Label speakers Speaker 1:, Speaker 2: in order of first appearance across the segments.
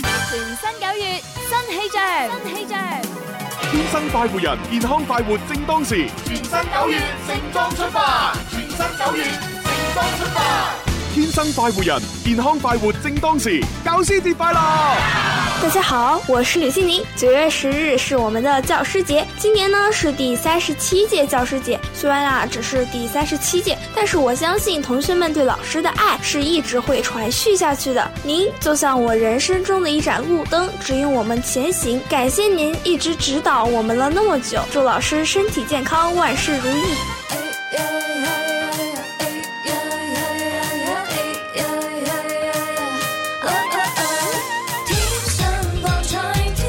Speaker 1: 新九月，新氣象，新氣象。
Speaker 2: 天生快活人，健康快活正當時。
Speaker 3: 全新九月盛裝出發，全新九月盛裝出發。
Speaker 2: 天生快活人，健康快活正當時。教師節快樂！
Speaker 4: 大家好，我是李欣妮。九月十日是我们的教师节，今年呢是第三十七届教师节。虽然啊只是第三十七届，但是我相信同学们对老师的爱是一直会传续下去的。您就像我人生中的一盏路灯，指引我们前行。感谢您一直指导我们了那么久，祝老师身体健康，万事如意。
Speaker 5: 天生博彩，天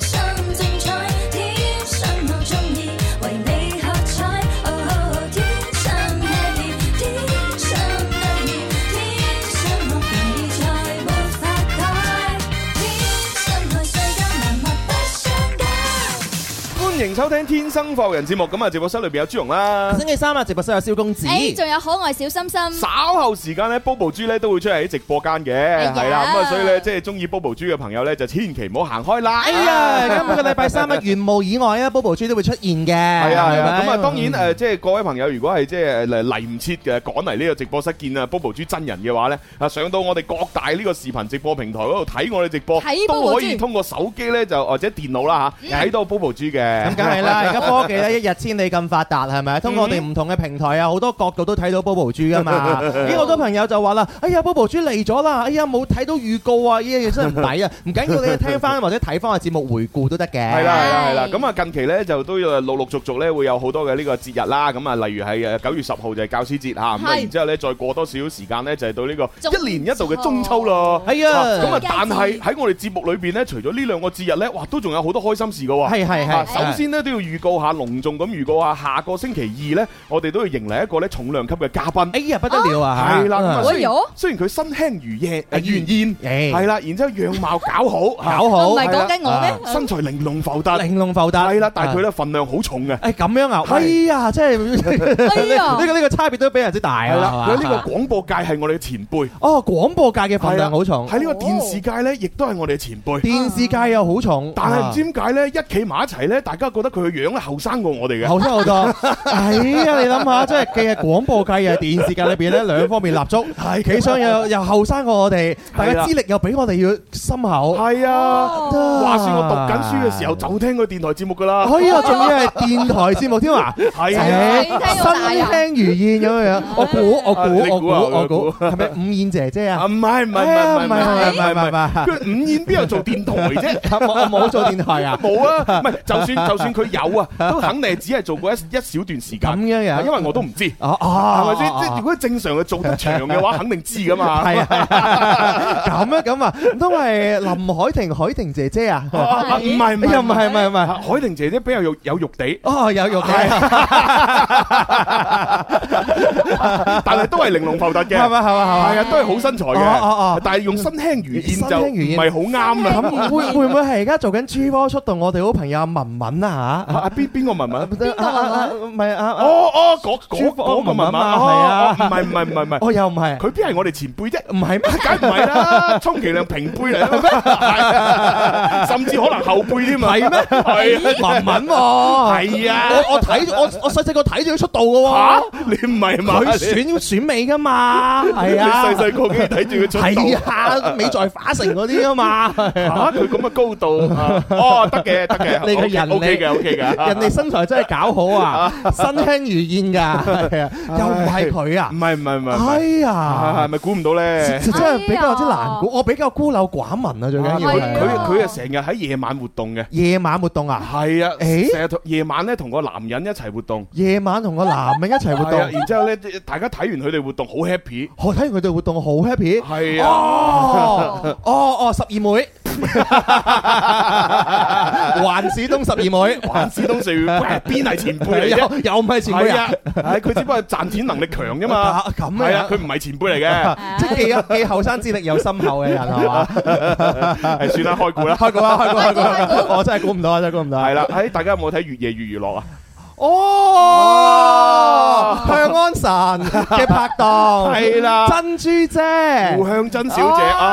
Speaker 5: 生精彩，天生我中意，為你喝彩。哦，天生 happy，天生得意，天生我願意才沒法改，天生愛世間萬物不相解。
Speaker 2: 歡迎收聽《天生快活人》節目。咁啊，直播室裏邊有朱容啦。
Speaker 6: 星期三啊，直播室有蕭公子。
Speaker 1: 誒，仲有可愛小心心。
Speaker 2: 稍後時間咧，Bobo 豬咧都會出嚟喺直播間嘅，
Speaker 6: 哎
Speaker 2: 係啦。咁啊，所以咧，即係中意 Bobo 豬嘅朋友咧，就千祈唔好行開啦。
Speaker 6: 哎呀，今個禮拜三啊，原無意外啊，Bobo 豬都會出現嘅。
Speaker 2: 係
Speaker 6: 係
Speaker 2: 啊係啊，
Speaker 6: 咪
Speaker 2: 咁啊當然誒，即係各位朋友，如果係即係誒嚟唔切嘅，趕嚟呢個直播室見啊 Bobo 豬真人嘅話咧，啊上到我哋各大呢個視頻直播平台嗰度睇我哋直播
Speaker 1: 睇，
Speaker 2: 都
Speaker 1: Bobo
Speaker 2: 可以
Speaker 1: 豬
Speaker 2: 通過手機咧就或者電腦啦嚇睇到 Bobo 豬嘅。
Speaker 6: 咁梗係啦，而家科技咧一日千里咁發達，係咪？通過我哋唔同嘅平台啊，好多角度都睇到 Bobo 豬 噶嘛。咦，好多朋友就話啦：，哎呀，Bobo 豬嚟咗啦！哎呀，冇睇到預告啊！呢樣嘢真係唔抵啊！唔緊要，你聽翻或者睇翻個節目回顧都得嘅。
Speaker 2: 係啦係啦係啦，
Speaker 1: 係
Speaker 2: 咁啊近期咧就都要陸陸續續咧會有好多嘅呢個節日啦，咁啊例如係誒九月十號就係教師節嚇，咁啊
Speaker 1: 係
Speaker 2: 然之後咧再過多少少時間咧就係到呢個
Speaker 1: 中
Speaker 2: 一年一度嘅中秋咯。
Speaker 6: 係啊
Speaker 2: 咁啊
Speaker 1: 中秋
Speaker 2: 但
Speaker 1: 節
Speaker 2: 係喺我哋節目裏邊咧，除咗呢兩個節日咧，哇都仲有好多開心事嘅喎。
Speaker 6: 係係
Speaker 2: 啊
Speaker 6: 係。
Speaker 2: 首先咧都要預告下，隆重咁預告下，下個星期二咧，我哋都要迎嚟一個咧重量級嘅嘉賓。
Speaker 6: 哎呀，不得了啊！
Speaker 2: 係啦，咁啊
Speaker 1: 哎
Speaker 2: 雖然
Speaker 1: 呦
Speaker 2: 雖然佢身輕如燕，
Speaker 6: 哎
Speaker 2: 誒如燕，
Speaker 6: 哎
Speaker 2: 係啦，然之後樣貌搞好，
Speaker 6: 搞好
Speaker 1: 我唔係講緊我
Speaker 6: 係
Speaker 1: 咩？
Speaker 2: 身材玲瓏浮凸，
Speaker 6: 玲瓏浮凸。
Speaker 2: 係啦，但係佢咧份量好重嘅。
Speaker 6: 誒咁樣啊！
Speaker 2: 係
Speaker 6: 哎呀，真係
Speaker 1: 哎呀
Speaker 6: 呢個呢個差別都比人之大
Speaker 2: 係啦，
Speaker 6: 啊！
Speaker 2: 佢
Speaker 6: 係
Speaker 2: 呢
Speaker 6: 嘛
Speaker 2: 個廣播界係我哋嘅前輩，
Speaker 6: 哦，廣播界嘅份量好重，
Speaker 2: 喺呢個電視界咧，亦都係我哋嘅前輩。
Speaker 6: 電視界又好重，
Speaker 2: 但係唔
Speaker 6: 啊
Speaker 2: 知點解咧，一企埋一齊咧，大家覺得佢嘅樣咧後生過我哋嘅。
Speaker 6: 後啊生好多。哎呀，你諗下，即係既係廣播界又係電視界裏邊咧兩方面立足，係企上又又後生過我哋，大
Speaker 2: 係啦
Speaker 6: 家資歷又比我哋要深厚。
Speaker 2: 係啊，
Speaker 1: 哦
Speaker 6: 啊
Speaker 2: 話說我讀緊書嘅時候就聽佢電台節目㗎啦。
Speaker 6: 哎呀，仲要係電台節目添啊！
Speaker 2: 係
Speaker 6: 哎
Speaker 2: 啊，
Speaker 1: 睇到大人
Speaker 6: 身輕如燕咁樣樣，我估我
Speaker 2: 啊你
Speaker 6: 估
Speaker 2: 估
Speaker 6: 我估
Speaker 2: 啊
Speaker 6: 我
Speaker 2: 我
Speaker 6: 估，
Speaker 2: 估
Speaker 6: 係咪五燕姐姐
Speaker 2: 啊
Speaker 6: 啊？
Speaker 2: 唔係唔係
Speaker 6: 哎呀
Speaker 2: 唔係唔係唔係唔係唔係，
Speaker 6: 係。
Speaker 2: 佢五燕邊有做電台啫？
Speaker 6: 我我冇做電台 啊，
Speaker 2: 冇啊，唔係就算就算佢有啊，都肯定係只係做過一一小段時
Speaker 6: 咁
Speaker 2: 間，
Speaker 6: 樣樣，
Speaker 2: 因為我都唔知。
Speaker 6: 哦
Speaker 2: 係
Speaker 6: 哦，
Speaker 2: 咪先？即係如果正常嘅做得長嘅話，肯定知㗎嘛。
Speaker 6: 係啊 係啊，咁啊咁啊，唔通係林海婷海婷姐姐啊？
Speaker 2: 啊啊唔係唔
Speaker 6: 哎
Speaker 2: 係
Speaker 6: 呀，唔係唔係唔係，
Speaker 2: 海玲姐姐比較有有肉 地，
Speaker 6: 哦，有肉
Speaker 2: 係
Speaker 6: 嘅，
Speaker 2: 但係都係玲瓏浮凸嘅，
Speaker 6: 係嘛係嘛
Speaker 2: 係
Speaker 6: 係
Speaker 2: 啊，
Speaker 6: 嘛。
Speaker 2: 都係好身材
Speaker 6: 哦哦
Speaker 2: 嘅
Speaker 6: 哦，
Speaker 2: 但係用身輕如燕就
Speaker 6: 身輕如
Speaker 2: 唔
Speaker 6: 燕
Speaker 2: 係好啱啦。
Speaker 6: 咁會會唔會係而家做緊 G 波出動？我哋好朋友文文
Speaker 2: 啊
Speaker 6: 啊
Speaker 2: 啊邊邊個文文？
Speaker 6: 嚇，啊啊啊唔係啊啊，
Speaker 2: 哦哦，嗰嗰
Speaker 6: 朱福
Speaker 2: 嗰個文文
Speaker 6: 文文啊
Speaker 2: 哦
Speaker 6: 係啊
Speaker 2: 哦唔係唔係唔係唔係，
Speaker 6: 哦又唔係，
Speaker 2: 佢邊係我哋前輩啫？
Speaker 6: 唔係咩？
Speaker 2: 梗唔係啦，充其量平輩嚟啦係啊，甚至可能後輩添啊。
Speaker 6: 係咩？
Speaker 2: 係啊
Speaker 6: 文文喎，
Speaker 2: 係啊
Speaker 6: 我我睇我我細細個睇住佢出道嘅
Speaker 2: 嚇
Speaker 6: 喎，
Speaker 2: 你唔係嘛？
Speaker 6: 佢
Speaker 2: 你
Speaker 6: 選選美 㗎嘛，
Speaker 2: 你
Speaker 6: 係啊，
Speaker 2: 細細個已經睇住佢出
Speaker 6: 係
Speaker 2: 道。
Speaker 6: 啊，美在花城嗰啲 啊嘛，
Speaker 2: 嚇佢咁嘅高度，啊哦得嘅得嘅，
Speaker 6: 你個人
Speaker 2: OK 嘅 OK 嘅，
Speaker 6: 人哋身材真係搞 好啊，身輕如燕㗎，係啊，又唔係佢啊
Speaker 2: 唔，係唔係唔係唔係
Speaker 6: 哎。
Speaker 2: 係
Speaker 6: 呀，
Speaker 2: 咪估唔到咧？
Speaker 6: 真係比較之難估，我比較孤陋寡聞啊，最緊要
Speaker 1: 係
Speaker 2: 佢佢
Speaker 6: 係
Speaker 1: 啊
Speaker 2: 佢啊成日喺夜晚活動嘅，
Speaker 6: 夜晚活動啊，
Speaker 2: 係啊，
Speaker 6: 誒
Speaker 2: 成日同夜晚咧同個男人一齊活動，
Speaker 6: 夜晚同個男人一齊活
Speaker 2: 係啊，
Speaker 6: 動，
Speaker 2: 然之後咧大家睇完佢哋活動好 happy，
Speaker 6: 我睇完佢哋活動好 happy。
Speaker 2: 係啊，
Speaker 6: 哦，哦哦，十 二妹，環市東十二妹，
Speaker 2: 環市東四喂邊係前輩嚟
Speaker 6: 又
Speaker 2: 啫？
Speaker 6: 又唔係前輩
Speaker 2: 係
Speaker 6: 啊
Speaker 2: 啊，，唉佢只不過賺錢能力強啫 嘛，
Speaker 6: 啊咁
Speaker 2: 係啊，
Speaker 6: 啊
Speaker 2: 佢，唔係前輩嚟 嘅，
Speaker 6: 即係 既有既後生資歷又深厚嘅人係嘛？
Speaker 2: 係算啦，開估啦。 哎
Speaker 6: 開估啊，開估，開估，我真係估唔到啊，真係估唔到。
Speaker 2: 係啦，，誒，大家有冇睇《越夜越娛樂》啊？
Speaker 6: 哦，向安神嘅拍檔，
Speaker 2: 係啦
Speaker 6: 珍珠
Speaker 2: 胡
Speaker 6: 姐。
Speaker 2: 向珍小姐
Speaker 6: 哦哎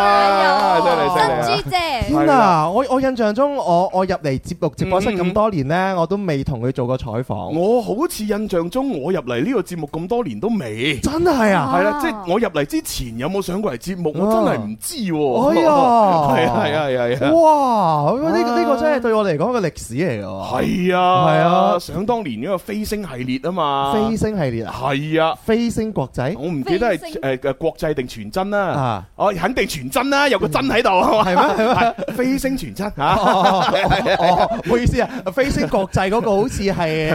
Speaker 2: 啊，真係犀利啊
Speaker 1: 珍！珠姐，
Speaker 6: 天
Speaker 2: 係
Speaker 6: 啊！
Speaker 2: 啦嗯
Speaker 6: 我我印象中，我我入嚟節目直播室咁多年呢，我都未同佢做過採訪。
Speaker 2: 我好似印象中，我入嚟呢個節目咁多年都未。
Speaker 6: 真係啊！
Speaker 2: 係啦，即係我入嚟之前有冇上過嚟節目，我真係唔知喎。
Speaker 6: 哎 呀
Speaker 2: 係啊係啊係啊係啊，
Speaker 6: 哇！呢個呢個
Speaker 2: 啊
Speaker 6: 真係對我嚟講嘅歷史嚟㗎。
Speaker 2: 係啊
Speaker 6: 係啊
Speaker 2: 想當年嗰個飛星系列啊嘛，
Speaker 6: 飛星系列啊，
Speaker 2: 係啊，
Speaker 6: 飛星國際
Speaker 2: 我唔記得
Speaker 1: 飛
Speaker 2: 係
Speaker 1: 星
Speaker 2: 誒誒國際定全真啦，
Speaker 6: 啊，
Speaker 2: 哦肯定全真啦，有個真喺度係嘛
Speaker 6: 嗯係咩？係咩？
Speaker 2: 係飛星全真
Speaker 6: 哦
Speaker 2: 嚇。
Speaker 6: 哦，唔好意思啊，飛星國際嗰個好似係。
Speaker 2: 誒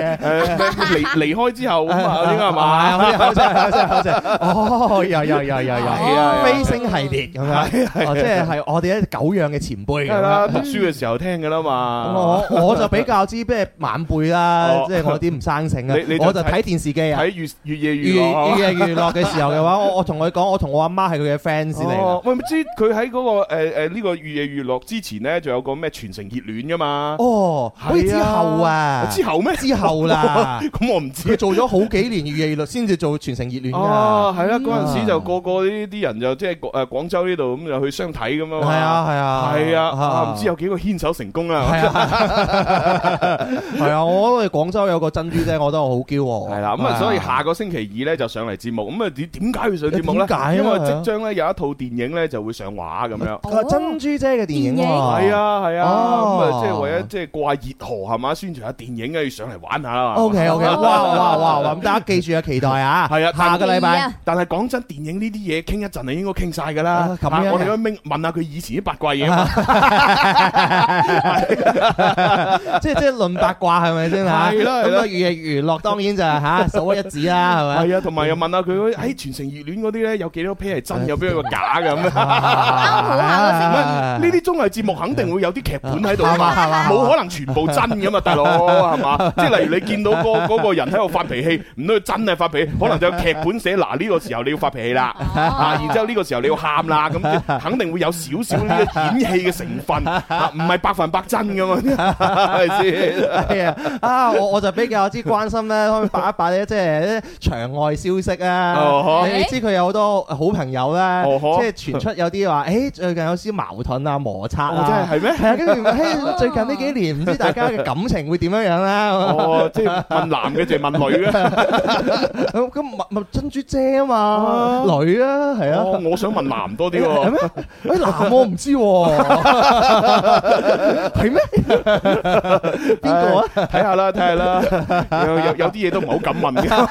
Speaker 2: 離離開之後咁 啊，應該係嘛？
Speaker 6: 係好似係好似係好似係哦，有有有有
Speaker 2: 係
Speaker 6: 有，
Speaker 2: 啊
Speaker 6: 飛星系列咁樣，哦即係係我哋一九樣嘅前輩
Speaker 2: 梗係
Speaker 6: 咁
Speaker 2: 啦，
Speaker 6: 啦。
Speaker 2: 讀書嘅時候聽㗎啦嘛
Speaker 6: 我。我就比較知咩晚輩啦
Speaker 2: 哦，
Speaker 6: 即係我啲唔生性啊
Speaker 2: 你你，就
Speaker 6: 我就睇電視機啊。
Speaker 2: 睇越越夜
Speaker 6: 娛
Speaker 2: 越哦樂。啊
Speaker 6: 娛娛樂嘅時候嘅話，我我同佢講，我同我阿媽係佢嘅 fans 嚟
Speaker 2: 哦
Speaker 6: 嘅。
Speaker 2: 喂，唔知佢喺嗰個誒誒呢個越夜越樂之前咧，仲有個咩全城熱戀噶嘛？
Speaker 6: 哦，好似
Speaker 2: 係
Speaker 6: 之後啊，
Speaker 2: 之後咩？
Speaker 6: 之後啦
Speaker 2: 咁我唔
Speaker 6: 佢
Speaker 2: 知。
Speaker 6: 做咗好幾年娛樂娛樂先至做全城熱戀㗎。
Speaker 2: 哦，係啦，嗰陣時就
Speaker 6: 嗯
Speaker 2: 個個呢啲人就即係誒廣州呢度咁就去相睇咁啊
Speaker 6: 係
Speaker 2: 嘛。
Speaker 6: 啊係啊
Speaker 2: 係啊，啊唔知有幾個牽手成功啊？
Speaker 6: 係啊， 係啊！我哋廣州有個珍珠姐，我覺得我好驕傲。
Speaker 2: 係啦，咁啊，所以
Speaker 6: 係啊
Speaker 2: 下個星期二咧就上嚟節目，咁啊點點解要上節目咧？
Speaker 6: 點解啊
Speaker 2: 因為即將咧有一套電影咧就會上畫咁樣。
Speaker 6: 啊珍珠姐嘅電影喎，
Speaker 2: 係。啊係啊，咁
Speaker 6: 哦
Speaker 2: 啊即係為咗即係過下熱河係嘛，宣傳下電影嘅要上嚟玩下啦。
Speaker 6: O K O K，哇哇哇哇！咁大家記住啊，期待啊，
Speaker 2: 啊 係啊
Speaker 6: 下個禮
Speaker 1: 第二
Speaker 6: 拜
Speaker 1: 啊
Speaker 2: 但係講真，電影呢啲嘢傾一陣，你應該傾晒㗎
Speaker 6: 啊
Speaker 2: 啦。
Speaker 6: 咁樣
Speaker 2: 啊我哋
Speaker 6: 嘅
Speaker 2: 都問問下佢以前啲八卦嘢啊嘛。
Speaker 6: 即係即係論八卦係咪先嚇？
Speaker 2: 啊係啦係
Speaker 6: 咁
Speaker 2: 啦
Speaker 6: 啊，娛樂娛樂當然就係 嚇數一日子啦，係 咪？
Speaker 2: 係啊，同埋又問下佢嗰啲，喺全城熱戀嗰啲咧，有幾多 pair 係
Speaker 6: 啊
Speaker 2: 真，有幾多個假嘅咁樣。
Speaker 1: 啱好下個星期
Speaker 2: 呢啲綜藝節目肯定會有啲劇本喺度㗎
Speaker 6: 啊
Speaker 2: 啊
Speaker 6: 係嘛係嘛
Speaker 2: 嘛， 冇可能全部真㗎嘛，大佬係嘛？即係例如你見到嗰嗰個人喺度發脾氣，唔通佢真係發脾氣，可能就有劇本寫嗱呢個時候你要發脾氣啦，
Speaker 1: 哦
Speaker 2: 啊，然之後呢個時候你要喊啦，咁即係肯定會有少少呢個演戲嘅成分，啊唔係百分百真㗎嘛，係咪先？
Speaker 6: 係啊， 啊我我就比較之關心咧，可以擺一擺咧，即係啲場外消息啊
Speaker 2: 哦。
Speaker 6: 你知佢有好多好朋友
Speaker 2: 哦呵
Speaker 6: 咧，即係傳出有啲話， 誒最近有少矛盾啊、摩擦
Speaker 2: 哦真
Speaker 6: 啊
Speaker 2: 係。係咩？
Speaker 6: 係啊，跟住 誒最近呢幾年唔知大家嘅感情會點樣樣啊啦。
Speaker 2: 哦，即係問男嘅就問女嘅。
Speaker 6: 咁咁咪咪珍珠姐啊嘛
Speaker 2: 啊，
Speaker 6: 女啊，係
Speaker 2: 哦
Speaker 6: 啊。，
Speaker 2: 我想問男多啲
Speaker 6: 係
Speaker 2: 喎。
Speaker 6: 咩？誒男我唔知 喎，係咩？邊個啊？
Speaker 2: 唉睇下啦，睇下啦。有有有啲嘢都唔係好敢問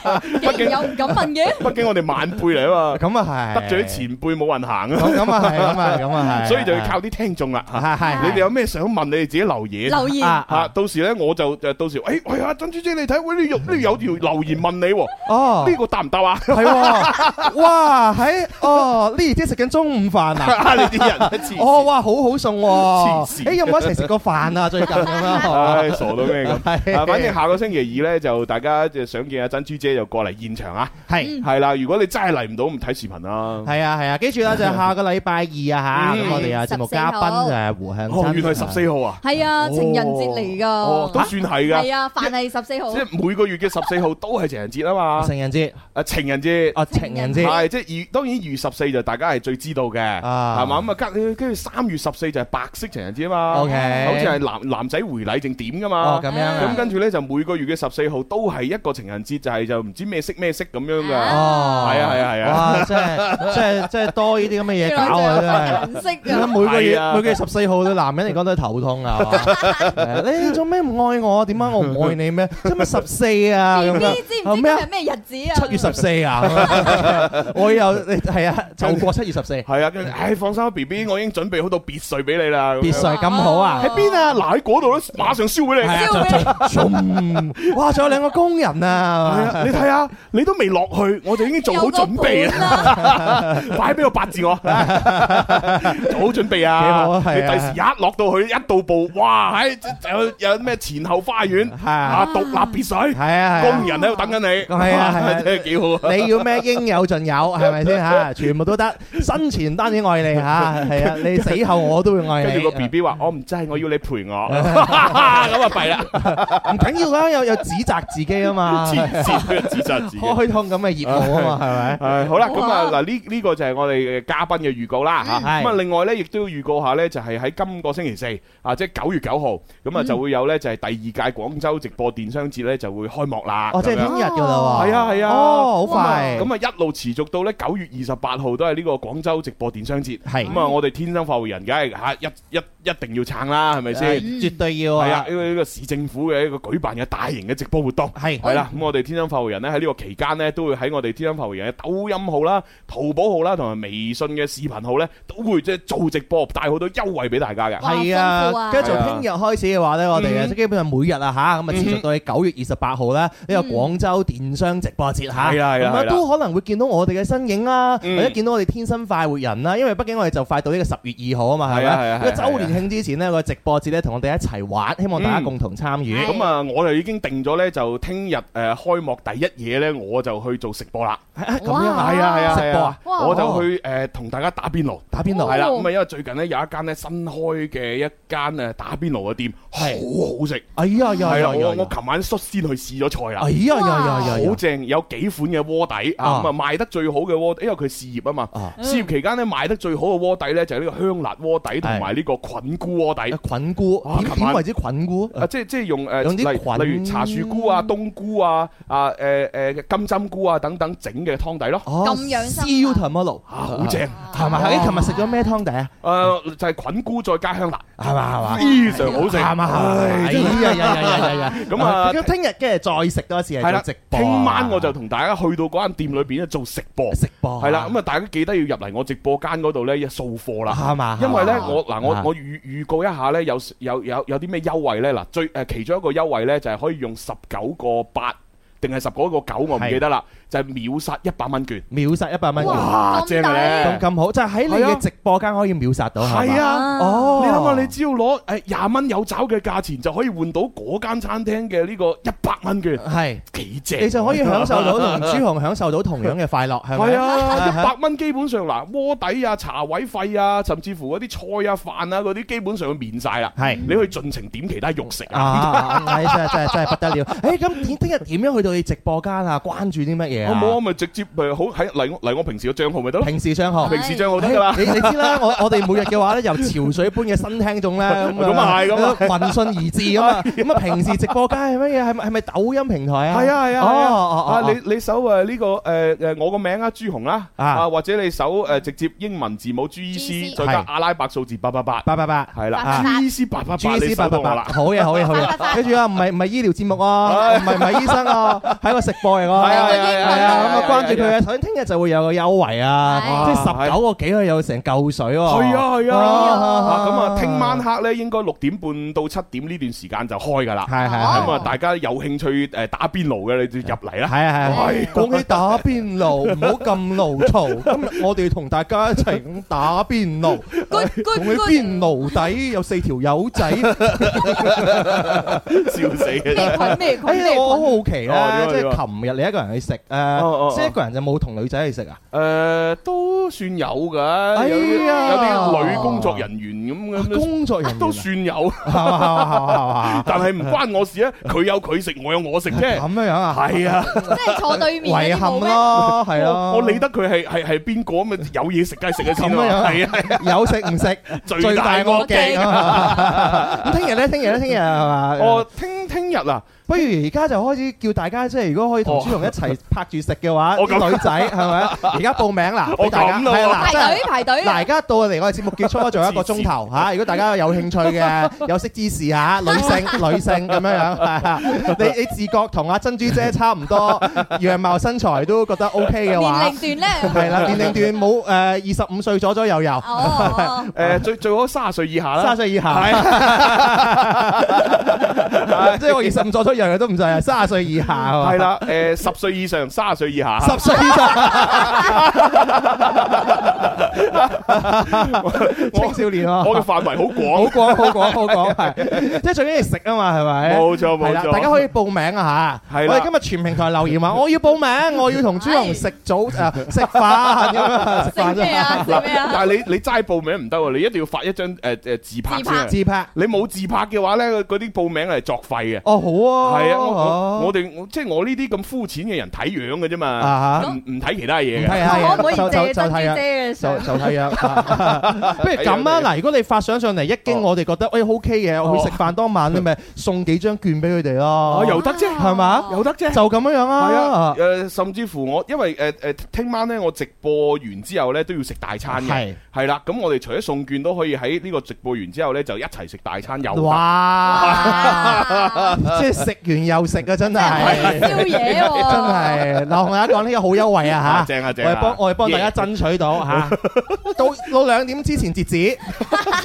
Speaker 2: 嘅，
Speaker 1: 竟然有唔敢 問嘅，
Speaker 2: 畢竟我哋晚輩嚟啊嘛。
Speaker 6: 咁啊係，
Speaker 2: 得罪啲前輩冇人行啊，
Speaker 6: 咁咁啊係，咁啊係咁啊係，
Speaker 2: 所以就要靠啲聽眾啦。嚇
Speaker 6: 係係
Speaker 2: 你哋有咩想問，你哋自己留言。
Speaker 1: 留言
Speaker 6: 啊
Speaker 2: 嚇，到時咧我就就到時，誒，喂啊，珍珠姐，你睇，喂呢 有呢有條留言問你喎，
Speaker 6: 哦，
Speaker 2: 呢個答唔答 啊？
Speaker 6: 係喎，哇喺哦呢姐食緊中午飯 啊！
Speaker 2: 啊，你啲人啊黐
Speaker 6: 哦
Speaker 2: 線，
Speaker 6: 哇，好好餸
Speaker 2: 黐
Speaker 6: 喎！
Speaker 2: 線
Speaker 6: 誒有冇一齊食過飯啊？最近咁樣，
Speaker 2: 唉，傻到咩咁？
Speaker 6: 係
Speaker 2: 啊，反正下個星期二咧，就大家就想見阿珍珠姐就過嚟現場啊。
Speaker 6: 係
Speaker 2: 係啦，如果你真係嚟唔到，咁睇視頻啦。
Speaker 6: 係啊係啊，記住啦，就係下個禮拜二啊嚇，
Speaker 2: 嗯
Speaker 6: 咁我哋啊節目嘉賓就係胡向
Speaker 2: 哦，
Speaker 6: 嗯真，
Speaker 2: 原來十四號啊，
Speaker 1: 係啊，情人節嚟
Speaker 2: 哦，都
Speaker 1: 㗎，
Speaker 2: 算係㗎。
Speaker 1: 係啊，凡係十四號
Speaker 2: 即。係每個月嘅十四號都係情人節啊嗯嘛，
Speaker 6: 情人節
Speaker 2: 啊情人節。
Speaker 6: 哦情人
Speaker 1: 情
Speaker 6: 節
Speaker 2: 係即係二，當然二月十四就大家係最知道嘅，
Speaker 6: 啊
Speaker 2: 係嘛咁啊？跟跟住三月十四就係白色情人節啊嘛
Speaker 6: ，OK，
Speaker 2: 好似係男男仔回禮定點噶
Speaker 6: 哦
Speaker 2: 嘛。
Speaker 6: 咁樣啊
Speaker 2: 咁跟住呢，就每個月嘅十四號都係一個情人節，就係就唔知咩色咩色咁樣嘅。
Speaker 6: 哦，
Speaker 2: 係啊係啊係啊
Speaker 6: 哇真係真係真係多呢啲咁嘅嘢搞啊真係。
Speaker 1: 顏色啊！
Speaker 6: 每個
Speaker 2: 係
Speaker 6: 月
Speaker 2: 啊
Speaker 6: 每個月十四號對男人嚟講都係頭痛啊！係嘛你做咩唔愛我？點解我唔愛你咩？做咩十四啊？咁
Speaker 1: B
Speaker 6: 樣
Speaker 1: B 知
Speaker 6: 啊
Speaker 1: 唔知今
Speaker 6: 咩啊
Speaker 1: 日咩日子啊？
Speaker 6: 七月十四 啊！我又係啊，就過七月十四，
Speaker 2: 係啊，跟住唉，放心啦，B B，我已經準備好到別墅俾你啦。咁樣
Speaker 6: 別墅咁好啊！
Speaker 2: 喺邊啊？嗱喺嗰度咧，馬上燒俾你。
Speaker 6: 係
Speaker 2: 係
Speaker 6: 啊
Speaker 1: 燒俾你
Speaker 6: 就就就哇！仲有兩個工人啊！
Speaker 2: 啊，你睇下，你都未落去，我就已經做好
Speaker 1: 有個
Speaker 2: 準備啦
Speaker 1: 盤。啦，
Speaker 2: 快俾個八字我， 做好準備
Speaker 6: 幾好
Speaker 2: 啊
Speaker 6: 啊！係
Speaker 2: 你
Speaker 6: 啊
Speaker 2: 第時一落到去一到步，哇！喺有有咩前後花園
Speaker 6: 係啊
Speaker 2: 啊，獨立別墅，
Speaker 6: 係啊，係啊
Speaker 2: 工人喺度等緊你，
Speaker 6: 係啊係 啊
Speaker 2: 真係幾好啊！
Speaker 6: 你要咩應有盡有，係咪先嚇？全部都得，生前單止愛你嚇，係啊，你死後我都會愛 你。
Speaker 2: 跟住個 B B 話：我唔制，我要你陪我，咁啊弊啦！
Speaker 6: 唔緊要啦，有有指責自己啊 嘛，
Speaker 2: 自自自殺自己。
Speaker 6: 開通咁嘅業務 啊嘛，係咪？
Speaker 2: 誒好啦，咁啊
Speaker 1: 好啊
Speaker 2: 嗱呢呢個就係我哋嘅嘉賓嘅預告啦嚇。
Speaker 6: 嗯
Speaker 2: 咁啊另外咧，亦都要預告下咧，就係喺今個星期四啊，即係九月九號，咁啊
Speaker 6: 嗯
Speaker 2: 就會有咧就係第二屆廣州直播電商節咧就會開幕啦。
Speaker 6: 哦，即係
Speaker 2: 咁樣
Speaker 6: 聽日㗎啦喎。
Speaker 2: 係啊係啊
Speaker 6: 哦，好快。
Speaker 2: 咁啊一路持續到咧九月二十八號都係呢個廣州直播電商節。
Speaker 6: 係
Speaker 2: 咁啊，我哋天生發育人梗係嚇一一一定要撐啦，係咪先？
Speaker 6: 誒絕對要
Speaker 2: 係啊
Speaker 6: 啊，！
Speaker 2: 呢個呢個市政府嘅一個舉辦嘅大型嘅直播活動。
Speaker 6: 係
Speaker 2: 系啦，咁我哋天生發號人咧喺呢個期間咧，都會喺我哋天生發號人嘅抖音號啦、淘寶號啦，同埋微信嘅視頻號咧，都會即係做直播，帶好多優惠俾大家嘅。
Speaker 1: 哇
Speaker 6: 係啊
Speaker 1: 辛苦，啊
Speaker 6: 跟住從聽日開始嘅話咧，我哋啊
Speaker 2: 嗯
Speaker 6: 基本上每日啊吓，咁啊持續到去九月二十八號咧，呢
Speaker 1: 嗯
Speaker 6: 個廣州電商直播節吓，
Speaker 2: 係啦係啦
Speaker 6: 咁
Speaker 2: 係
Speaker 6: 啊
Speaker 2: 啦
Speaker 6: 都可能會見到我哋嘅身影啦，
Speaker 2: 嗯
Speaker 6: 或者見到我哋天生快活人啦，因為畢竟我哋就快到呢個十月二號啊嘛，係
Speaker 2: 係啊係啊
Speaker 6: 咪？
Speaker 2: 係啊
Speaker 6: 個周年慶之前呢，個直播節咧同我哋一齊玩，希望大家
Speaker 2: 嗯
Speaker 6: 共同參與。
Speaker 2: 咁啊，我哋已經定咗咧，就聽日誒開幕第一夜咧，我就去做食播啦。
Speaker 6: 啊咁樣啊
Speaker 1: 哇
Speaker 2: 係啊係啊
Speaker 6: 直
Speaker 2: 係
Speaker 6: 播啊
Speaker 2: 啊，
Speaker 1: 哇
Speaker 2: 我就去誒同大家打邊爐。
Speaker 6: 打邊爐
Speaker 2: 係啦，
Speaker 1: 哦
Speaker 2: 咁啊，因為最近咧有一間咧新開嘅一間誒打邊爐嘅店，好好食。
Speaker 6: 哎呀呀
Speaker 2: 嗯係啦，
Speaker 6: 呀
Speaker 2: 我
Speaker 6: 呀
Speaker 2: 我！琴晚率先去試咗菜啦
Speaker 6: 哎。呀呀呀呀
Speaker 2: 好！正，有幾款嘅鍋底
Speaker 6: 啊
Speaker 2: 啊，咁啊賣得最好嘅鍋底，因為佢試業啊嘛
Speaker 6: 啊，
Speaker 2: 試業期間咧賣得最好嘅鍋底咧就係呢個香辣鍋底同埋呢個菌菇鍋底。
Speaker 6: 哎菌菇
Speaker 2: 哇啊
Speaker 6: 點
Speaker 2: 琴
Speaker 6: 點
Speaker 2: 晚
Speaker 6: 為之菌菇？
Speaker 2: 啊！即係即係用誒，
Speaker 6: 啊用啲
Speaker 2: 例
Speaker 6: 菌
Speaker 2: 例如茶樹菇啊、冬菇啊、啊誒誒金針菇啊等等整嘅湯底咯，
Speaker 6: 哦
Speaker 1: 咁養生啊
Speaker 6: See you tomorrow，
Speaker 2: 啊好正！
Speaker 6: 係咪？你琴日食咗咩湯底啊？
Speaker 2: 誒就係菌菇再加香辣，
Speaker 6: 係嘛係嘛？
Speaker 2: 非常好食。
Speaker 6: 啱啊！哎呀呀呀呀呀呀！
Speaker 2: 咁啊
Speaker 6: 咁聽日跟住再食多一次
Speaker 2: 係啦
Speaker 6: 係做直，播啊。
Speaker 2: 聽晚我就同大家去到嗰間店裏邊咧做食播，
Speaker 6: 食播
Speaker 2: 係啦。咁啊，大家記得要入嚟我直播間嗰度咧掃貨啦。
Speaker 6: 啱嘛？
Speaker 2: 因為咧，
Speaker 6: 啊
Speaker 2: 我嗱我
Speaker 6: 啊
Speaker 2: 我預預告一下咧，有有有有啲咩優惠咧？嗱，最誒其中一個優惠咧，就係可以用十九個八定係十九個九，我唔記得啦，就係秒殺一百蚊券，
Speaker 6: 秒殺一百蚊嘅
Speaker 1: 哇咁
Speaker 2: 正啊
Speaker 6: 咁
Speaker 2: 咧！
Speaker 6: 咁好，就係喺你
Speaker 2: 係
Speaker 6: 嘅
Speaker 2: 啊
Speaker 6: 直播間可以秒殺到係
Speaker 2: 係
Speaker 6: 嘛？
Speaker 2: 啊！
Speaker 6: 哦，
Speaker 2: 你諗下，你只要攞誒廿蚊有找嘅價錢，就可以換到嗰間餐廳嘅呢個一百蚊券，
Speaker 6: 係
Speaker 2: 幾正！
Speaker 6: 啊你就可以享受到 同朱紅享受到同樣嘅快樂，係咪？
Speaker 2: 係啊，
Speaker 6: 係係
Speaker 2: 一百蚊基本上嗱，鍋底啊、茶位費啊，甚至乎嗰啲菜啊、飯啊嗰啲，基本上免晒啦。
Speaker 6: 係
Speaker 2: 你去盡情點其他肉食啊！
Speaker 6: 啊，係真係真係真係不 得了！誒，咁點聽日點樣去到你直播間啊？關注啲乜嘢
Speaker 2: 我
Speaker 6: 啊？
Speaker 2: 冇，我咪直接誒好喺嚟我嚟我平時嘅帳號咪得咯，
Speaker 6: 平時商號。
Speaker 2: 平時帳號得㗎啦。
Speaker 6: 你你知啦，我我哋每日嘅話咧，由潮水般嘅新 聽眾咧，咁
Speaker 2: 咁啊係咁啊
Speaker 6: 聞訊而 至咁啊，咁啊平時直播間係乜嘢？係咪係咪抖音平台啊？
Speaker 2: 係啊係啊，係啊
Speaker 6: 哦
Speaker 2: 啊
Speaker 6: 哦哦，
Speaker 2: 你你搜誒呢個誒誒我個名啊朱紅啦，
Speaker 6: 啊
Speaker 2: 啊或者你搜誒直接英文字母 G E C 再加
Speaker 6: 係
Speaker 2: 阿拉伯數字八八八，
Speaker 6: 八八八。
Speaker 2: 係
Speaker 6: 啊
Speaker 2: 啦，G E C 八八八，你
Speaker 6: G C
Speaker 2: 搜
Speaker 6: 八
Speaker 2: 到
Speaker 6: 八
Speaker 2: 我
Speaker 6: 八，
Speaker 2: 啦。
Speaker 6: 好嘢好 嘢好嘢！記住啊，唔係唔係醫療節目啊，唔係唔係醫生啊，係個食播嚟㗎。
Speaker 2: 係啊係啊
Speaker 6: 係啊，咁
Speaker 2: 係
Speaker 6: 啊
Speaker 2: 啊
Speaker 6: 關注佢啊！首先聽日就會有個優惠啊，
Speaker 1: 係
Speaker 6: 即係十九個幾啊，有成嚿水喎。
Speaker 2: Ờ, 係啊係啊，啊咁啊，聽晚
Speaker 6: 係
Speaker 2: 黑咧應該六點半到七點呢段時間就開㗎啦。
Speaker 6: 係係
Speaker 2: 咁啊，大家有興趣誒打邊爐嘅，你就入嚟
Speaker 6: 係
Speaker 2: 啦。
Speaker 6: 啊係啊
Speaker 2: 係，
Speaker 6: 講起打邊爐，唔好咁 勞嘈。今日我哋同大家一齊咁打邊爐，
Speaker 1: Good, good,
Speaker 6: 同佢
Speaker 1: good
Speaker 6: 邊爐底有四條友 仔。
Speaker 2: 笑死嘅真
Speaker 1: 咩
Speaker 2: 係。
Speaker 1: 菌咩菌
Speaker 6: 哎呀
Speaker 1: 咩，菌
Speaker 6: 我好好奇
Speaker 2: 哦點啊
Speaker 6: 啊，即
Speaker 2: 點
Speaker 6: 係
Speaker 2: 啊
Speaker 6: 琴日你一個人去食
Speaker 2: 哦
Speaker 6: 誒，
Speaker 2: 哦
Speaker 6: 即係一個人就冇同女仔去食啊？
Speaker 2: 誒呃都算有㗎，有啲
Speaker 6: 哎呀
Speaker 2: 有啲女工作人員咁咁樣
Speaker 6: 工作人員啊
Speaker 2: 都算有，
Speaker 6: 係嘛係嘛係嘛
Speaker 2: 但係唔關我事啊！佢有佢食，我有我食啫。
Speaker 6: 咁樣樣啊？
Speaker 2: 係啊，
Speaker 1: 即係坐對面嗰啲
Speaker 6: 遺憾
Speaker 1: 冇咩
Speaker 6: 咯，係咯。
Speaker 2: 我我理得佢係係係邊個咁啊？有嘢食梗係食咗先
Speaker 6: 咁樣
Speaker 2: 啦。係啊，
Speaker 6: 有食唔食
Speaker 2: 最大惡
Speaker 1: 極
Speaker 6: 咁聽日咧，聽日咧，聽日係啊嘛？
Speaker 2: 我哦聽聽日啊，
Speaker 6: 不如而家就開始叫大家，即係如果可以同
Speaker 2: 哦
Speaker 6: 朱紅一齊拍住食嘅話，
Speaker 2: 我咁
Speaker 6: 啲女仔係咪？而家報 名啦，
Speaker 2: 我
Speaker 6: 俾大家
Speaker 2: 咁咯
Speaker 6: 係啦，
Speaker 1: 排
Speaker 6: 真係
Speaker 1: 隊排隊
Speaker 6: 嗱，而家到嚟我哋節目結束咗，仲有一個鐘頭嚇。如果大家有興趣 嘅，有識之士嚇，女性女性咁樣樣，係啊你你自覺同阿珍珠姐差唔多，樣貌身材都覺得 OK 嘅話，
Speaker 1: 年齡段咧，
Speaker 6: 係啦，年齡段冇誒二十五歲左左右右，
Speaker 1: 哦，
Speaker 2: 誒呃最最好三十歲以下啦
Speaker 6: 三。十歲以下，
Speaker 2: 係
Speaker 6: 即係我二十五左左一樣嘅都唔制啊，三十歲以下啊
Speaker 2: 系，啊啦，啊诶，十歲以上，三十歲以下，
Speaker 6: 十歲以上 青
Speaker 2: 我
Speaker 6: 少年啊，
Speaker 2: 我嘅範圍好
Speaker 6: 好
Speaker 2: 廣，
Speaker 6: 講 好講好講，係即係最緊要食啊嘛，係咪？
Speaker 2: 冇錯
Speaker 6: 係
Speaker 2: 冇
Speaker 6: 啦，
Speaker 2: 錯，
Speaker 6: 大家可以報名啊嚇！
Speaker 2: 係啦
Speaker 6: 我哋今日全平台留言話，我要報名，我要同朱紅食 早誒食飯咁樣
Speaker 1: 食
Speaker 6: 食飯
Speaker 1: 咩啊？食咩啊？
Speaker 2: 但係你你齋報名唔得喎，你一定要發一張誒誒自拍
Speaker 1: 自拍
Speaker 2: 先。啊
Speaker 6: 自拍。
Speaker 2: 你冇自拍嘅話咧，嗰啲報名係作廢嘅。
Speaker 6: 哦，好啊，
Speaker 2: 係啊，我我
Speaker 6: 我
Speaker 2: 我哋我即係我呢啲咁膚淺嘅人睇樣嘅啫嘛，
Speaker 6: 啊
Speaker 2: 唔唔睇其他
Speaker 6: 嚇，
Speaker 2: 嘢嘅。啊
Speaker 6: 係
Speaker 1: 可唔可以
Speaker 6: 就
Speaker 1: 借
Speaker 6: 就就
Speaker 1: 珍珠
Speaker 6: 係啊。
Speaker 1: 姐嘅
Speaker 6: 就
Speaker 1: 相？
Speaker 6: 就睇 啊，不如咁啊！嗱，如果你發相上嚟，一經
Speaker 2: 哦
Speaker 6: 我哋覺得，哎，OK 嘅，我去食飯當晚，你咪送幾張券俾佢哋咯
Speaker 2: 哦，，又得啫，
Speaker 6: 係嘛
Speaker 2: 又得啫。
Speaker 6: 就咁樣樣
Speaker 2: 係啊，
Speaker 6: 啊，
Speaker 2: 誒，甚至乎我因為誒誒，聽晚咧我直播完之後咧都要食大餐嘅，
Speaker 6: 係
Speaker 2: 係啦，咁我哋除咗送券都可以喺呢個直播完之後咧就一齊食大餐又得。
Speaker 6: 哇！
Speaker 1: 啊
Speaker 6: 即係食完又食啊，真
Speaker 1: 可以
Speaker 6: 係。
Speaker 1: 宵夜喎，
Speaker 6: 真係嗱，我同大家講呢個好優惠
Speaker 2: 啊
Speaker 6: 啊嚇！
Speaker 2: 正啊正
Speaker 6: 我
Speaker 2: 啊
Speaker 6: 哋幫我哋幫大家爭取到嚇，到到兩點之前 截止，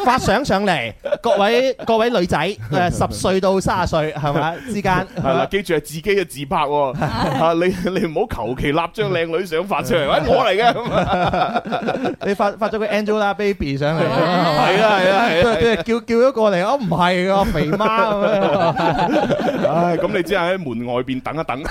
Speaker 6: 發相上嚟，各位各位 女仔誒十歲到三十歲係咪之間？
Speaker 2: 系啦，記住係自己嘅自拍 喎，啊你你唔好求其立張靚女相發出嚟，喂我嚟嘅， 咁啊
Speaker 6: 你發發咗個 Angelababy 上嚟，
Speaker 2: 係啊 係啊係啊
Speaker 6: 佢佢叫叫咗過嚟，我唔係㗎，我肥媽 咁樣。
Speaker 2: 唉，咁你只係喺門外邊等一等，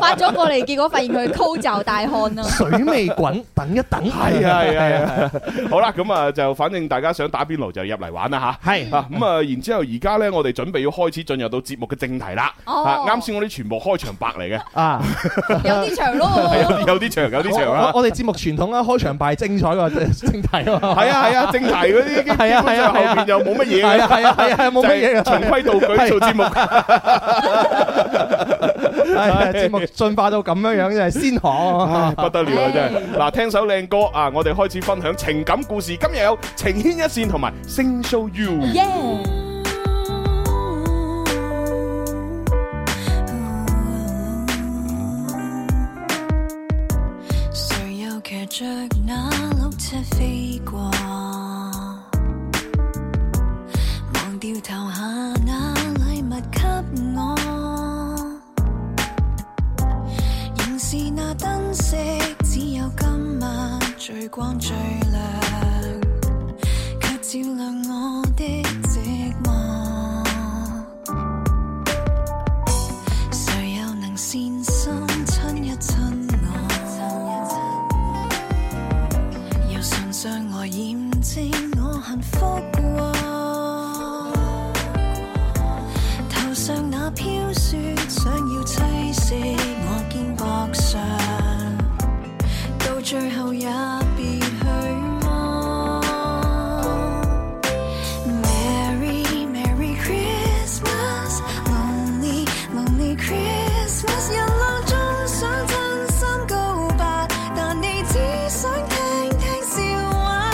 Speaker 1: 發咗過嚟，結果發現佢高罩大汗啊！
Speaker 6: 水未滾，等一等。
Speaker 2: 係啊係啊係啊，好啦，咁啊就反正大家想打邊爐就入嚟玩啦吓。
Speaker 6: 係
Speaker 2: 啊，咁啊，然之後而家呢，我哋準備要開始進入到節目嘅正題啦。
Speaker 1: 哦
Speaker 2: 啊啱先我啲全部開場白嚟嘅，
Speaker 6: 啊！
Speaker 1: 有啲長咯
Speaker 2: 係有
Speaker 1: 喎，
Speaker 2: 啲有啲長，有啲長
Speaker 6: 我
Speaker 2: 啦。
Speaker 6: 我我哋節目傳統啊，開場白係精彩喎， 精彩喎。
Speaker 2: 係啊係 啊，正題嗰啲基基
Speaker 6: 係啊
Speaker 2: 本
Speaker 6: 係啊
Speaker 2: 上後
Speaker 6: 係啊
Speaker 2: 邊又冇乜嘢
Speaker 6: 係
Speaker 2: 嘅
Speaker 6: 啊。係啊係啊，冇乜嘢
Speaker 2: 就係循
Speaker 6: 啊。
Speaker 2: 規蹈矩做節目，
Speaker 6: 係啊節目進化到咁樣樣，真係先
Speaker 2: 唉
Speaker 6: 河。
Speaker 2: 不得了啊！真係嗱，聽首靚歌啊，我哋開始分享情感故事。今日有情牽一線同埋星 show you。
Speaker 1: 耶！
Speaker 5: 誰又騎着那綠車飛過？忘掉投下那禮物給我，仍是那燈飾，只有今晚最光最亮，卻照亮我的寂寞。誰又能善心親一親我？由唇上來驗證我幸福過。頭上那飄雪，想要棲息我肩膊上，到最後也別去麼？Merry, Merry Christmas, Lonely, Lonely Christmas。人浪中想真心告白，但你只想聽聽笑話。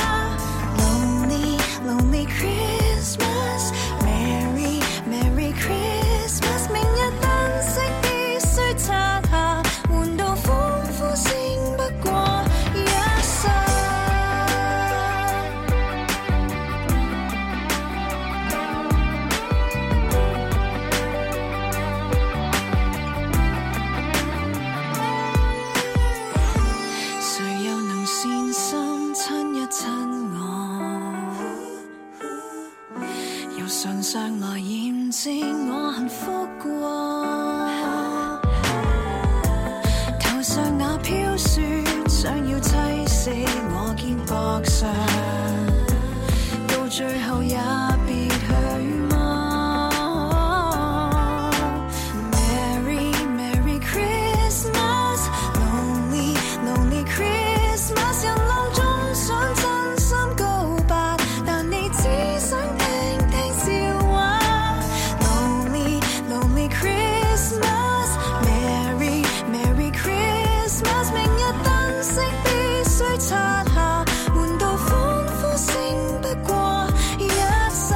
Speaker 5: Lonely, Lonely Christmas, Merry, Merry Christmas。明日燈飾必須擦下，換到歡呼聲不過一剎。誰又能善心親一親我？由唇上來驗證我幸福過。頭上那飄雪，想要棲息我肩膊上，到最後也別去麼？Merry Merry Christmas，Lonely Lonely Christmas，人浪中想真心告白，但你只想聽聽笑話。Lonely Lonely Christmas，Merry Merry Christmas，明日燈飾必須擦下，換到歡呼聲不過一剎。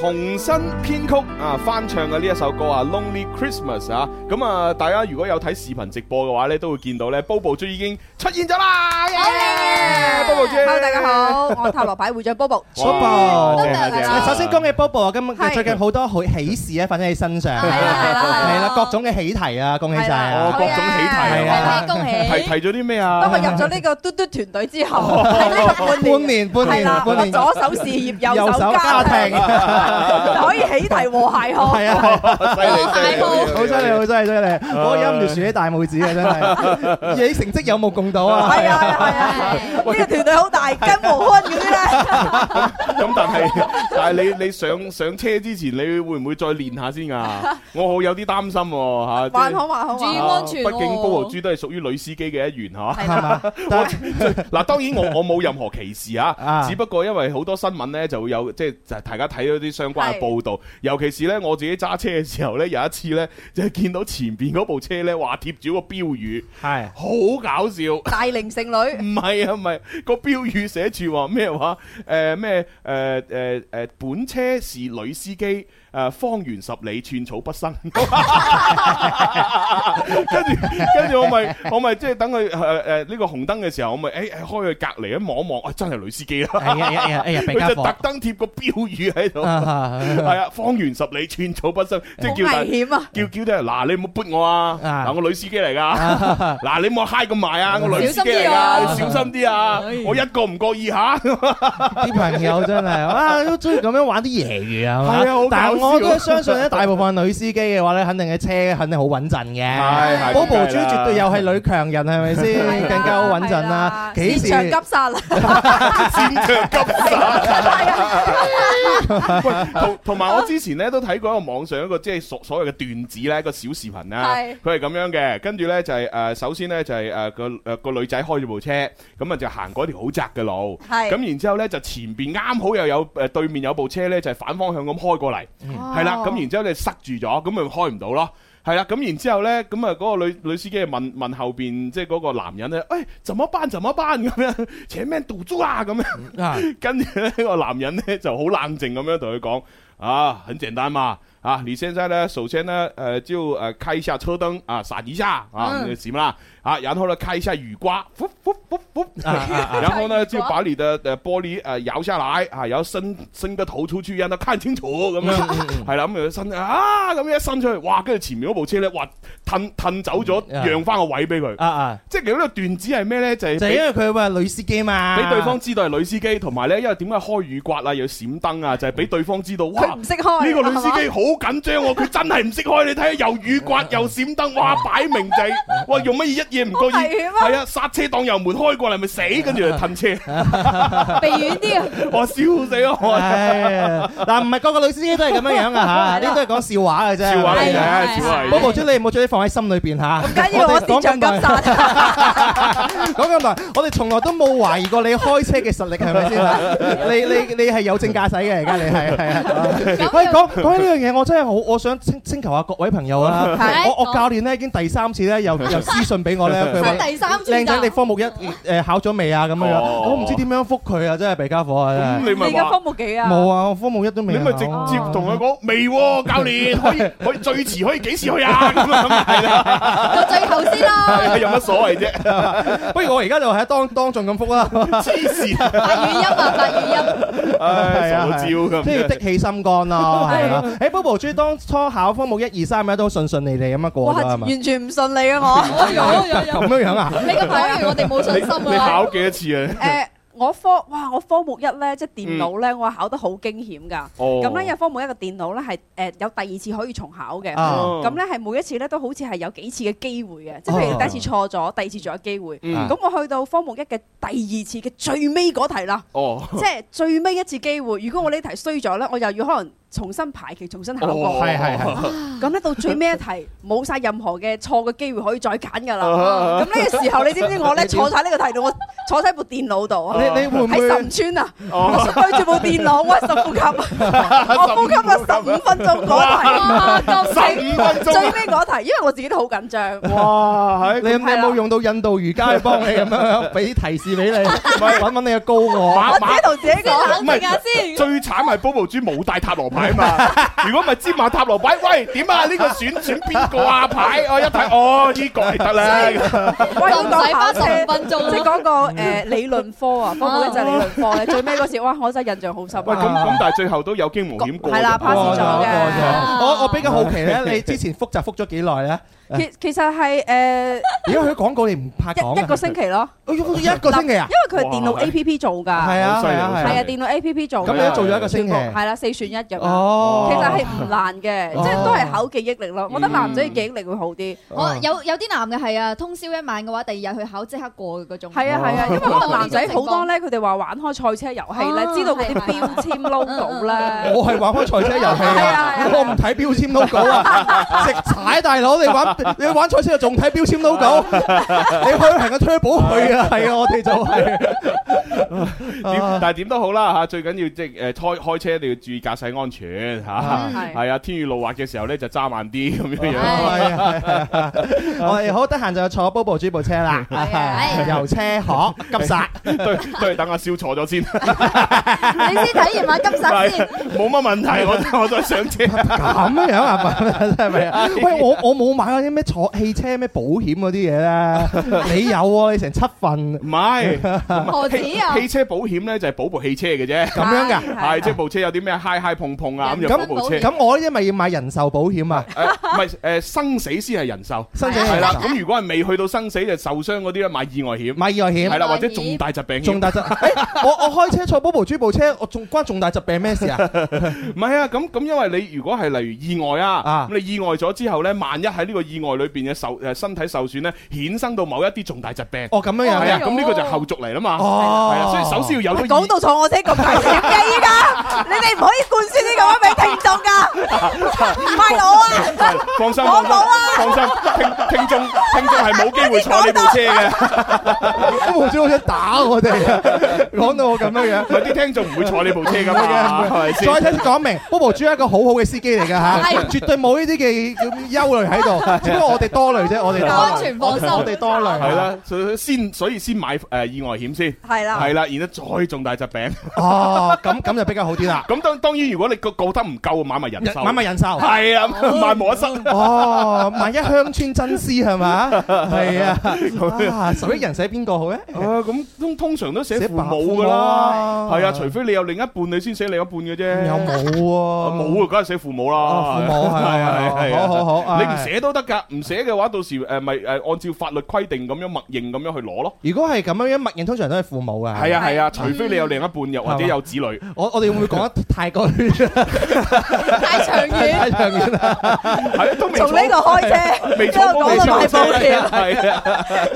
Speaker 2: 洪新編曲啊翻唱嘅呢一首歌啊《Lonely Christmas》啊，咁啊大家如果有睇視頻直播嘅話咧，都會見到咧，Bobo 豬已經出現咗啦耶，Bobo 豬
Speaker 7: 啊 Hello，大家。好，我塔羅牌會長 Bobo。
Speaker 2: 哇
Speaker 6: Bobo
Speaker 2: 正啊正啊
Speaker 6: 首先恭喜 Bobo 啊！今
Speaker 7: 係
Speaker 6: 最近好多好喜事啊，發生喺你身上，
Speaker 7: 係啦係啦係啦
Speaker 6: 係啦，各種嘅喜提啊，恭喜晒
Speaker 2: 哦，
Speaker 6: 啊！
Speaker 2: 各種喜提
Speaker 6: 係啊
Speaker 2: 啊，
Speaker 1: 恭喜
Speaker 2: 提
Speaker 1: 恭喜！
Speaker 2: 提咗啲咩啊？
Speaker 7: 當我入咗呢個嘟嘟團隊之後，喺呢個半
Speaker 6: 半
Speaker 7: 年。
Speaker 6: 年半
Speaker 7: 係
Speaker 6: 年
Speaker 7: 啦，我
Speaker 6: 半年，
Speaker 7: 左手事業，右手
Speaker 6: 家
Speaker 7: 家
Speaker 6: 庭，
Speaker 7: 庭，可以喜提和諧號。
Speaker 6: 係啊，
Speaker 2: 犀利犀利，
Speaker 6: 好犀利，好犀利，犀利！我忍唔住豎起大拇指 啊，真係！你成績有冇共到啊？
Speaker 7: 係啊係啊係啊！呢個團隊好大，跟毛漢嗰啲咧，
Speaker 2: 咁但係， 但係你你上上車之前，你會唔會再練下先啊？我好有啲擔心喎嚇。啊
Speaker 7: 還好還好。
Speaker 1: 注
Speaker 7: 還
Speaker 1: 意
Speaker 7: 好
Speaker 1: 安全喎
Speaker 2: 畢竟 Bobo 豬都係屬於女司機嘅一員嚇。
Speaker 7: 係
Speaker 6: 係
Speaker 7: 啦，
Speaker 6: 嘛？但係
Speaker 2: 嗱，當然我我冇任何歧視啊
Speaker 6: 啊，
Speaker 2: 只不過因為好多新聞咧就會有即係就係大家睇到啲相關嘅報導，尤其是咧我自己揸車嘅時候咧，有一次咧就係見到前邊嗰部車咧話貼住個標語，
Speaker 6: 係
Speaker 2: 好搞笑。
Speaker 7: 大齡剩女，
Speaker 2: 唔係啊，唔係個標語寫住話咩話？誒咩誒誒誒，本車是女司機。誒方圓十里寸草不 生，跟住跟住我咪我咪即係等佢誒誒呢個紅燈嘅時候，我咪誒誒開佢隔離一望一望，啊真係女司機啦，
Speaker 6: 哎呀哎呀哎呀！俾
Speaker 2: 佢
Speaker 6: 家
Speaker 2: 就
Speaker 6: 伙
Speaker 2: 特登貼個標語喺度，
Speaker 6: 啊
Speaker 2: 係啊，方圓十里寸草不生，即係
Speaker 7: 好危
Speaker 2: 叫大
Speaker 7: 險啊！
Speaker 2: 叫叫啲人嗱，你唔好撥我啊！
Speaker 6: 啊
Speaker 2: 嗱，我女司機嚟噶，嗱，你唔好嗨咁埋啊！我女司機嚟噶，
Speaker 1: 小
Speaker 2: 你小心啲啊！我一個唔覺意吓，
Speaker 6: 啲朋友 真係啊，都中意咁樣玩啲爺語啊，係嘛
Speaker 2: 係啊好搞笑
Speaker 6: 但係我都相信咧，大部分女司機嘅話咧，肯定嘅車肯定好穩陣嘅。
Speaker 2: 係
Speaker 6: Bobo 豬絕對又係女強人，係咪先？更加好穩陣啦。幾時
Speaker 7: 市場急殺啦！
Speaker 2: 戰場急殺。喂，同同埋我之前咧都睇過一個網上一個即係所所謂嘅段子咧，一個小視頻啦
Speaker 7: 係，
Speaker 2: 佢係咁樣嘅，跟住咧就係誒首先咧就係誒個誒呃個女仔開咗部車，咁啊就行嗰條好窄嘅路，
Speaker 7: 係
Speaker 2: 咁然之後咧就前邊啱好又有誒對面有部車咧就係反方向咁開過嚟。係
Speaker 6: 哦
Speaker 2: 啦，咁然之後你塞住咗，咁咪開唔到咯。係啦，咁然之後咧，咁啊嗰個女女司機問問後邊即係嗰個男人咧，喂、怎麼辦？怎麼辦？咁樣請咩賭注啊？咁樣，
Speaker 6: 啊？
Speaker 2: 跟住咧個男人咧就好冷靜咁樣同佢講，啊，很簡單嘛，啊，你現在咧首先咧，誒、呃、就誒、呃、開一下車燈啊，閃一下啊，
Speaker 7: 嗯
Speaker 2: 閃啦，啊，然後咧開一下雨刮，噗噗噗噗
Speaker 6: 啊啊 啊
Speaker 2: 然后呢，就把你的呃玻璃呃摇下来啊，然后伸伸个头出去，让他看清楚咁样，系啦，咁佢伸啊，咁一伸出去，哇，跟住前面嗰部车咧，哇，褪褪走
Speaker 6: 啊
Speaker 2: 咗，让翻个位俾佢，
Speaker 6: 啊啊！
Speaker 2: 即系其實呢個段子係咩咧？就係
Speaker 6: 就係因
Speaker 2: 俾
Speaker 6: 為佢話女司機嘛，
Speaker 2: 俾對方知道係女司機，同埋咧，因為點解開雨刮啊，又要閃燈啊，就係俾對方知道，哇
Speaker 7: 佢唔！識開
Speaker 2: 呢個女司機好緊張喎，佢真係唔識開，你睇下又雨刮又閃燈，哇！擺明就係哇用乜嘢一夜唔覺
Speaker 7: 好
Speaker 2: 意
Speaker 7: 危險，啊
Speaker 2: 係啊，剎車當油門開過嚟咪死，跟住就褪車。
Speaker 1: 避遠啲啊！
Speaker 2: 我笑死 我！
Speaker 6: 唉。嗱，唔係個個女司機都係咁樣樣 啊嚇，呢啲都係講笑話嘅啫。
Speaker 2: 笑話嚟
Speaker 1: 係啊係
Speaker 2: 嘅，
Speaker 1: 啊
Speaker 2: 笑話嚟
Speaker 6: b
Speaker 2: 嘅。
Speaker 6: o b 你唔好將啲放喺心裏邊嚇。
Speaker 7: 唔緊要，我
Speaker 6: 我哋
Speaker 7: 市
Speaker 6: 講咁
Speaker 7: 場
Speaker 6: 耐
Speaker 7: 急，殺。
Speaker 6: 講咁耐，我哋從來都冇懷疑過你開車嘅實力係咪先啊？ 你你你係有證駕駛嘅，而家你係係啊。喂，講講起呢樣嘢，我真係好，我想請請求下各位朋友啦。
Speaker 1: 係
Speaker 6: 我我教練咧已經第三次咧又 又私信俾我咧，佢話
Speaker 1: 真。第三次
Speaker 6: 靚仔，
Speaker 1: 就
Speaker 6: 你科目一誒考咗未啊？咁樣樣，
Speaker 2: 哦
Speaker 6: 我唔知點樣覆佢啊！真係弊家伙啊！
Speaker 2: 咁
Speaker 6: 真係
Speaker 2: 你咪
Speaker 7: 你嘅
Speaker 2: 話
Speaker 7: 科，目幾啊？
Speaker 6: 冇啊，我哦科目一都
Speaker 2: 你
Speaker 6: 未考。
Speaker 2: 咪直接同佢講未喎，教 練可以可以最遲可以幾時去啊？咁啊咁係啦，
Speaker 1: 到最後先
Speaker 2: 係
Speaker 1: 啦，
Speaker 2: 啊有乜所謂 啫？
Speaker 6: 不如我而家就喺當當眾咁 覆啦，
Speaker 2: 黐線，
Speaker 1: 發語音啊，發語音，
Speaker 2: 唉，
Speaker 6: 係
Speaker 2: 傻
Speaker 6: 啊
Speaker 2: 到招咁
Speaker 6: 即係要
Speaker 2: 樣。
Speaker 6: 的起心 肝咯，係啦。誒，Bobo 豬當初考科目一二三咧都順順利利咁樣過
Speaker 7: 哇，
Speaker 6: 咗係嘛？
Speaker 7: 完全唔信你啊我。
Speaker 1: 有有有，
Speaker 6: 咁樣樣啊？
Speaker 1: 你咁講完我哋冇信
Speaker 2: 你
Speaker 1: 心
Speaker 2: 你
Speaker 1: 啦，
Speaker 2: 考幾多次啊？
Speaker 7: 誒，我科哇，我科目一咧，即係電腦咧，我考得好驚險㗎。
Speaker 6: 嗯
Speaker 2: 哦，
Speaker 7: 咁咧，因為科目一嘅電腦咧係誒有第二次可以重考嘅。
Speaker 6: 啊
Speaker 7: 咁咧係每一次咧都好似係有幾次嘅機會嘅，
Speaker 6: 哦
Speaker 7: 即係譬如第一次錯咗，第二次仲有機會。
Speaker 2: 嗯
Speaker 7: 咁我去到科目一嘅第二次嘅最尾嗰題 啦，
Speaker 2: 哦，
Speaker 7: 即係最尾一次機會。如果我呢題衰咗咧，我又要可能重新排期、重新考
Speaker 2: 哦
Speaker 7: 過。
Speaker 6: 係係係
Speaker 7: 咁咧到最尾一題冇晒任何嘅錯嘅機會可以再揀㗎
Speaker 6: 哦
Speaker 2: 啊
Speaker 7: 啦。咁呢個時候你知唔知 我咧坐晒呢個題度，我坐晒部電腦度啊，
Speaker 6: 你你會唔
Speaker 7: 喺
Speaker 6: 會
Speaker 7: 岑村啊，
Speaker 2: 哦，
Speaker 7: 我對住部電腦，我係十呼吸，我呼吸咗十五分鐘嗰題。
Speaker 1: 哇，咁
Speaker 2: 十五分
Speaker 7: 最
Speaker 2: 鐘。
Speaker 7: 尾嗰題，因為我自己都好緊張。
Speaker 2: 哇，係
Speaker 6: 你有你有
Speaker 7: 啊
Speaker 6: 冇用到印度瑜伽去幫你咁樣俾啲提示俾 你，揾揾你嘅高我？
Speaker 2: 馬
Speaker 7: 我自己
Speaker 2: 馬
Speaker 7: 同自己講，
Speaker 1: 冷靜下先，
Speaker 2: 最慘係 Bobo 豬冇帶塔羅牌牌啊嘛。 如果唔係芝麻塔羅牌，喂點啊？呢個選選邊個啊牌？我一睇，哦呢個係得 啦。
Speaker 7: 喂，
Speaker 1: 就唔使花十
Speaker 7: 講
Speaker 1: 五
Speaker 7: 下
Speaker 1: 分鐘
Speaker 7: 即
Speaker 1: 啦。
Speaker 7: 係講個誒理論科啊，科目一就係理論科咧，最尾嗰時哇，我真係印象好深
Speaker 2: 喂咁
Speaker 7: 啊！
Speaker 2: 咁，但係最後都有驚無險過。
Speaker 7: 係啦，pass 咗嘅啊
Speaker 6: 過咗我我比較好奇 咧，你之前複習複咗幾耐咧？
Speaker 7: 其其實係誒
Speaker 6: 而家佢啲廣告你唔怕講
Speaker 7: 一
Speaker 6: 啊
Speaker 7: 一個星期咯，
Speaker 6: 哎呦一個星期 啊？
Speaker 7: 因為佢係電腦
Speaker 2: 哇
Speaker 7: A P P 做㗎，
Speaker 6: 係
Speaker 7: 係
Speaker 6: 啊
Speaker 2: 好犀利
Speaker 6: 係啊
Speaker 2: 好犀利
Speaker 6: 係
Speaker 7: 啊，
Speaker 6: 啊！
Speaker 7: 電腦 A P P 做㗎。
Speaker 6: 咁你都做咗一個星期。
Speaker 7: 係啦，四選一咁樣。
Speaker 6: 哦，
Speaker 7: 其實係唔難嘅，
Speaker 6: 哦
Speaker 7: 即係都係考記憶力咯。我覺得
Speaker 2: 嗯
Speaker 7: 男仔嘅記憶力會好啲。
Speaker 1: 我有有啲男嘅係啊，通宵一晚嘅話，第二日去考即刻過嘅嗰種。
Speaker 7: 係啊係啊，因為 可能男仔好多
Speaker 1: 咧，
Speaker 7: 咧，佢哋話玩開賽車遊戲咧，
Speaker 1: 哦
Speaker 7: 知道嗰啲
Speaker 1: 係係
Speaker 7: 標籤 logo 咧。
Speaker 6: 我係玩開賽車遊戲
Speaker 7: 係
Speaker 6: 啊
Speaker 7: 啊係啊！
Speaker 6: 我唔睇標籤 logo 啊，食柴大佬！你玩你玩賽車就仲睇標籤 logo，你去行個 turbo 去啊！係啊，我哋就 係啊
Speaker 2: 點但係點都好啦嚇，最緊要即係誒開開車你要注意駕駛安全嚇。
Speaker 6: 啊
Speaker 7: 係
Speaker 2: 係啊，天雨路滑嘅時候咧就揸慢啲咁樣樣。
Speaker 6: 係 啊係啊我哋好得閒就坐 Bobo 豬部車 啦，
Speaker 1: 係
Speaker 6: 遊車河急煞。
Speaker 2: 對對，等阿蕭坐咗先，
Speaker 1: 你先睇完馬金
Speaker 2: 係
Speaker 1: 殺先。
Speaker 2: 冇乜問題， 我我再上車。
Speaker 6: 咁樣啊， 係咪啊？喂，我我冇買嗰啲咩坐汽車咩保險嗰啲嘢 咧，你有喎，你成七份
Speaker 2: 唔係，
Speaker 1: 何止啊？
Speaker 2: 汽車保險咧就係保部汽車嘅啫。
Speaker 6: 咁樣㗎。
Speaker 2: 係即係部車有啲咩嗨嗨碰碰啊，咁就
Speaker 6: 咁
Speaker 2: 保部車。
Speaker 6: 咁我呢啲咪要買人壽保險啊？
Speaker 2: 誒唔係誒生死先係人壽。
Speaker 6: 生死
Speaker 2: 係
Speaker 6: 係
Speaker 2: 啦，
Speaker 6: 啦，
Speaker 2: 咁如果係未去到生死就受傷嗰啲咧，買意外險，
Speaker 6: 買意外險
Speaker 2: 係。啦，或者重大疾病
Speaker 6: 重
Speaker 2: 險。
Speaker 6: 大疾，哎我我開車坐 Bobo 豬部車，我仲關重大疾病咩 事啊？
Speaker 2: 唔係啊，咁咁因為你如果係例如意外啊
Speaker 6: 啊，
Speaker 2: 咁你意外咗之後咧，萬一喺呢個意外裏邊嘅受誒身體受損咧，衍生到某一啲重大疾病，
Speaker 6: 哦，咁樣
Speaker 2: 係啊，
Speaker 6: 樣嘅，
Speaker 2: 咁呢個就後續嚟啦嘛。
Speaker 6: 哦，
Speaker 2: 係啊，所以首先要有咗意
Speaker 7: 講到坐我車咁危 險嘅依家，你哋唔可以灌輸啲咁樣俾聽眾 㗎，唔係我啊！
Speaker 2: 係放心，
Speaker 7: 我
Speaker 2: 放心
Speaker 7: 冇啊，
Speaker 2: 放心，聽聽眾聽眾係冇機會坐呢部車嘅，
Speaker 6: Bobo 豬好想打我哋 啊！講到我咁樣樣
Speaker 2: 唔。係啲聽眾唔會坐呢部車噶嘛，係咪
Speaker 6: 再
Speaker 2: 先？
Speaker 6: 睇講明，Bobo 豬係一個好好嘅司機嚟㗎嚇，
Speaker 1: 係
Speaker 6: 絕對冇呢啲嘅憂慮喺度，只不過我哋多慮啫，我哋多慮
Speaker 1: 安全放心
Speaker 6: 我哋多慮
Speaker 2: 係，啦，所以先所以先買誒意外險先，
Speaker 7: 係啦，
Speaker 2: 係啦，然之後再重大疾病。
Speaker 6: 哦，咁咁就比較好啲啦，
Speaker 2: 咁當當然，如果你覺覺得唔夠，買埋人
Speaker 6: 人
Speaker 2: 壽，
Speaker 6: 買埋 人壽，
Speaker 2: 係啊，買冇得失。
Speaker 6: 哦，萬一鄉村真絲 係嘛，係啊，啊十一人寫邊個好咧？
Speaker 2: 啊，咁通通常都寫
Speaker 6: 寫
Speaker 2: 父
Speaker 6: 白
Speaker 2: 母
Speaker 6: 父
Speaker 2: 噶啦，
Speaker 6: 母啊
Speaker 2: 係啊，除非你有另一半，你先寫另一半嘅啫。
Speaker 6: 有冇
Speaker 2: 啊？
Speaker 6: 喎？
Speaker 2: 冇啊，梗係寫父母
Speaker 6: 哦，
Speaker 2: 啦。
Speaker 6: 父母係啊
Speaker 2: 係
Speaker 6: 係
Speaker 2: 啊
Speaker 6: 啊，好好好，
Speaker 2: 你唔
Speaker 6: 唉。
Speaker 2: 寫都得㗎，唔寫嘅話，到時誒咪誒按照法律規定咁樣默認咁樣去攞咯。
Speaker 6: 如果係咁樣樣，默認通常都係嗯父母啊。
Speaker 2: 係啊係啊，除非你有另一半，又或者有子女。
Speaker 6: 我我哋會唔會講得太過太
Speaker 1: 太長遠，
Speaker 6: 長 遠啦？
Speaker 2: 係啊，都未
Speaker 7: 從呢個開 車，
Speaker 2: 未
Speaker 7: 一
Speaker 2: 坐
Speaker 7: 路
Speaker 2: 過未坐
Speaker 7: 講到
Speaker 2: 過
Speaker 7: 買保險，
Speaker 2: 係啊，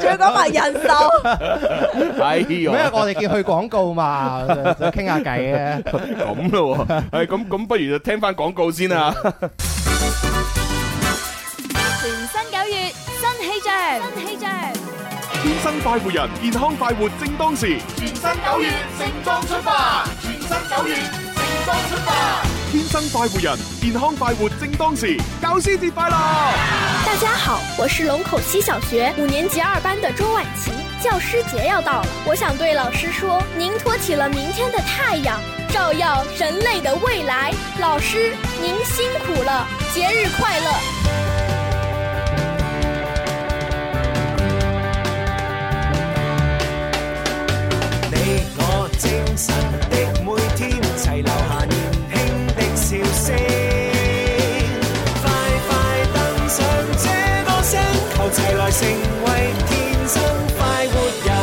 Speaker 7: 仲要講埋人壽，
Speaker 2: 哎
Speaker 6: 因為
Speaker 2: 呀，
Speaker 6: 我哋見去廣告嘛，就就傾下 偈嘅。
Speaker 2: 咁咯喎，係咁咁，不如就聽翻廣告先啊。
Speaker 5: 全新九月新氣象，新氣象。
Speaker 2: 天生快活人，健康快活正當時。
Speaker 3: 全新九月盛裝出發，全新九月盛裝出發。
Speaker 2: 天生快活人，健康快活正當時。教師節快樂！
Speaker 4: 大家好，我是龙口西小学五年级二班的周婉琪。教师节要到了，我想对老师说，您托起了明天的太阳，照耀人类的未来。老师，您辛苦了，节日快乐！
Speaker 8: 你我精神的每天，齊留下年輕的笑聲。快快登上這歌聲，求齊來成為天生快活人。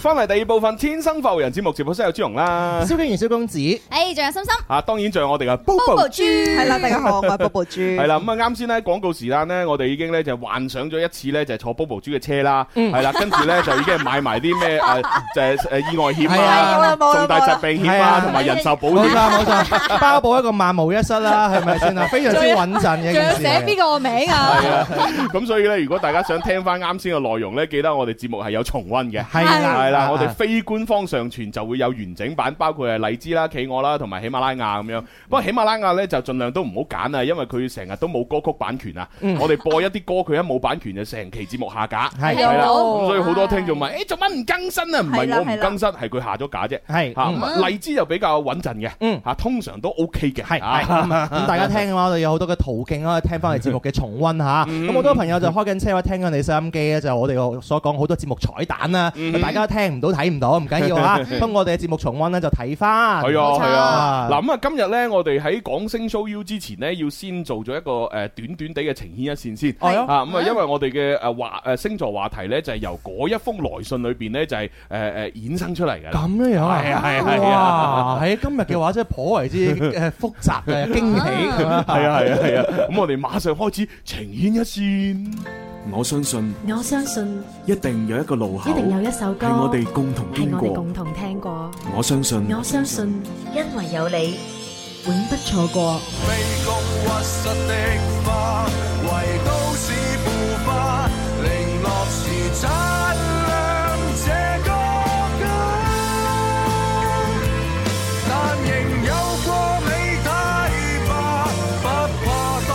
Speaker 2: 翻嚟第二部分《天生快活人》節目直播室有朱容啦，
Speaker 7: 嗯
Speaker 6: 蕭敬元、蕭公子，
Speaker 1: 誒，仲有心心
Speaker 2: 啊，當然仲有我哋嘅
Speaker 1: Bobo
Speaker 2: Bobo。
Speaker 1: 豬，
Speaker 7: 係啦，大家好，我係 Bobo 豬，
Speaker 2: 係啦，咁啊啱先咧廣告時間咧，我哋已經咧就幻想咗一次咧就係坐 Bobo 豬嘅車啦，
Speaker 7: 嗯
Speaker 2: 係啦，跟住咧就已經係買埋啲咩誒就係呃誒意外險
Speaker 6: 係啊
Speaker 7: 冇
Speaker 2: 啊、
Speaker 7: 啦冇啦
Speaker 2: 重大疾病險
Speaker 6: 係
Speaker 2: 啊
Speaker 6: 啊
Speaker 2: 同埋人壽保
Speaker 6: 冇
Speaker 2: 險。
Speaker 6: 錯冇錯，包保一個萬無一失啦，係咪先啊？非常之穩陣嘅一
Speaker 1: 仲要
Speaker 6: 件事
Speaker 1: 寫
Speaker 6: 嚟
Speaker 1: 邊個名啊
Speaker 2: 係？啊，咁所以咧，如果大家想聽翻啱先嘅內容咧，記得我哋節目係有重温嘅。
Speaker 6: 係啦
Speaker 2: 係啦，啦，
Speaker 6: 啊
Speaker 2: 我哋非官方上傳就會有完整版，包括係荔枝啦、企鵝啦，同埋喜馬拉雅咁樣。不過喜馬拉雅呢，就盡量都唔好揀啊，因為佢成日都冇歌曲版權啊。
Speaker 6: 嗯
Speaker 2: 我哋播一啲歌，佢一冇版權就成期節目下架。
Speaker 6: 係
Speaker 2: 係啦，
Speaker 7: 哦
Speaker 2: 咁所以好多聽眾問：誒做乜唔更新啊？唔
Speaker 7: 係
Speaker 2: 係
Speaker 7: 啦
Speaker 2: 我唔
Speaker 7: 係啦
Speaker 2: 更新，係佢下咗架啫。
Speaker 6: 係
Speaker 2: 嚇，
Speaker 6: 嗯
Speaker 2: 咁荔枝就比較穩陣嘅，
Speaker 6: 嗯
Speaker 2: 嚇通常都 OK 嘅，
Speaker 6: 係係
Speaker 2: 嚇
Speaker 6: 咁啊咁大家聽嘅話，我哋有好多嘅途徑可以聽翻我哋節目嘅重温嚇。
Speaker 2: 嗯
Speaker 6: 咁好多朋友就開緊車或者聽緊你收音機咧，就我哋所講好多節目彩蛋啦
Speaker 2: 嗯，
Speaker 6: 大家聽唔到睇唔到唔緊 要嚇，通過我哋嘅節目重温咧就睇翻。
Speaker 2: 係啊，
Speaker 1: 冇錯
Speaker 2: 係啊。嗱咁啊，今日咧，我哋喺講星 show U 之前呢，要先做咗一個誒短短地嘅情牽一線先。
Speaker 6: 係啊
Speaker 2: 啊咁啊，因為我哋嘅誒話誒星座話題咧，就係由嗰一封來信裏邊咧，就係誒誒衍生出嚟嘅。
Speaker 6: 咁樣樣啊
Speaker 2: 係啊係啊係啊
Speaker 6: 哇！喺今日嘅話真係頗為之誒複雜嘅驚喜。
Speaker 2: 係啊係啊係啊！咁我哋馬上開始情牽一線。
Speaker 8: 我相信
Speaker 9: 我相信
Speaker 8: 一定有一個路口，
Speaker 9: 一定有一首歌
Speaker 8: 係我哋共同
Speaker 9: 係
Speaker 8: 經
Speaker 9: 我哋
Speaker 8: 過
Speaker 9: 共。同聽過，
Speaker 8: 我相信
Speaker 9: 我相信因為有你，永不錯過。
Speaker 3: 卑躬屈膝的花，為都市腐化，零落時擦亮這個家。但仍有過你太吧，不怕倒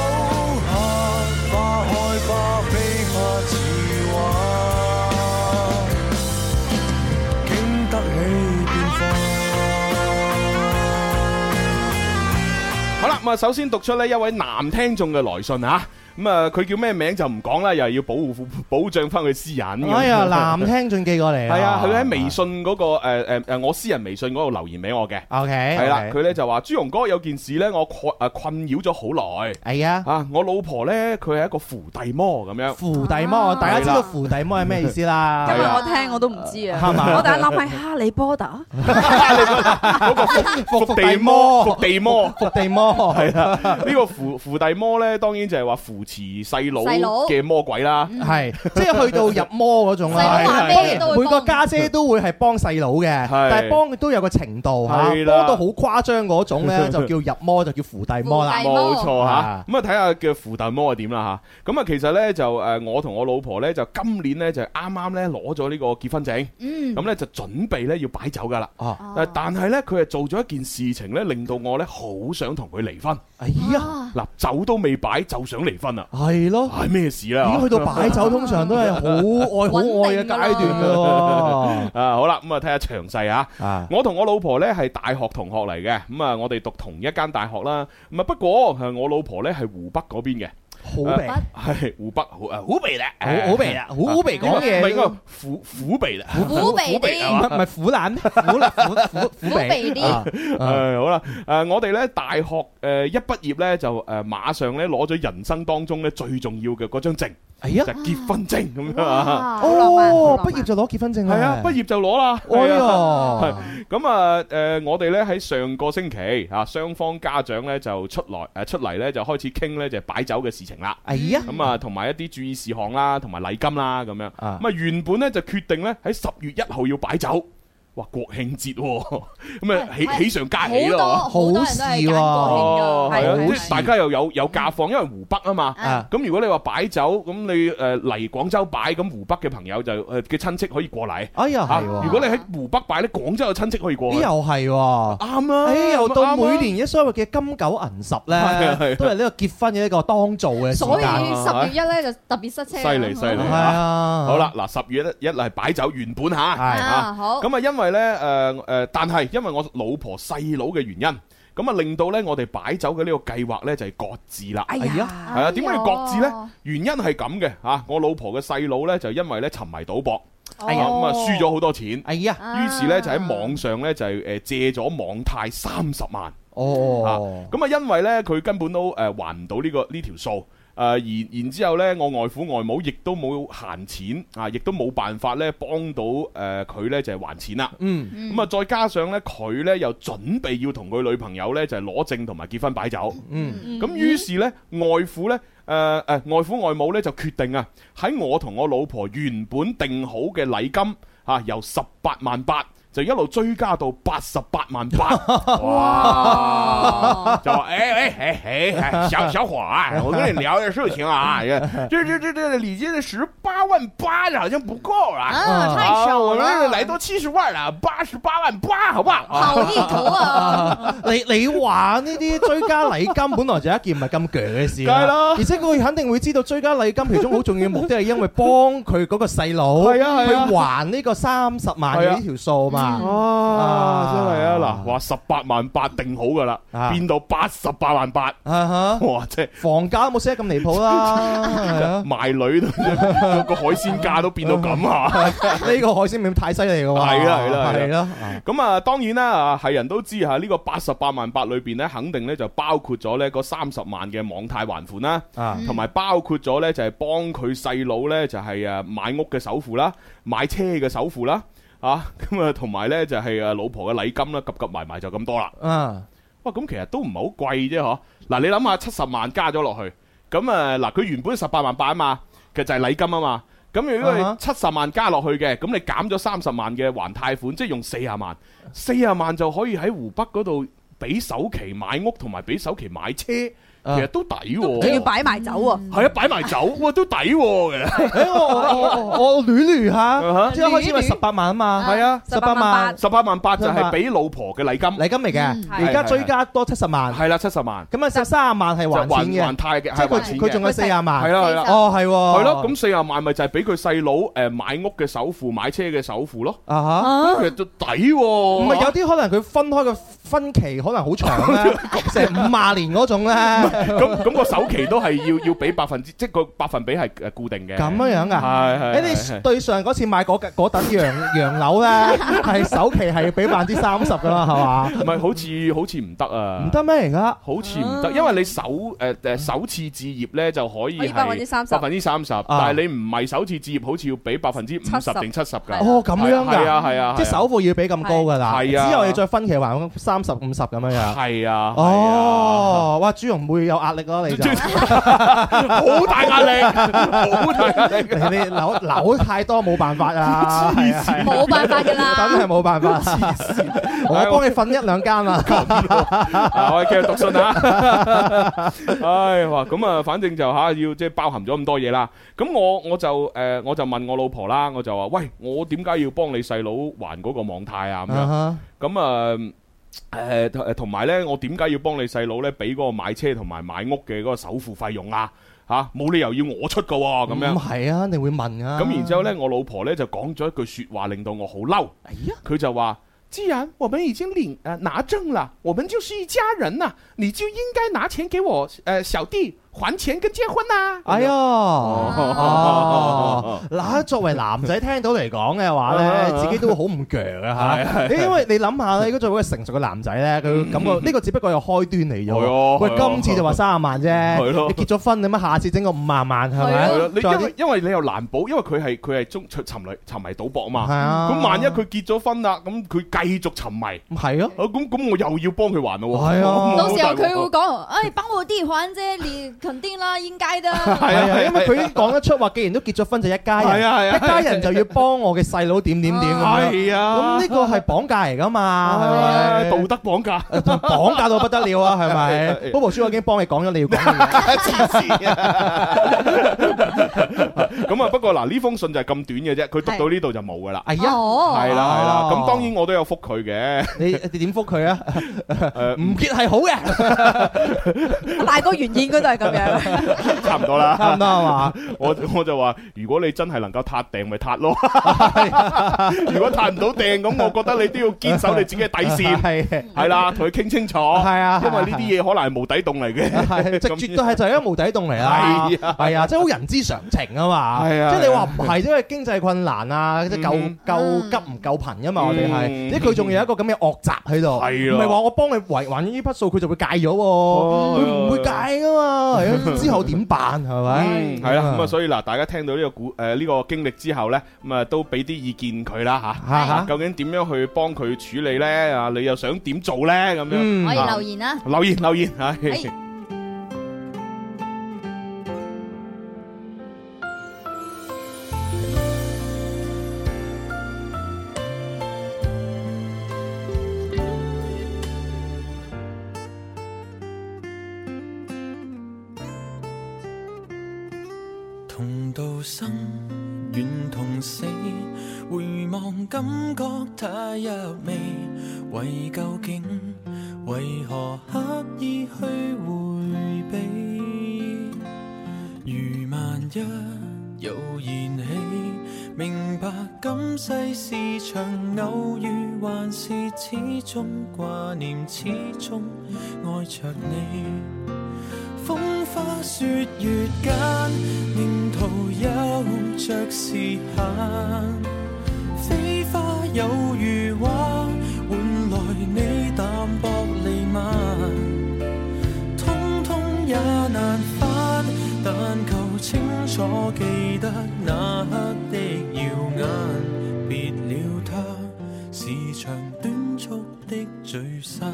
Speaker 3: 下，花開花飛花似畫，經得起變化。
Speaker 2: 好啦，咁啊，首先讀出呢一位男聽眾嘅來信啊。咁啊，佢叫咩名就唔講啦，又係要保護保障翻佢私隱。
Speaker 6: 哎呀，男聽眾寄過
Speaker 2: 嗯
Speaker 6: 嚟啊。
Speaker 2: 係啊，佢喺微信嗰個誒誒誒，我私人微信嗰度留言俾我嘅。
Speaker 6: OK，
Speaker 2: 係啦，
Speaker 6: OK
Speaker 2: 佢咧就話朱紅哥有件事咧，我困誒困擾咗好耐
Speaker 6: 係啊。
Speaker 2: 啊！我老婆咧，佢係一個扶弟魔咁樣，
Speaker 6: 扶弟魔，大家知道扶弟魔係咩意思啦？
Speaker 7: 因為
Speaker 2: 啊係啊
Speaker 7: 我聽我都唔知啊，
Speaker 6: 係嘛
Speaker 7: 我第一諗係哈利波特，
Speaker 2: 嗰個伏伏地魔，伏地魔。
Speaker 6: 伏地魔係啦，
Speaker 2: 呢個扶扶弟魔咧，當然就係話扶持細佬
Speaker 1: 細佬
Speaker 2: 嘅魔鬼啦。
Speaker 6: 係即係去到入魔嗰種啦
Speaker 1: 細。佬話咩都會
Speaker 6: 每個
Speaker 1: 幫
Speaker 6: 家姐都會係幫細佬嘅，
Speaker 2: 係
Speaker 6: 但係幫佢都有個程度嚇，
Speaker 2: 係
Speaker 6: 幫
Speaker 2: 啦
Speaker 6: 到好誇張嗰種咧，就叫入魔，就叫扶弟魔啦
Speaker 1: 係。
Speaker 2: 冇錯吓
Speaker 6: 啊，
Speaker 2: 咁啊睇下嘅扶弟魔係點啦吓。咁啊其實咧就誒，我同我老婆咧就今年咧就啱啱咧攞咗呢個結婚證，
Speaker 1: 嗯，
Speaker 2: 咁咧就準備咧要擺酒噶啦。
Speaker 6: 哦，
Speaker 2: 但但係咧佢係做咗一件事情咧，令到我咧好想同佢離婚。
Speaker 6: 哎呀，
Speaker 1: 啊
Speaker 2: 嗱，酒都未擺就想離婚啊！
Speaker 6: 係咯，
Speaker 2: 係咩事
Speaker 6: 已經
Speaker 2: 啊
Speaker 6: 去？到擺酒，通常都係好愛好愛嘅階段㗎咯。
Speaker 2: 啊，好啦，咁啊睇下詳細啊。
Speaker 6: 啊，
Speaker 2: 我同我老婆呢係大學同學嚟嘅，咁啊我哋讀同一間大學啦。咁啊不過誒我老婆呢係湖北嗰邊嘅，
Speaker 6: 好味，
Speaker 2: 係湖北好啊湖北咧，啊
Speaker 6: 好啊好味啦，好好味講
Speaker 2: 唔係應該
Speaker 6: 嘢。
Speaker 2: 苦苦鼻啦。
Speaker 1: 虎 鼻
Speaker 6: 唔
Speaker 1: 啲，
Speaker 6: 係唔係苦難，苦辣苦苦苦
Speaker 1: 虎
Speaker 6: 鼻
Speaker 1: 鼻啲，
Speaker 2: 誒好啦，誒我哋呢大學誒一畢業呢，就誒馬上呢攞咗人生當中呢最重要嘅嗰張證，
Speaker 6: 哎呀
Speaker 2: 就，係結婚證咁樣啊。
Speaker 1: 哇好浪漫
Speaker 6: 哦，畢業就攞結婚證
Speaker 2: 係啊，畢業就攞啦。
Speaker 6: 哎
Speaker 2: 係啊
Speaker 6: 呀，
Speaker 2: 咁啊，誒、我哋咧喺上個星期啊，雙方家長咧就出來誒、呃出嚟咧就開始傾咧就係擺酒嘅事情啦。
Speaker 6: 哎呀，
Speaker 2: 咁啊，同埋一啲注意事項啦，同埋禮金啦，咁樣。
Speaker 6: 啊
Speaker 2: 咁啊，原本咧就決定咧喺十月一號要擺酒。哇，國慶節喎， 咁啊喜
Speaker 1: 係
Speaker 2: 喜上加
Speaker 1: 好
Speaker 2: 喜
Speaker 1: 多
Speaker 2: 咯。
Speaker 1: 好多人都係揀
Speaker 2: 哦，
Speaker 1: 國慶
Speaker 2: 係啊，
Speaker 1: 㗎，
Speaker 2: 即
Speaker 1: 係
Speaker 2: 係大家又有有假放，因為湖北啊嘛。
Speaker 6: 啊，
Speaker 2: 咁如果你話擺酒，咁你誒嚟廣州擺，咁湖北嘅朋友就誒嘅親戚可以過嚟。
Speaker 6: 哎呀，
Speaker 2: 啊
Speaker 6: 係喎，
Speaker 2: 如果你喺湖北擺咧，廣州嘅親戚可以過
Speaker 6: 咦
Speaker 2: 去。
Speaker 6: 又係喎。
Speaker 2: 啱啊！
Speaker 6: 哎，又到
Speaker 2: 啱啊
Speaker 6: 每年一所謂嘅金九銀十
Speaker 2: 啊係
Speaker 6: 咧
Speaker 2: 啊，
Speaker 6: 都係呢個結婚嘅一個當造嘅時
Speaker 1: 所以
Speaker 6: 間。
Speaker 1: 十月一咧就特別塞車，
Speaker 2: 犀利犀利
Speaker 6: 係啊，
Speaker 2: 好啦，，嗱十月一一嚟擺酒原本吓，
Speaker 6: 係
Speaker 1: 啊好，
Speaker 2: 咁啊因為呢，誒誒，但係因為我老婆細佬嘅原因，咁啊令到呢我哋擺酒嘅呢個計劃呢就係擱置啦。
Speaker 7: 哎
Speaker 6: 哎
Speaker 7: 呀
Speaker 6: 呀，
Speaker 2: 係啊，點解要擱置呢？
Speaker 1: 哦？
Speaker 2: 原因係咁嘅吓，我老婆嘅細佬呢就因為呢沉迷賭博，
Speaker 1: 哦
Speaker 2: 啊咁啊輸咗好多錢，
Speaker 6: 哎呀，
Speaker 2: 於是呢就喺網上呢就係誒呃借咗網貸三十萬。
Speaker 6: 哦，
Speaker 2: 咁啊，因為呢，佢根本都誒、呃、還唔到呢個呢條數。誒、然然之後呢，我外父外母亦都冇閒錢啊，亦都冇辦法呢幫到誒佢、呢就係、還錢啦。
Speaker 6: 嗯，
Speaker 2: 咁啊、再加上呢，佢呢又準備要同佢女朋友呢就係、攞證同埋結婚擺酒。
Speaker 6: 嗯，
Speaker 2: 咁、於是呢，外父呢，誒、誒外父外母呢就決定啊，喺我同我老婆原本定好嘅禮金啊，由十八萬八就一路追加到八十八萬八，哇！就話哎哎哎哎，小小伙啊，我跟你聊點事情啊，这这这这礼金的十八万八好像不夠啊，
Speaker 1: 啊，太
Speaker 2: 啊
Speaker 1: 少
Speaker 2: 我
Speaker 1: 了
Speaker 2: 们，來到七十萬了，八十八萬八，好不好？啊
Speaker 1: 好意頭啊！
Speaker 6: 你你話呢啲追加禮金本來就一件唔係咁鋸嘅事
Speaker 2: 梗係啦
Speaker 6: 而且佢肯定會知道追加禮金其中好重要嘅目的係因為幫佢嗰個細佬
Speaker 2: 係啊係啊
Speaker 6: 去還呢個三十萬嘅呢條數嘛。
Speaker 2: 啊
Speaker 6: 啊，
Speaker 2: 真係啊！嗱，話十八萬八定好噶啦，
Speaker 6: 啊
Speaker 2: 變到八十八萬八，
Speaker 6: 啊哈，
Speaker 2: 哇！即係
Speaker 6: 房價都冇寫得咁離譜啦，係啊
Speaker 2: 賣女都 個海鮮價都變到咁 啊！
Speaker 6: 呢個海鮮面太犀利嘅喎。
Speaker 2: 係啦係啦係
Speaker 6: 係啦。
Speaker 2: 咁啊，當然啦，啊係人都知嚇，呢個八十八萬八裏邊咧，肯定咧就包括咗咧嗰三十萬嘅網貸還款啦，
Speaker 6: 啊
Speaker 2: 同埋包括咗咧就係幫佢細佬咧就係誒買屋嘅首付啦，買車嘅首付啦。啊， 咁啊，同埋咧就係誒老婆嘅禮金啦，夾夾埋埋就咁多啦。
Speaker 6: 啊
Speaker 2: 哇，咁其實都唔係好貴啫，嗬。嗱，你諗下七十萬加咗落去，咁啊嗱，佢原本十八萬八啊嘛，其實就係禮金啊嘛。咁如果
Speaker 6: 啊哈
Speaker 2: 你七十萬加落去嘅，咁你減咗三十萬嘅還貸款，即係用四十萬，四十萬就可以喺湖北嗰度俾首期買屋同埋俾首期買車，其
Speaker 6: 啊
Speaker 2: 實都抵
Speaker 7: 仲要
Speaker 2: 喎。
Speaker 7: 擺埋酒喎。
Speaker 2: 係啊，擺埋 酒，哇，都抵喎嘅。
Speaker 6: 誒我我我我捋捋
Speaker 2: 啊哈
Speaker 6: 下，即係開始咪
Speaker 1: 捋捋
Speaker 6: 十八萬啊嘛，
Speaker 2: 係啊，
Speaker 6: 十八萬
Speaker 2: 十八萬八就係俾老婆嘅禮金，
Speaker 6: 禮金嚟嘅，
Speaker 7: 係
Speaker 6: 而家追加多七十萬，
Speaker 2: 係啦，七十萬
Speaker 6: 咁啊就三十萬係
Speaker 2: 就
Speaker 6: 還
Speaker 2: 還
Speaker 6: 錢
Speaker 2: 還
Speaker 6: 嘅，
Speaker 2: 貸嘅，
Speaker 6: 即係
Speaker 2: 係還錢
Speaker 6: 佢
Speaker 2: 嘅
Speaker 6: 佢仲有四十萬，
Speaker 2: 係啦係啦。
Speaker 6: 哦係喎，
Speaker 2: 系咯，咁四廿萬咪就係俾佢細佬诶买屋嘅首付、買車嘅首付咯，
Speaker 6: 啊哈。
Speaker 2: 其實都抵喎。
Speaker 6: 唔係有啲可能佢分開個分期可能好 長咧，成五廿年嗰種咧，咁
Speaker 2: 咁咁个首期都係要要俾百分之，即係個百分比係诶固定嘅。
Speaker 6: 樣樣噶。
Speaker 2: Ờ. 係
Speaker 6: 誒
Speaker 2: 係
Speaker 6: 你
Speaker 2: 係
Speaker 6: 對上嗰次買嗰嗰等洋洋 樓咧，係首期係要俾百分之三十噶嘛，係嘛？
Speaker 2: 唔係好似好似唔得啊？
Speaker 6: 唔，得咩而家？
Speaker 2: 好似唔得，因為你首诶诶首次置業咧就可以
Speaker 7: 啊可以
Speaker 2: 係
Speaker 7: 百分之30
Speaker 2: 百分之三十，
Speaker 6: 啊
Speaker 2: 但係你唔係首次置業，好似要俾百分之五十
Speaker 7: 70
Speaker 2: 定七十㗎。
Speaker 6: 哦咁樣
Speaker 2: 係啊
Speaker 6: 㗎，
Speaker 2: 係啊，
Speaker 6: 即係首付要俾咁高㗎啦，
Speaker 2: 係啊
Speaker 6: 之後你再分期還三十五十咁樣樣。
Speaker 2: 系啊，係啊
Speaker 6: 哦，哇！朱容會有壓力 咯，你就
Speaker 2: 好大壓力，好大壓力。
Speaker 6: 你你樓樓太多冇辦 法啊，係啊係啊
Speaker 1: 冇辦法㗎 啦
Speaker 6: 真係冇辦法。我幫你瞓一兩間啦。
Speaker 2: 啊，我哋繼續讀信啊！唉，哇，咁啊，反正就吓要即係包含咗咁多嘢啦。咁我我就诶，我就問我老婆啦，我就話：喂，我點解要幫你細佬還嗰個網貸啊？咁樣
Speaker 6: 啊
Speaker 2: 咁啊。誒誒同埋呢，我點解要幫你細佬呢？俾嗰個買車同埋買屋嘅嗰個首付費用啊？嚇、冇理由要我出㗎喎、
Speaker 6: 哈
Speaker 2: 咁樣。
Speaker 6: 唔係啊，你會問啊。
Speaker 2: 咁然之後呢，我老婆呢就講咗一句説話，令到我好嬲。
Speaker 6: 哎
Speaker 2: 佢就話：既然我們已經領呃拿證了，我們就是一家人啦，你就應該拿錢給我呃小弟還錢跟結婚啊啦。
Speaker 6: 哎 呀，
Speaker 2: 哦
Speaker 6: 哦，嗱，作為男仔聽到嚟講嘅話
Speaker 2: 嗯 啊
Speaker 6: 咧，自己都會好唔強啊嚇，因為你諗下咧，如果作為一個成熟嘅男仔咧，佢感覺呢個只不過係開端嚟
Speaker 2: 嗯係啊
Speaker 6: 咗喎。哎喂，今次就話三十萬
Speaker 2: 係
Speaker 6: 啫
Speaker 2: 咯，
Speaker 6: 你結咗婚，你乜下次整個五萬萬係啊咪
Speaker 2: 係咯，你？
Speaker 6: 再
Speaker 2: 因
Speaker 6: 啲
Speaker 2: 為因為你又難保，因為佢係佢係中沉迷沉迷賭博啊
Speaker 6: 係
Speaker 2: 嘛。
Speaker 6: 啊，
Speaker 2: 咁萬一佢結咗婚啦，咁佢繼續沉迷，
Speaker 6: 係咯，
Speaker 2: 啊咁咁我又要幫佢還咯喎。
Speaker 6: 係啊
Speaker 1: 到時候佢會
Speaker 2: 會
Speaker 1: 講：，哎，幫我弟還啫，你肯定啦，應該的。
Speaker 2: 係啊
Speaker 6: 係啊，因為佢已經講得出話，既然都結咗婚就一家
Speaker 2: 係
Speaker 6: 人，
Speaker 2: 啊係啊
Speaker 6: 一家人就要幫我嘅細佬點點點咁樣。
Speaker 2: 係啊，
Speaker 6: 咁呢個係綁架嚟㗎嘛，係咪
Speaker 2: 唉道德綁架。
Speaker 6: 綁架到不得了啊，係咪
Speaker 2: 啊係係
Speaker 6: ？Bobo 叔我已經幫你講咗你要講嘅嘢，
Speaker 2: 黐線啊！咁啊，不過嗱，呢封信就係咁短嘅啫，佢讀到呢度就冇噶啦。
Speaker 6: 哎呀，
Speaker 1: 哦，
Speaker 2: 係啦係啦，咁
Speaker 6: 哦
Speaker 2: 當然我都有覆佢嘅，
Speaker 6: 你你點覆佢啊？
Speaker 2: 誒
Speaker 6: 唔結係好嘅，
Speaker 7: 大哥原應該都係咁樣，
Speaker 2: 差唔多
Speaker 6: 啱唔
Speaker 2: 啦。
Speaker 6: 啱啊？
Speaker 2: 我我就話，如果你真係能夠撻訂，咪撻咯。如果撻唔到訂，咁我覺得你都要堅守你自己嘅底線，
Speaker 6: 係
Speaker 2: 係啦，同佢傾清楚。
Speaker 6: 係啊
Speaker 2: 因為呢啲嘢可能係無底洞嚟嘅。
Speaker 6: 係，即係
Speaker 2: 咁
Speaker 6: 絕對係就係一個無底洞嚟啦，
Speaker 2: 係啊
Speaker 6: 係啊，即係好人之常情啊嘛，
Speaker 2: 係啊
Speaker 6: 即係你話唔係，因為經濟困難啊，即係夠
Speaker 2: 嗯
Speaker 6: 夠急唔夠貧啊嘛，我哋
Speaker 2: 嗯
Speaker 6: 係，即係佢仲有一個咁嘅惡習喺度，
Speaker 2: 係哦啊
Speaker 6: 唔係話我幫你還還呢筆數，佢就會戒咗喎，佢唔會戒噶嘛，係 啊之後點辦係咪
Speaker 2: 嗯，？係啦，咁啊，所以嗱，大家聽到呢個故誒呢個經歷之後呢，咁啊都俾啲意見佢啦嚇。
Speaker 6: 嚇
Speaker 2: 啊
Speaker 6: 嚇，
Speaker 2: 究竟點樣去幫佢處理呢？啊，你又想點做呢？咁樣
Speaker 6: 嗯
Speaker 1: 可以留言啊啦。
Speaker 2: 留言留言，唉
Speaker 1: 係
Speaker 5: 天生
Speaker 3: 同道生，愿同死。回望感覺太入味，為究竟為何刻意去迴避？如萬一有燃起，明白今世是場偶遇，還是始終掛念，始終愛着你。風花雪月間，沿途有着時限。飛花有如畫，換來你淡薄離漫，通通也難返。但求清楚記得那刻的耀眼，別了他，是場短促的聚散。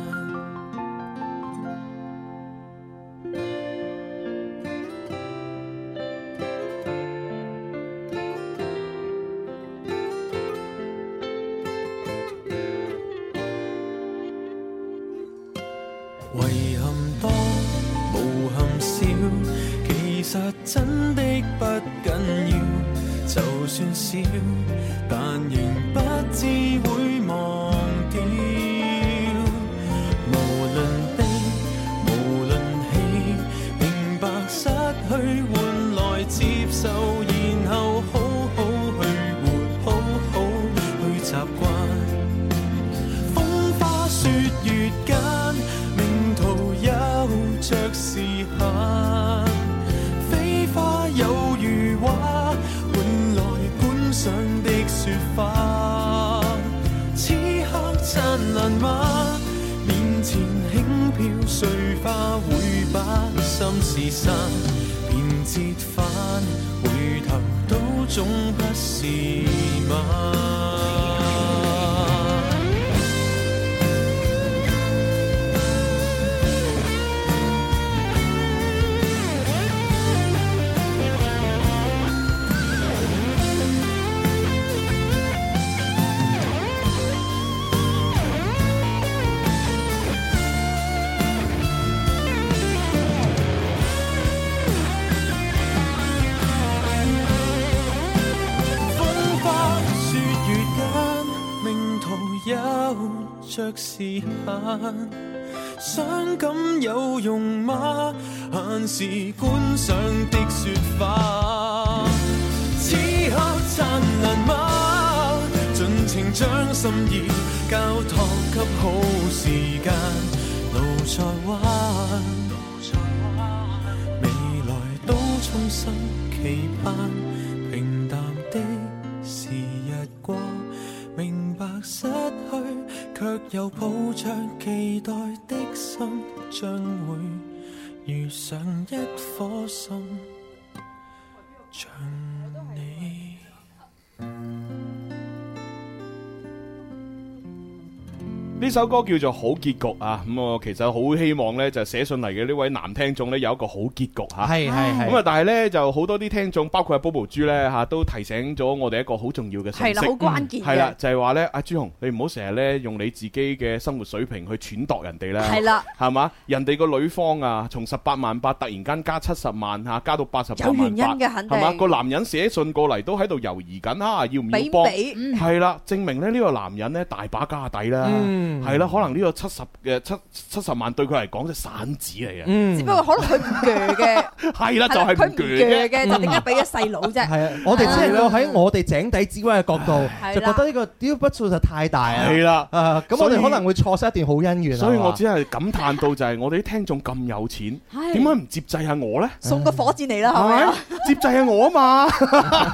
Speaker 3: 遺憾多，無憾少，其實真的不緊要。就算少，但仍不知會忘掉。無論悲，無論喜，明白失去換來接受，然後好好去活，好好去習慣。風花雪月間，命途有着時限。飛花有如畫，換來觀賞的雪花。此刻燦爛嗎？面前輕飄碎花，會把心事散，便折返，回頭都總不是晚。風花雪月間，命途有着時限。傷感有用嗎？限時觀賞的雪花，此刻燦爛嗎？盡情將心意交託給好時間，路在彎。未來都衷心期盼，平淡的是日光，明白失去，卻又抱着期待的心，將會遇上一顆心，像你。
Speaker 2: 呢首歌叫做好結局啊！咁我其實好希望呢，就寫信嚟嘅呢位男聽眾呢，有一個好結局吓。
Speaker 6: 係係係
Speaker 2: 咁啊，但係呢，就好多啲聽眾，包括阿 Bobo 豬呢，吓，都提醒咗我哋一個好重要嘅信
Speaker 7: 係
Speaker 2: 息嗯
Speaker 7: 啦，好。關鍵
Speaker 2: 係啦
Speaker 7: 嘅，，
Speaker 2: 就係話呢，阿朱紅，你唔好成日呢，用你自己嘅生活水平去揣度人哋啦。
Speaker 7: 係啦，
Speaker 2: 係嘛？人哋個女方啊，從十八萬八突然間加七十萬嚇，加到八十八
Speaker 7: 有原
Speaker 2: 萬
Speaker 7: 因
Speaker 2: 八，
Speaker 7: 嘅肯定
Speaker 2: 係嘛？個男人寫信過嚟都喺度猶豫緊啊，要唔
Speaker 7: 比
Speaker 2: 要幫？
Speaker 7: 比
Speaker 2: 係啦，證明咧呢個男人咧大把家底啦，
Speaker 6: 嗯
Speaker 2: 係啦，可能呢個七十嘅七七十萬對佢嚟講即係散紙嚟嘅，
Speaker 6: 嗯
Speaker 7: 只不過可能佢唔鋸嘅，
Speaker 2: 係 啦，就
Speaker 7: 係啦
Speaker 2: 係
Speaker 7: 佢
Speaker 2: 唔鋸
Speaker 7: 唔鋸
Speaker 2: 啫。
Speaker 7: 嘅，就點解俾咗細佬啫？
Speaker 6: 係啊，我哋只能夠喺我哋井底之蛙嘅角度，
Speaker 7: 唉
Speaker 6: 就覺得呢個屌筆數就太大啊！
Speaker 2: 係啦
Speaker 6: 啊，咁我
Speaker 2: 所以
Speaker 6: 哋可能會錯失一段好姻緣啊
Speaker 2: 所以我
Speaker 6: 嘛
Speaker 2: 只係感嘆到就係我哋啲聽眾咁有錢，
Speaker 1: 係
Speaker 2: 點解唔接濟下我呢？
Speaker 7: 送個火箭嚟啦，係
Speaker 2: 係
Speaker 7: 咪啊
Speaker 2: 咪？接濟下我啊嘛！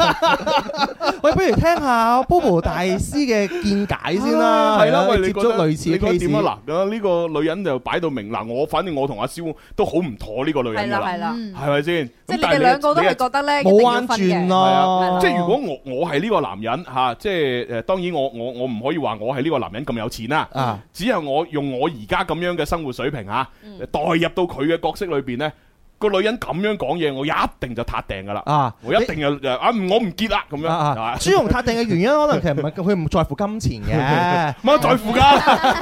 Speaker 6: 喂，不如聽下 Bobo 大師嘅見解先啦，
Speaker 2: 係啦，喂，
Speaker 6: 你
Speaker 2: 你
Speaker 6: 接
Speaker 2: 覺
Speaker 6: 觸
Speaker 2: 得
Speaker 6: 類似
Speaker 2: 你覺
Speaker 6: 嘅
Speaker 2: 得
Speaker 6: case
Speaker 2: 點啊？嗱，咁呢個女人就擺到明嗱，我反正我同阿蕭都好唔妥呢個女人㗎
Speaker 7: 係啦，
Speaker 2: 啦，
Speaker 7: 係啦，
Speaker 1: 嗯
Speaker 2: 係咪先？
Speaker 7: 即
Speaker 2: 咁
Speaker 7: 係你
Speaker 2: 但
Speaker 7: 哋兩個都
Speaker 2: 你
Speaker 7: 係覺得咧，一
Speaker 6: 冇
Speaker 7: 定要
Speaker 6: 彎
Speaker 7: 分
Speaker 6: 轉
Speaker 7: 嘅。係
Speaker 6: 咯
Speaker 7: 啊，
Speaker 2: 即係如果我我係呢個男人嚇、即係誒當然我我我唔可以話我係呢個男人咁有錢啦、
Speaker 6: 啊，
Speaker 2: 啊只有我用我而家咁樣嘅生活水平嚇、代入到佢嘅角色裏邊呢，個女人咁樣講嘢，我一定就撻訂噶啦，
Speaker 6: 啊，
Speaker 2: 我一定就就啊唔我唔結啦咁樣，
Speaker 6: 啊
Speaker 2: 係
Speaker 6: 啊
Speaker 2: 嘛
Speaker 6: 朱紅塔定嘅原因可能其實唔係佢唔在乎金錢 嘅。
Speaker 2: 唔啊係在乎 噶，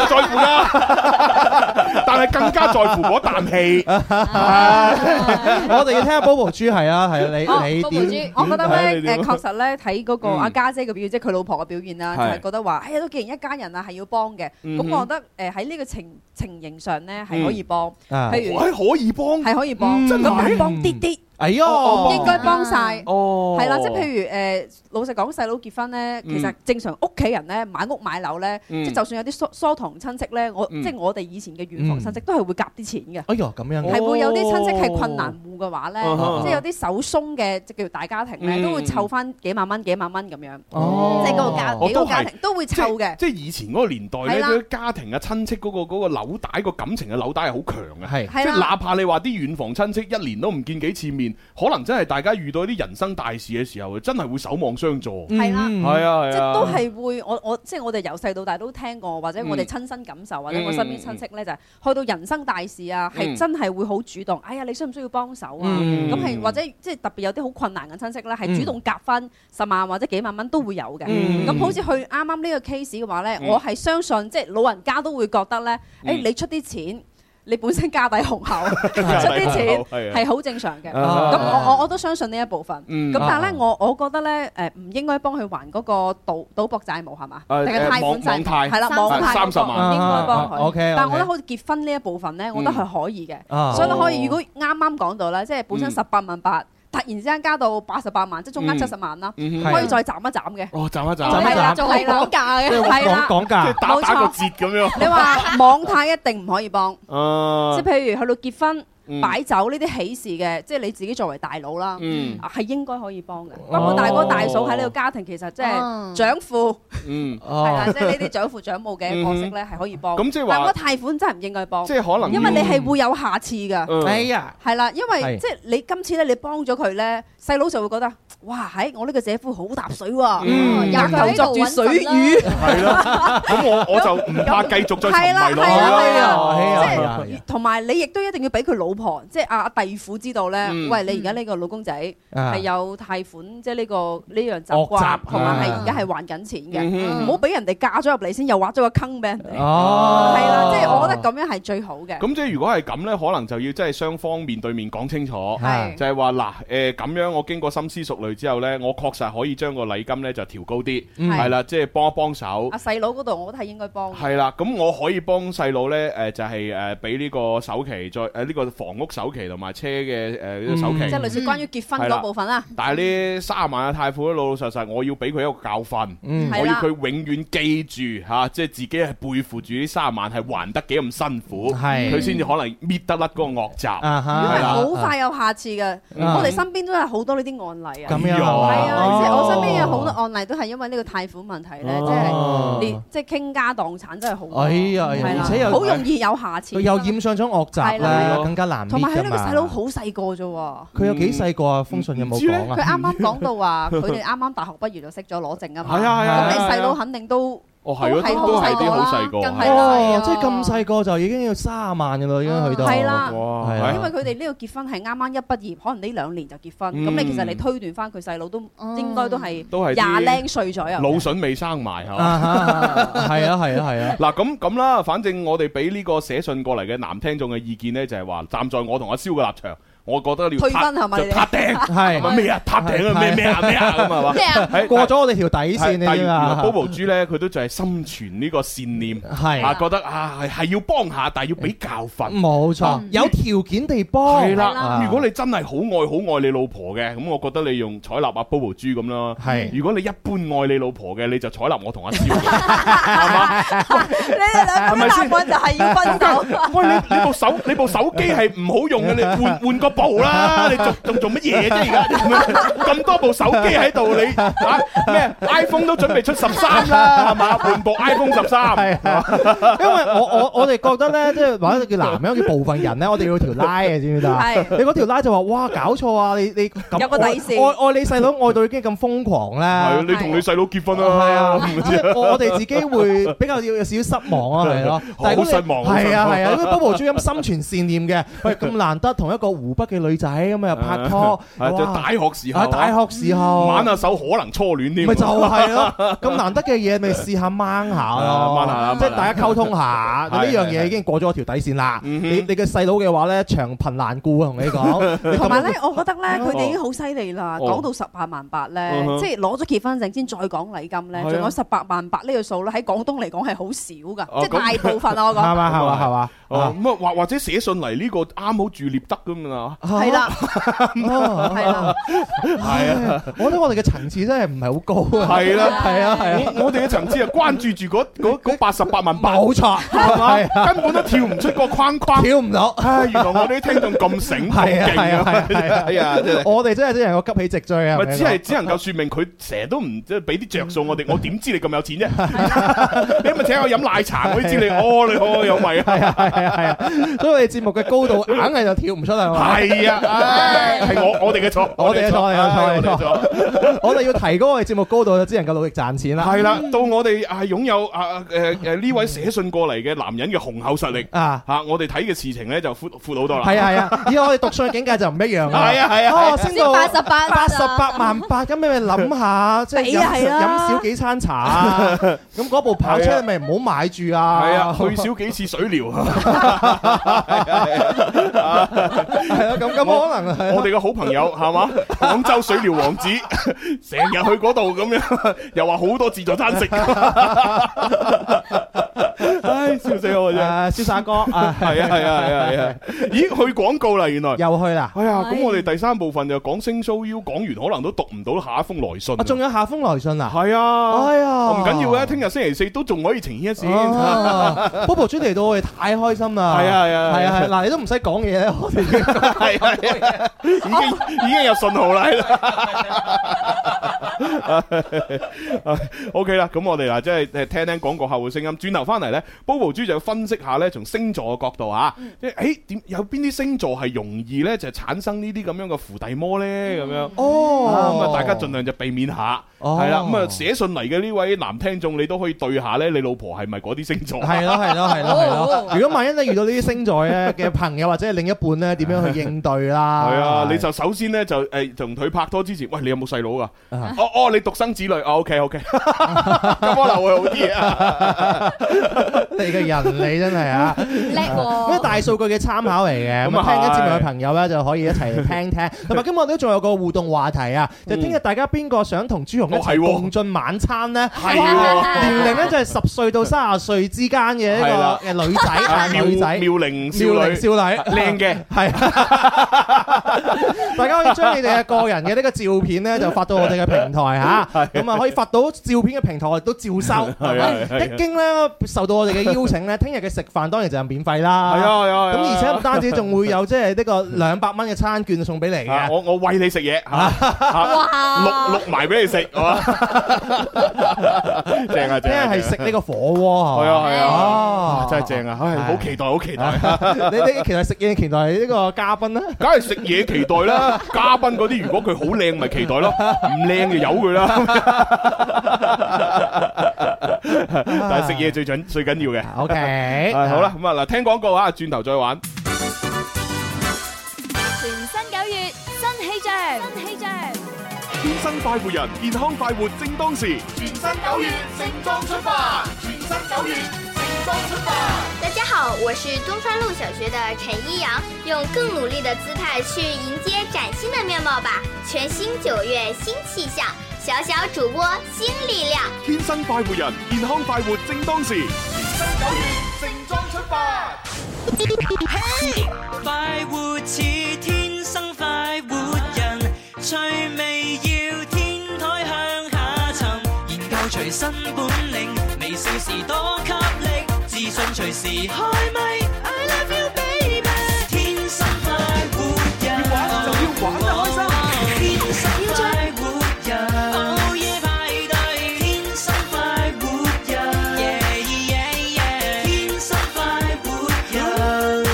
Speaker 2: 在乎噶， 但係更加在乎嗰啖氣。
Speaker 6: 啊我哋要聽下 Bobo 豬係啊，係啊，你
Speaker 1: 哦
Speaker 6: 你
Speaker 1: Bobo
Speaker 6: 點
Speaker 1: 豬？
Speaker 7: 我覺得
Speaker 2: 點睇你
Speaker 7: 咧，
Speaker 2: 點
Speaker 7: 誒確實咧，睇嗰個
Speaker 2: 嗯
Speaker 7: 阿家姐嘅表現，即係佢老婆嘅表現啦，就
Speaker 2: 係
Speaker 7: 係覺得話，哎呀，都既然一家人啊，係要幫嘅，
Speaker 2: 嗯哼嗯
Speaker 7: 咁我覺得誒喺呢個情情形上咧係可以幫，
Speaker 6: 啊
Speaker 7: 譬如
Speaker 2: 喂，可以幫
Speaker 7: 係可以幫，
Speaker 6: 嗯真係
Speaker 7: 咁但係幫啲啲，
Speaker 6: 哎呀，
Speaker 7: 應該幫晒。
Speaker 2: 哦，
Speaker 7: 係啦，即係譬如誒，老實講，細佬結婚咧，
Speaker 2: 嗯
Speaker 7: 其實正常屋企人咧買屋買樓咧，
Speaker 2: 嗯
Speaker 7: 即係就算有啲疏疏堂親戚咧，我
Speaker 2: 嗯
Speaker 7: 即係我哋以前嘅遠房親戚都係會夾啲錢嘅。
Speaker 6: 哎呀咁樣嘅
Speaker 2: 哦
Speaker 7: 係會有啲親戚係困難户嘅話咧，
Speaker 2: 哦
Speaker 7: 即係有啲手鬆嘅，即叫做大家庭
Speaker 2: 嗯
Speaker 7: 咧，都會湊翻幾萬蚊、幾萬蚊咁樣，
Speaker 6: 哦
Speaker 7: 即係嗰個家
Speaker 2: 哦
Speaker 7: 幾個家庭都會
Speaker 2: 即
Speaker 7: 湊嘅。
Speaker 2: 即係以前嗰個年代
Speaker 7: 係
Speaker 2: 咧，
Speaker 7: 啦
Speaker 2: 啲家庭啊、親戚嗰個嗰個紐帶個感情嘅紐帶係好強嘅。
Speaker 6: 係
Speaker 7: 係
Speaker 2: 即係啊
Speaker 7: 啦，
Speaker 2: 哪怕你話啲遠房親戚一年都唔見幾次面，可能真係大家遇到啲人生大事嘅時候，真係會守望相助。
Speaker 7: 係啦
Speaker 6: 嗯
Speaker 2: 係啊，
Speaker 7: 即
Speaker 2: 係啊
Speaker 7: 係都係會，我我即係我哋由細到大都聽過，或者我哋
Speaker 2: 嗯
Speaker 7: 親身感受，或者
Speaker 2: 嗯
Speaker 7: 我身邊親戚咧就係去到人生大事啊，
Speaker 2: 嗯
Speaker 7: 係真係會好主動。哎呀，你需唔需要幫手啊？
Speaker 6: 嗯
Speaker 7: 咁係或者即係特別有啲好困難嘅親戚咧，係主動夾翻十萬或者幾萬蚊都會有嘅。
Speaker 2: 嗯
Speaker 7: 咁好似去啱啱呢個 case 嘅話咧，
Speaker 2: 嗯
Speaker 7: 我係相信即係老人家都會覺得咧，誒哎你出啲錢，你本身家底 雄厚，出啲錢
Speaker 2: 係啊
Speaker 7: 係好正常嘅。咁
Speaker 6: 啊
Speaker 7: 我我我都相信呢一部分。
Speaker 2: 嗯
Speaker 7: 咁但係
Speaker 6: 啊
Speaker 7: 咧，我我覺得咧，誒唔應該幫佢還嗰個賭賭博債務係嘛？定
Speaker 2: 誒
Speaker 7: 係貸
Speaker 2: 呃網
Speaker 7: 款債
Speaker 2: 網貸啊
Speaker 7: 務？係啦，網貸
Speaker 2: 三十萬
Speaker 7: 嗰個唔應該幫
Speaker 6: 啊啊啊，OK，OK
Speaker 7: 佢。但係我覺得好似結婚呢一部分咧，
Speaker 6: 嗯
Speaker 7: 我覺得係可以嘅。
Speaker 6: 啊
Speaker 7: 所以都可以，如果啱啱講到咧，即係本身
Speaker 2: 嗯
Speaker 7: 十八萬八，突然之間加到八十八萬，即係中間
Speaker 2: 嗯
Speaker 7: 七十萬啦，
Speaker 2: 嗯
Speaker 6: 係
Speaker 2: 哼
Speaker 7: 可以再斬一斬嘅。
Speaker 2: 哦，暫一
Speaker 6: 斬一
Speaker 2: 暫，
Speaker 6: 斬
Speaker 7: 係啦，做係
Speaker 1: 講
Speaker 7: 啦。
Speaker 1: 價嘅。
Speaker 6: 即係
Speaker 7: 係啦
Speaker 6: 講講
Speaker 2: 即係
Speaker 6: 價，
Speaker 2: 打
Speaker 7: 冇錯
Speaker 2: 打個折咁樣。
Speaker 7: 你話網貸一定唔可以幫，即係
Speaker 2: 啊，
Speaker 7: 譬如去到結婚、
Speaker 2: 嗯
Speaker 7: 擺酒呢啲喜事嘅，即係你自己作為大佬啦，啊
Speaker 2: 嗯哦
Speaker 7: 係應該可以幫嘅。包括大哥大嫂喺呢個家庭，其實即
Speaker 1: 哦
Speaker 7: 係長父。
Speaker 2: 嗯，
Speaker 7: 係
Speaker 6: 哦
Speaker 7: 啦，即係 呢啲長父長母嘅角色咧係可以幫。
Speaker 2: 咁即係
Speaker 7: 但
Speaker 2: 話
Speaker 7: 我，貸款真係唔應該幫
Speaker 2: 即，係可能
Speaker 7: 因
Speaker 2: 要
Speaker 7: 為你係會有下次㗎。
Speaker 2: 嗯
Speaker 6: 哎呀，
Speaker 7: 係啦，因為
Speaker 6: 係
Speaker 7: 即係你今次咧，你幫咗佢咧，細佬就會覺得，哇！喺我呢個姐夫好搭水喎，
Speaker 2: 嗯
Speaker 1: 有
Speaker 7: 額頭作住水魚，
Speaker 2: 係啦，咁我我就唔怕繼續再沉迷落去
Speaker 7: 係啦
Speaker 2: 啦。
Speaker 7: 係啊
Speaker 6: 哎呀
Speaker 7: 即係
Speaker 6: 哎呀哎呀
Speaker 7: 同埋你亦都一定要俾佢老婆，即係阿阿弟婦知道咧
Speaker 2: 嗯，
Speaker 7: 喂，你而家呢個老公仔
Speaker 6: 啊
Speaker 7: 係有貸款，即係呢個呢樣習
Speaker 6: 惡習
Speaker 7: 慣，同埋
Speaker 1: 啊
Speaker 7: 係而家係還緊錢
Speaker 2: 嗯
Speaker 7: 嘅，
Speaker 2: 哼
Speaker 7: 唔好俾人哋嫁咗入嚟先，又挖咗個坑俾人哋。
Speaker 6: 哦，
Speaker 7: 係啦，即係我覺得咁樣係最好嘅。
Speaker 2: 咁即係如果係咁呢，可能就要即係雙方面對面講清楚，
Speaker 7: 係
Speaker 2: 就係話嗱，誒咁樣我經過深思熟慮之後呢，我確實可以將個禮金呢就調高啲，
Speaker 6: 嗯
Speaker 2: 係啦，即係幫一幫手
Speaker 7: 阿。細佬嗰度，我覺得係應該幫嘅。
Speaker 2: 係啦，咁我可以幫細佬呢，誒就係誒俾呢個首期，再呃誒呢個房屋首期同埋車嘅誒呢個首
Speaker 7: 嗯即係類
Speaker 2: 期。
Speaker 7: 似關於結婚
Speaker 2: 係啦
Speaker 7: 嗰部分啦，啊
Speaker 2: 但係呢三十萬嘅貸款，老老實實，我要俾佢一個教訓，
Speaker 6: 嗯
Speaker 2: 我
Speaker 7: 係
Speaker 2: 要
Speaker 7: 啦
Speaker 2: 佢，永遠記住嚇，即係自己係背負住呢三十萬係還得幾咁辛苦，
Speaker 6: 係
Speaker 2: 佢先至可能搣得甩嗰個惡習。
Speaker 6: 嗯啊
Speaker 7: 因
Speaker 6: 哈，
Speaker 7: 為
Speaker 2: 係啦
Speaker 7: 好快有下次嘅。
Speaker 6: 啊
Speaker 7: 我哋身邊都有好多呢啲案例啊
Speaker 6: 咁，樣
Speaker 7: 係
Speaker 2: 哎呀
Speaker 7: 啊，即係我身邊有好多
Speaker 6: 多，
Speaker 7: 案例都係因為呢個貸款問題咧，即係
Speaker 6: 嗯哦
Speaker 7: 連即係傾家蕩產真係好多，
Speaker 6: 哎呀哎呀
Speaker 7: 係啦
Speaker 6: 而且又
Speaker 7: 好容易有下次
Speaker 6: 佢。又染上咗惡習
Speaker 7: 係
Speaker 6: 啦，
Speaker 7: 啦
Speaker 6: 更加難搣㗎
Speaker 7: 同埋佢呢個
Speaker 6: 嘛
Speaker 7: 細佬好細個啫喎，
Speaker 6: 佢有幾細個啊？封信有冇
Speaker 2: 唔知呢
Speaker 6: 講
Speaker 7: 佢
Speaker 6: 啊？
Speaker 7: 啱啱講 到話佢哋啱啱大學畢業就識咗攞證啊嘛，
Speaker 2: 係啊係啊
Speaker 7: 咁你
Speaker 2: 係啊
Speaker 7: 細佬肯定都
Speaker 2: 哦，係咯，
Speaker 7: 都係
Speaker 2: 都都
Speaker 7: 好
Speaker 2: 係
Speaker 7: 細個
Speaker 2: 啲好
Speaker 7: 啦
Speaker 2: 細個，
Speaker 1: 更
Speaker 2: 係
Speaker 1: 係啦
Speaker 6: 哦
Speaker 1: 啊，
Speaker 6: 即係咁細個就已經要卅萬嘅啦，已經去到
Speaker 7: 係啦
Speaker 2: 哇
Speaker 6: 係啊
Speaker 7: 因為佢哋呢個結婚係啱啱一畢業，可能呢兩年就結婚，
Speaker 2: 嗯
Speaker 7: 咁你其實你推斷翻佢細佬都
Speaker 1: 嗯
Speaker 7: 應該都係
Speaker 2: 都係啲
Speaker 7: 廿零啊歲左右。
Speaker 2: 腦筍未生埋係 嘛？
Speaker 6: 啊哈，係啊係啊係啊，
Speaker 2: 嗱咁咁啦，反正我哋俾呢個寫信過嚟嘅男聽眾嘅意見呢，就係話站在我同阿蕭嘅立場，我覺得你要
Speaker 7: 退
Speaker 2: 撻
Speaker 7: 婚係咪
Speaker 2: 就
Speaker 7: 你
Speaker 2: 撻頂，係咪
Speaker 6: 係
Speaker 2: 咩啊？撻頂啊？咩咩啊？咩啊？咁係嘛？
Speaker 1: 咩啊
Speaker 2: 係
Speaker 6: 過咗我哋條底
Speaker 2: 但
Speaker 6: 線
Speaker 2: 係但係原
Speaker 6: 你知
Speaker 2: 來
Speaker 6: 嘛？
Speaker 2: Bobo 豬呢，佢都就係心存呢個善念，啊
Speaker 6: 嗯係
Speaker 2: 覺得啊係係要幫下，但係要俾教訓。
Speaker 6: 冇
Speaker 7: 哦
Speaker 6: 錯，有條件地幫
Speaker 2: 係啦
Speaker 6: 啊，
Speaker 2: 如果你真係好愛好愛你老婆嘅，咁我覺得你用採納阿 Bobo 豬咁啦。
Speaker 6: 係
Speaker 2: 如果你一般愛你老婆嘅，你就採納我同阿蕭。
Speaker 7: 你哋兩個嘅答案就係要分手。
Speaker 2: 喂， 你你部手你部手機係唔好用嘅，你換換個部啦！你仲仲做乜嘢啫？而家 咁多部手機喺度，你啊咩 iPhone 都準備出十三啦，係嘛？換部 iPhone 十三。
Speaker 6: 係啊，因為我我我哋覺得咧，即係或者叫男人叫部分人咧，我哋要條拉嘅，知唔知啊？
Speaker 7: 係
Speaker 6: 你嗰條拉就話哇搞錯啊！你你咁
Speaker 7: 有個底線
Speaker 6: 愛愛愛你細佬愛到已經咁瘋狂
Speaker 2: 係啊，
Speaker 6: 咧。
Speaker 2: 你同你細佬結婚
Speaker 6: 係
Speaker 2: 啦。
Speaker 6: 啊，即係我哋自己會比較有少少失 望啊，係咯。
Speaker 2: 好失望好失望
Speaker 6: 啊係啊係啊，因為 Bobo 豬咁心存善念嘅，喂咁難得同一個湖北北嘅女仔咁啊又 拍拖，
Speaker 2: 啊就
Speaker 6: 哇
Speaker 2: 大學時候
Speaker 6: 啊
Speaker 2: 啊，
Speaker 6: 大學時候，
Speaker 2: 玩下手可能初戀添，
Speaker 6: 咪就 係咯，咁難得嘅嘢咪試下掹下
Speaker 2: 啊掹下
Speaker 6: 咯
Speaker 2: 啦，
Speaker 6: 即係大家溝通 下。
Speaker 2: 係
Speaker 6: 呢樣
Speaker 2: 係
Speaker 6: 嘢
Speaker 2: 係
Speaker 6: 已經過咗條底線啦。
Speaker 2: 嗯哼
Speaker 6: 你你嘅細佬嘅話咧，長貧難顧啊，同你 講。你咁
Speaker 7: 同埋咧，我覺得咧，
Speaker 2: 哦
Speaker 7: 佢哋已經好犀利啦，
Speaker 2: 哦
Speaker 7: 講到十八萬八咧
Speaker 2: 嗯哼，
Speaker 7: 即係攞咗結婚證先再講禮金咧，
Speaker 2: 係啊
Speaker 7: 仲有十八萬八呢個數咧，喺廣東嚟講係好少
Speaker 2: 哦
Speaker 7: 噶，即
Speaker 2: 咁
Speaker 7: 係大部分啊，我
Speaker 6: 啱
Speaker 7: 講
Speaker 6: 嘛係嘛係嘛
Speaker 2: 哦，咁啊或或者寫信嚟呢個啱好住獵德咁啊，
Speaker 6: 啊，
Speaker 7: 係 啦，
Speaker 6: 哦，
Speaker 7: 係啦。
Speaker 2: 係啊。
Speaker 6: 我覺得我哋嘅層次真係唔係好高啊。
Speaker 2: 係啦
Speaker 6: 係啊，係啊，
Speaker 2: 我我哋嘅層次係關注住嗰嗰嗰八十八萬八，
Speaker 6: 冇錯，係啊，
Speaker 2: 根本都跳唔出個框框。
Speaker 6: 跳唔到。
Speaker 2: 啊唉，原來我哋啲聽眾咁醒，
Speaker 6: 係啊
Speaker 2: 咁勁
Speaker 6: 係 啊係啊
Speaker 2: 係啊，真係。
Speaker 6: 我哋真係真係個急起直追啊！
Speaker 2: 咪
Speaker 6: 同你
Speaker 2: 只係
Speaker 6: 講
Speaker 2: 只能夠説明佢成日都唔即係俾啲着 數我哋，我點知你咁有錢啫？ 你咪請我飲奶茶，我都 知你哦，你好有米啊！
Speaker 6: 係啊係啊係啊，所以我哋節目嘅高度硬係就跳唔出嚟嘛。
Speaker 2: 係啊，唉係我我哋嘅錯，
Speaker 6: 我哋嘅錯
Speaker 2: 唉我哋
Speaker 6: 我哋嘅錯
Speaker 2: 嘅錯。
Speaker 6: 我哋要提高我哋節目高度，就只能夠努力賺錢啦。
Speaker 2: 係啦，到我哋啊擁有啊誒誒呢位寫信過嚟嘅男人嘅雄厚實力
Speaker 6: 啊。
Speaker 2: 嚇，我哋睇嘅事情咧就闊闊好多啦。
Speaker 6: 係啊係啊，而家我哋讀書嘅境界就唔一樣啦。
Speaker 2: 係啊係啊係啊
Speaker 6: 哦，升到
Speaker 1: 先88
Speaker 6: 八十八萬八，咁你咪諗下，即係
Speaker 7: 俾啊
Speaker 6: 飲
Speaker 7: 係
Speaker 6: 飲
Speaker 7: 啊
Speaker 6: 少幾餐茶啊，咁嗰部跑
Speaker 2: 係啊
Speaker 6: 車你咪唔好買住啊。
Speaker 2: 係啊，去少幾次水療。係啊
Speaker 6: 係啊，咁咁可能 係
Speaker 2: 我哋嘅好朋友係嘛，廣州水療王子， 成日去嗰度咁樣， 又話好多自助 餐食。唉，笑死我真係。
Speaker 6: 誒瀟灑哥 啊，
Speaker 2: 係啊係啊係啊係啊！ 咦，去廣告啦，原來。
Speaker 6: 又去啦。
Speaker 2: 哎呀，咁
Speaker 1: 係
Speaker 2: 我哋第三部分就講星 show U，講完可能都讀唔到下一封來信。
Speaker 6: 啊，仲有下封來信啊。
Speaker 2: 係啊，
Speaker 6: 哎呀，
Speaker 2: 唔緊要嘅，聽日星期四都仲可以呈現一次。
Speaker 6: 哦 Bobo 豬嚟到我哋太開心啦！
Speaker 2: 啊 係啊係啊
Speaker 6: 係
Speaker 2: 係
Speaker 6: 啊
Speaker 2: 啊
Speaker 6: 係嗱，你都唔使講嘢咧，我哋已經
Speaker 2: 係啊，係啊已經已經有信號啦。係啦 OK 啦，咁我哋嗱，即係誒聽聽廣告客户聲音，轉頭翻嚟咧，Bobo 豬就要分析下咧，從星座嘅角度啊，即係誒點有邊啲星座係容易咧就產生呢啲咁樣嘅伏地魔咧咁樣。啊咁
Speaker 6: 哦
Speaker 2: 啊，大家盡量就避免下，
Speaker 6: 哦
Speaker 2: 係啦。咁啊，寫信嚟嘅呢位男聽眾，你都可以對下咧，你老婆係咪嗰啲星座？啊
Speaker 6: 係啊咯係咯係咯係咯！如果萬一你遇到呢啲星座咧嘅朋友或者係另一半咧，點樣去應對啦？
Speaker 2: 係啊，你就首先咧就誒同佢拍拖之前，喂你有冇細佬噶？
Speaker 6: 啊
Speaker 2: 哦哦，你獨生子女，哦 OK OK，咁可能會好啲啊。
Speaker 6: 你嘅人理真係啊！
Speaker 1: 叻
Speaker 6: 咩
Speaker 1: 喎，
Speaker 6: 大數據嘅參考嚟嘅，咁
Speaker 2: 哦咁啊
Speaker 6: 啊聽緊節目嘅
Speaker 2: 係
Speaker 6: 朋友咧就可以一齊 聽聽，同埋今日我哋都仲有個互動話題啊，就聽日大家邊個想同朱紅
Speaker 2: 嗯
Speaker 6: 一
Speaker 2: 哦係
Speaker 6: 齊
Speaker 2: 喎
Speaker 6: 共進晚餐 咧？
Speaker 2: 係喎，
Speaker 6: 年齡咧就係十歲到三十歲之間嘅一
Speaker 2: 係啦
Speaker 6: 個嘅女 仔啊，女仔
Speaker 2: 妙齡
Speaker 6: 少
Speaker 2: 少
Speaker 6: 女
Speaker 2: 女，
Speaker 6: 少 女
Speaker 2: 靚嘅。
Speaker 6: 係，大家可以將你哋嘅個人嘅呢個照片咧，就發到我哋嘅平台 嚇，咁啊可以發到照片嘅平台，我哋都照收。係
Speaker 2: 係啊係啊
Speaker 6: 咪一經咧受到我哋嘅邀請咧，聽日嘅食飯當然就係免費
Speaker 2: 係
Speaker 6: 啦。
Speaker 2: 啊係啊，
Speaker 6: 咁而且唔單止仲會有即係呢個兩百蚊嘅餐券送俾你
Speaker 2: 啊
Speaker 6: 嘅。
Speaker 2: 我我餵你食嘢嚇，錄錄埋俾 你食，係 嘛正啊正
Speaker 6: 聽日
Speaker 2: 啊，
Speaker 6: 係
Speaker 2: 正
Speaker 6: 食呢個火鍋
Speaker 2: 啊係
Speaker 6: 係
Speaker 2: 啊
Speaker 6: 嘛
Speaker 2: 係啊，
Speaker 6: 哦，
Speaker 2: 真係正啊，唉，好期待好期待。
Speaker 6: 你你期待食嘢，期待呢個嘉賓啦。
Speaker 2: 梗係食嘢期待 啦，嘉賓嗰啲如果佢好靚咪期待咯，唔靚就由佢 啦。但係食嘢最緊最緊要嘅。
Speaker 6: OK，
Speaker 2: 係好啦，咁啊嗱，聽廣告啊，轉頭再玩。
Speaker 5: 全新九月新氣象，新氣象，
Speaker 2: 天生快活人，健康快活正當時。全新九月盛裝出發，全新九月盛裝出發。
Speaker 10: 大家好，我是东川路小学的陈一阳，用更努力的姿态去迎接崭新的面貌吧！全新九月新气象，小小主播新力量。
Speaker 2: 天生快活人，健康快活正當時。
Speaker 8: 快活似天生快活人，趣味要天台向下沉，研究隨身本領，微笑時多給力，自信隨時開咪。I love you baby，天生快活人，要玩就要玩得開心，天生快活人，午夜派對，天生快活人，yeah yeah yeah，天生快活人。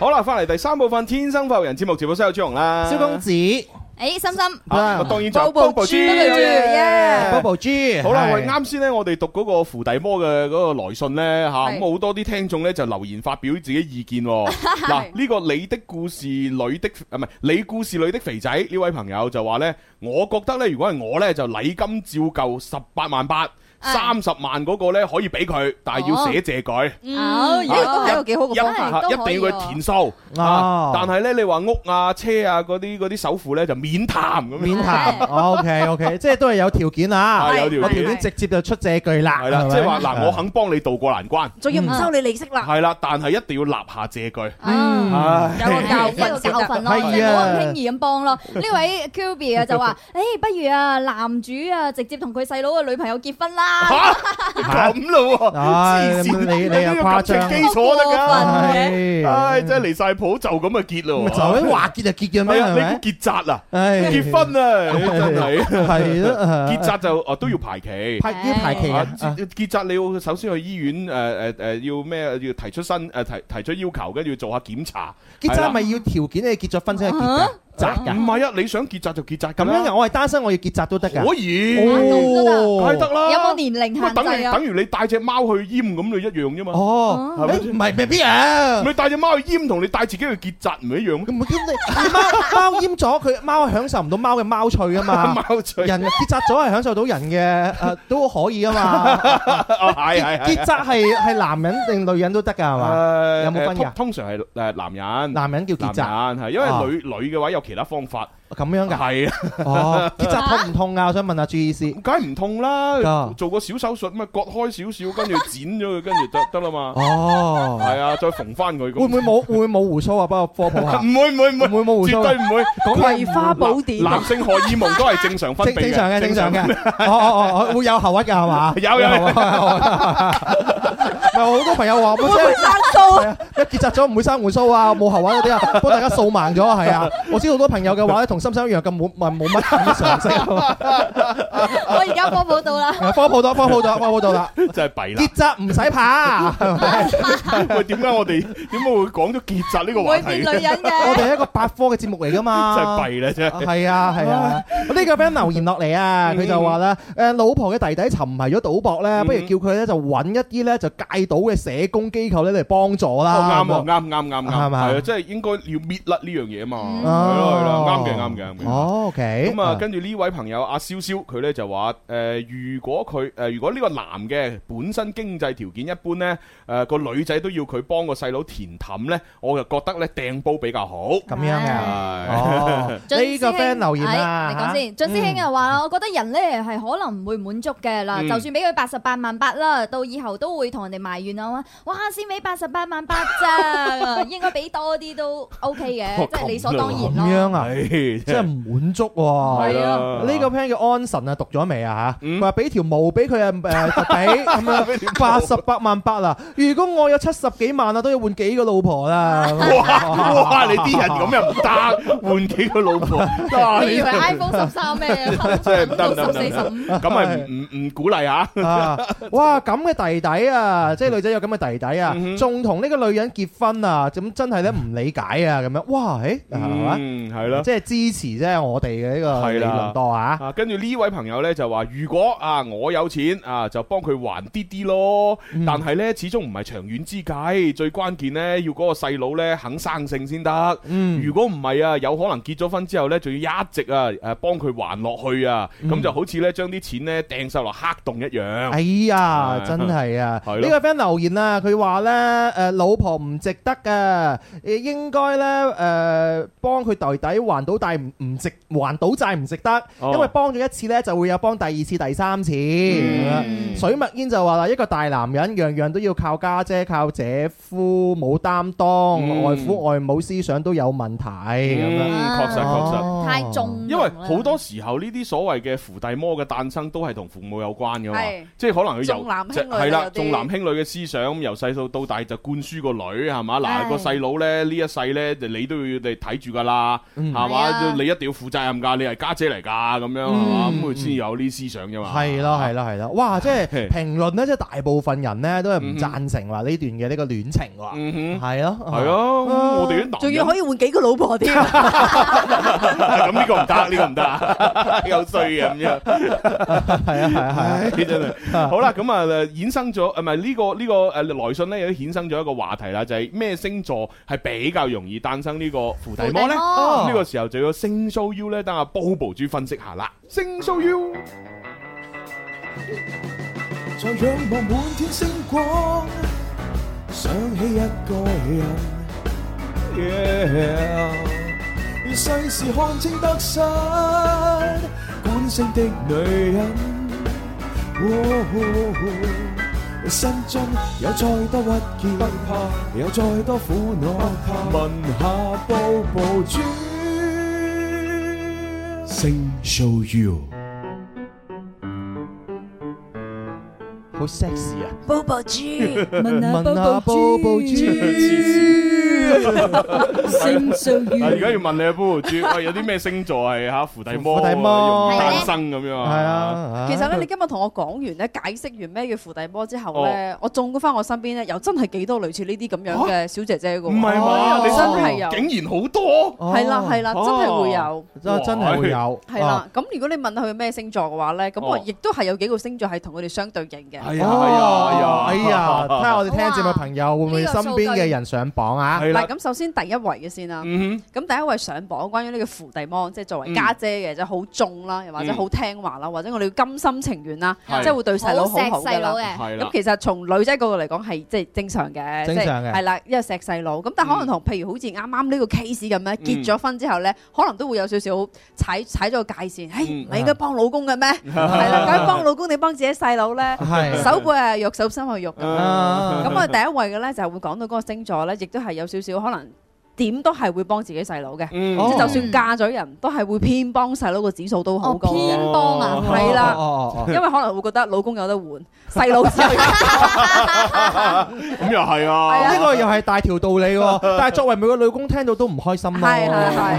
Speaker 2: 好啦，翻嚟第三部分《天生快活人》節目直播室有朱紅啦，
Speaker 6: 蕭公子，
Speaker 1: 诶，心心，
Speaker 2: 啊當然就 Bobo 豬
Speaker 1: Bobo 豬耶
Speaker 6: Bobo G，
Speaker 2: 好啦，
Speaker 6: 係
Speaker 2: 喂，啱先咧，我哋讀嗰個扶弟魔嘅嗰個來信咧，吓
Speaker 1: 係
Speaker 2: 咁好多啲聽眾咧就留言發表自己意 見喎。嗱，呢個你的故事裏的啊，唔係你故事裏的肥仔呢位朋友就話咧，我覺得咧，如果係我咧，就禮金照舊十八萬
Speaker 1: 啊
Speaker 2: 八。三十萬嗰個咧可以俾佢，但係要寫謝佢，
Speaker 1: 哦，
Speaker 2: 啊
Speaker 1: 咦都係一個幾好嘅方法，
Speaker 2: 一定要佢填數。啊
Speaker 6: 哦
Speaker 2: 但係咧，你話屋啊、車啊嗰啲嗰啲首付咧就免談咁樣。
Speaker 6: 免談，OK OK，即係都係有條件啊，
Speaker 2: 係有條件
Speaker 6: 個條件直接就出借據啦，
Speaker 2: 係啦，
Speaker 6: 啊係咪啊
Speaker 2: 即係話嗱，我肯幫你渡過難關。
Speaker 7: 仲要唔收你利息啦，
Speaker 2: 系啦，但系一定要立下借據。
Speaker 1: 嗯。
Speaker 2: 唉，
Speaker 7: 有個教
Speaker 1: 呢個
Speaker 7: 訓
Speaker 1: 教
Speaker 7: 先得。
Speaker 1: 訓咯，
Speaker 6: 係啊
Speaker 1: 即係冇咁輕易咁幫咯。呢位 Kobe 啊 就話：，誒，不如啊，男主啊，直接同佢細佬嘅女朋友結婚啦，
Speaker 2: 吓咁咯
Speaker 6: 唉
Speaker 2: 喎，黐線
Speaker 6: 咁你你又
Speaker 2: 呢個
Speaker 6: 誇
Speaker 2: 感
Speaker 6: 張
Speaker 2: 情基礎得
Speaker 1: 好
Speaker 2: 㗎。
Speaker 1: 過分
Speaker 6: 係
Speaker 2: 唉，真係離晒譜，就咁啊結咯
Speaker 6: 咪
Speaker 2: 喎。
Speaker 6: 就咁話結就結嘅
Speaker 2: 係
Speaker 6: 咩？
Speaker 2: 啊，
Speaker 6: 係
Speaker 2: 你
Speaker 6: 咪
Speaker 2: 估？結扎啊？
Speaker 6: 唉
Speaker 2: 結婚 啊，真係
Speaker 6: 係咯，
Speaker 2: 結扎就哦都要排期。
Speaker 6: 排要啊排期
Speaker 2: 啊
Speaker 6: 啊！啊
Speaker 2: 結結扎你要首先去醫院呃誒誒誒，要咩啊要提出申誒提提出要求，跟住做下檢查。
Speaker 6: 結
Speaker 2: 係
Speaker 6: 扎
Speaker 2: 啦
Speaker 6: 咪要條件你結咗婚先係結㗎，扎
Speaker 2: 唔
Speaker 6: 㗎。
Speaker 2: 係啊，你想結扎就結扎㗎
Speaker 6: 咁
Speaker 2: 啦，
Speaker 6: 樣嘅，我係單身，我要結扎都得㗎。
Speaker 2: 可以，
Speaker 1: 哦
Speaker 2: 梗係得啦。
Speaker 1: 有冇年齡
Speaker 2: 咁啊
Speaker 1: 限
Speaker 2: 等
Speaker 1: 制
Speaker 2: 於
Speaker 1: 啊？
Speaker 2: 等於你帶只貓去閹咁，你一樣啫嘛。
Speaker 6: 哦，
Speaker 2: 係咪
Speaker 6: 誒唔係未必啊。
Speaker 2: 咪帶只貓去閹同你帶自己去結扎唔一樣咩？
Speaker 6: 咁咪閹你，貓貓閹咗佢， 貓係享受唔到貓嘅貓趣 啊嘛。
Speaker 2: 貓嘴
Speaker 6: 人結扎咗係享受到人嘅 誒都可以啊嘛。
Speaker 2: 啊，係係係
Speaker 6: 結扎係係男人定女人都得㗎係嘛？
Speaker 2: 誒
Speaker 6: 有冇分㗎
Speaker 2: 通通常係誒男人，
Speaker 6: 男人叫結扎
Speaker 2: 男人係因
Speaker 6: 啊
Speaker 2: 為女女嘅話有其他方法，à,
Speaker 6: 咁樣㗎。
Speaker 2: 係啊，
Speaker 6: 哦，結扎痛唔痛啊？我想問下朱醫師。
Speaker 2: 咁梗係唔痛啦
Speaker 6: 啊，
Speaker 2: 做個小手術咁啊，割開少少， 跟住剪咗佢，跟住得得啦嘛，
Speaker 6: 哦，
Speaker 2: 係啊，再縫翻佢咁。
Speaker 6: 會唔會冇會唔會冇胡鬚啊？幫我科普 下
Speaker 2: 唔。會唔會唔會
Speaker 6: 會唔會冇胡鬚
Speaker 2: 絕
Speaker 6: 啊
Speaker 2: 對唔會。
Speaker 7: 葵花寶典
Speaker 2: 男性荷爾蒙都係正常分
Speaker 6: 正
Speaker 2: 泌
Speaker 6: 正常嘅，正常嘅。哦哦哦，會有後屈㗎係嘛？
Speaker 2: 有有有
Speaker 6: 後屈後屈有好多朋友 話
Speaker 7: 會唔會生疏？
Speaker 6: 係啊，一結紮咗唔會生胡鬚啊，冇後話嗰啲啊，幫大家掃盲咗啊，係啊，我知道好多朋友 嘅話咧，同心心一樣咁冇冇冇乜咁嘅常識啊，
Speaker 1: 我而家科普到啦，
Speaker 6: 科普到科普到科普到啦，
Speaker 2: 真係弊啦
Speaker 6: 結。紮唔使怕，係咪
Speaker 2: 喂，點解我哋點解會講咗結扎呢個
Speaker 1: 唔
Speaker 2: 話
Speaker 1: 會
Speaker 2: 題
Speaker 1: 變女
Speaker 2: 嘅？
Speaker 1: 人
Speaker 6: 我
Speaker 1: 嘅。
Speaker 6: 哋係一個百科嘅節目嚟噶嘛，
Speaker 2: 真係弊啦，真係。
Speaker 6: 係啊係啊，我呢個 friend 留言落嚟啊，
Speaker 2: 嗯
Speaker 6: 佢就話咧，誒老婆嘅弟弟沉迷咗賭博咧，不如叫佢咧就揾一啲咧就戒賭嘅社工機構咧嚟幫助
Speaker 2: 哦
Speaker 6: 啦。
Speaker 2: 啱啊，啱啱啱啱，
Speaker 6: 係嘛
Speaker 2: 係啊，即係應該要搣甩呢樣嘢啊嘛，
Speaker 1: 嗯
Speaker 2: 係咯係咯，
Speaker 6: 哦
Speaker 2: 啱嘅啱嘅啱嘅。
Speaker 6: 哦，OK，
Speaker 2: 咁啊，跟住呢位朋友阿蕭蕭，佢呢就話誒，如果佢誒如果呢個男嘅本身經濟條件一般呢，誒個女仔都要佢幫個細佬填氹呢，我就覺得呢掟煲比較好。
Speaker 6: 咁樣嘅。
Speaker 2: 係
Speaker 6: 哦，
Speaker 1: 俊
Speaker 6: 呢個
Speaker 1: 師兄
Speaker 6: friend 留言
Speaker 1: 哎
Speaker 6: 啊，
Speaker 1: 你講先。俊師兄又話啦，我覺得人咧係可能唔會滿足嘅啦，
Speaker 2: 嗯
Speaker 1: 就算俾佢八十八萬八啦，到以後都會同人哋埋怨啊，哇，先俾八十八萬八咋，應該俾多啲都 OK 嘅，即係理所當
Speaker 6: 咁
Speaker 1: 然咯。
Speaker 6: 樣啊，
Speaker 2: 唉
Speaker 6: 真係唔滿足喎。
Speaker 2: 係啊
Speaker 6: 呢個 friend 叫安神啊，讀咗未啊嚇？
Speaker 2: 嗯
Speaker 6: 佢話俾條毛俾佢 啊誒特俾咁樣八十八萬八啦。如果我有七十幾萬啊，都要換幾 個老婆啦。
Speaker 2: 哇哇！你啲人咁又唔得，換幾 個老婆，哇
Speaker 1: 你以
Speaker 2: 你
Speaker 1: 為 iPhone 十三咩？
Speaker 2: 真係唔得
Speaker 1: 到
Speaker 2: 唔得
Speaker 1: 十
Speaker 2: 唔得
Speaker 1: 四十五。
Speaker 2: 咁咪唔唔唔鼓勵嚇。
Speaker 6: 啊！哇，咁嘅弟弟啊，即係女仔有咁嘅弟弟啊
Speaker 2: 嗯嗯哼，
Speaker 6: 仲同呢個女人結婚啊，咁真係咧唔理解啊，咁樣哇，誒係嘛？
Speaker 2: 嗯，係咯。
Speaker 6: 即係支持即係我哋嘅呢個
Speaker 2: 係
Speaker 6: 理
Speaker 2: 啦
Speaker 6: 論多啊！
Speaker 2: 啊，跟住呢位朋友呢，就話：如果啊我有錢啊，就幫佢還啲啲咯。
Speaker 6: 嗯
Speaker 2: 但係呢，始終唔係長遠之計，最關鍵呢，要嗰個細佬呢肯生性先得。
Speaker 6: 嗯
Speaker 2: 如果唔係啊，有可能結咗婚之後呢，仲要一直啊誒幫佢還落去啊，咁就好似呢將啲錢呢掟晒落黑洞一樣。
Speaker 6: 嗯哎呀
Speaker 2: 係，
Speaker 6: 真係啊！
Speaker 2: 係
Speaker 6: 呢
Speaker 2: 咯
Speaker 6: 個 friend 留言啊，佢話咧誒老婆唔值得噶，誒應該咧誒幫佢弟弟還到債唔唔值，還到債唔值得，
Speaker 2: 哦
Speaker 6: 因為幫咗一次咧就會有幫第二次、第三次。
Speaker 2: 嗯
Speaker 6: 水墨煙就話啦，一個大男人樣樣都要靠家姐、靠姐夫，冇擔當，
Speaker 2: 嗯
Speaker 6: 外父外母思想都有問題咁
Speaker 2: 嗯，
Speaker 6: 樣。
Speaker 2: 確實確實。
Speaker 6: 哦
Speaker 1: 太重，
Speaker 2: 因為好多時候呢啲所謂嘅扶弟魔嘅誕生都係同父母有關噶嘛
Speaker 7: 係，
Speaker 2: 即係可能佢由
Speaker 7: 重男輕女啊
Speaker 2: 就係啦，
Speaker 7: 有啲
Speaker 2: 重重男輕女嘅思想，咁由細到到大就灌輸個女係嘛，嗱
Speaker 1: 係
Speaker 2: 個細佬咧呢一世咧就你都要你睇住㗎啦，係
Speaker 1: 係啊
Speaker 2: 嘛，你一定要負責任㗎，你係家姐嚟㗎咁樣係嘛，咁佢先有呢啲思想啫嘛。
Speaker 6: 係咯係咯係咯，哇！即係評論咧，即係大部分人咧都係唔贊成話呢段嘅呢個戀情喎，
Speaker 2: 嗯哼，
Speaker 6: 係咯，
Speaker 2: 係啊，我哋啲男
Speaker 7: 嗯仲
Speaker 2: 人啊
Speaker 7: 要可以換幾個老 婆添，
Speaker 2: 咁呢個唔得，呢個唔得啊，有衰嘅咁樣。
Speaker 6: 係啊係啊係啊，
Speaker 2: 唉，真係好啦，咁啊，衍生咗，啊唔係呢個呢個誒來信咧，有衍生咗一個話題啦，就係咩星座係比較容易誕生呢個伏地魔咧？
Speaker 1: 伏
Speaker 6: 地魔
Speaker 2: 呢個時候就要星 show U 咧，等阿 Bobo 豬分析下啦。星 show U
Speaker 8: 在仰望滿天星光，想起一個人。Yeah，世事看清得失，觀星的女人。哦心中有再多鬱結，有再多苦惱，問下步步豬。星 show you。
Speaker 6: 好 sexy 啊！
Speaker 7: 寶寶 豬，問
Speaker 6: 問下布布豬
Speaker 7: 豬，星數
Speaker 2: 啊，而家要問你阿 Bobo 豬，喂，有啲咩星座係嚇伏地魔
Speaker 6: 伏地魔
Speaker 2: 容易誕生咁樣
Speaker 6: 係？啊，
Speaker 7: 其實咧，你今日同我講完咧，解釋完咩叫伏地魔之後咧，
Speaker 2: 哦
Speaker 7: 我中翻我身邊咧，又真係幾多類似呢啲咁樣嘅小姐姐嘅喎。
Speaker 2: 唔係嘛？
Speaker 7: 哦
Speaker 2: 你
Speaker 7: 真係
Speaker 2: 身
Speaker 7: 有，
Speaker 2: 邊竟然好哦多。
Speaker 6: 哦
Speaker 7: 係啦係啦，真係會有。
Speaker 6: 真真係會有，
Speaker 7: 係啦，咁如果你問佢咩星座嘅話咧，咁我
Speaker 2: 哦
Speaker 7: 亦都係有幾個星座係同佢哋相對應嘅。
Speaker 2: 係
Speaker 6: 哦。
Speaker 2: 啊，係
Speaker 6: 哎
Speaker 2: 啊，係
Speaker 6: 呀
Speaker 2: 啊，，
Speaker 6: 睇下我哋聽節目嘅朋友會唔會身邊嘅人上榜啊？
Speaker 2: 係
Speaker 7: 嗱，
Speaker 2: 啦，
Speaker 7: 咁首先第一位嘅先啦。
Speaker 2: 嗯
Speaker 7: 咁第一位上榜，關於呢個扶地魔，即係作為家姐嘅，即係好重啦，又或者
Speaker 2: 嗯
Speaker 7: 好聽話啦，或者我哋要甘心情願啦，
Speaker 2: 係
Speaker 7: 即係會對細佬好好
Speaker 1: 細
Speaker 7: 㗎
Speaker 1: 佬
Speaker 7: 啦。
Speaker 1: 嘅
Speaker 2: 哼，，係啦
Speaker 7: 咁。其實從女仔角度嚟講係即係正常嘅，
Speaker 6: 正常嘅
Speaker 7: 即係係啦，因為錫細佬。咁但可能同譬如好似啱啱呢個 case 咁咧，結咗婚之後咧，可能都會有少少踩踩咗個界線，誒
Speaker 2: 嗯
Speaker 7: 唔係應該幫老公嘅咩？ 係啦，啊咁幫老公你幫自己細佬咧，
Speaker 6: 係
Speaker 7: 手背係肉，手心係肉咁樣。
Speaker 2: 嗯
Speaker 6: 啊
Speaker 7: 咁我哋第一位嘅咧就係會講到嗰個星座咧，亦都係有少少可能點都係會幫自己細佬嘅，
Speaker 2: 嗯
Speaker 7: 即係
Speaker 6: 哦
Speaker 7: 就算嫁咗人都係會偏幫細佬個指數都好
Speaker 1: 哦
Speaker 7: 高嘅。
Speaker 1: 偏幫啊，
Speaker 7: 係啦
Speaker 6: 哦哦
Speaker 7: 因為可能會覺得老公有得換， 細佬 之後有得
Speaker 2: 咁又係
Speaker 6: 哦
Speaker 2: 啊
Speaker 7: 係啊。
Speaker 6: 呢個又係大條道理喎，但係作為每個女工聽到都唔開心咯。
Speaker 7: 啊係係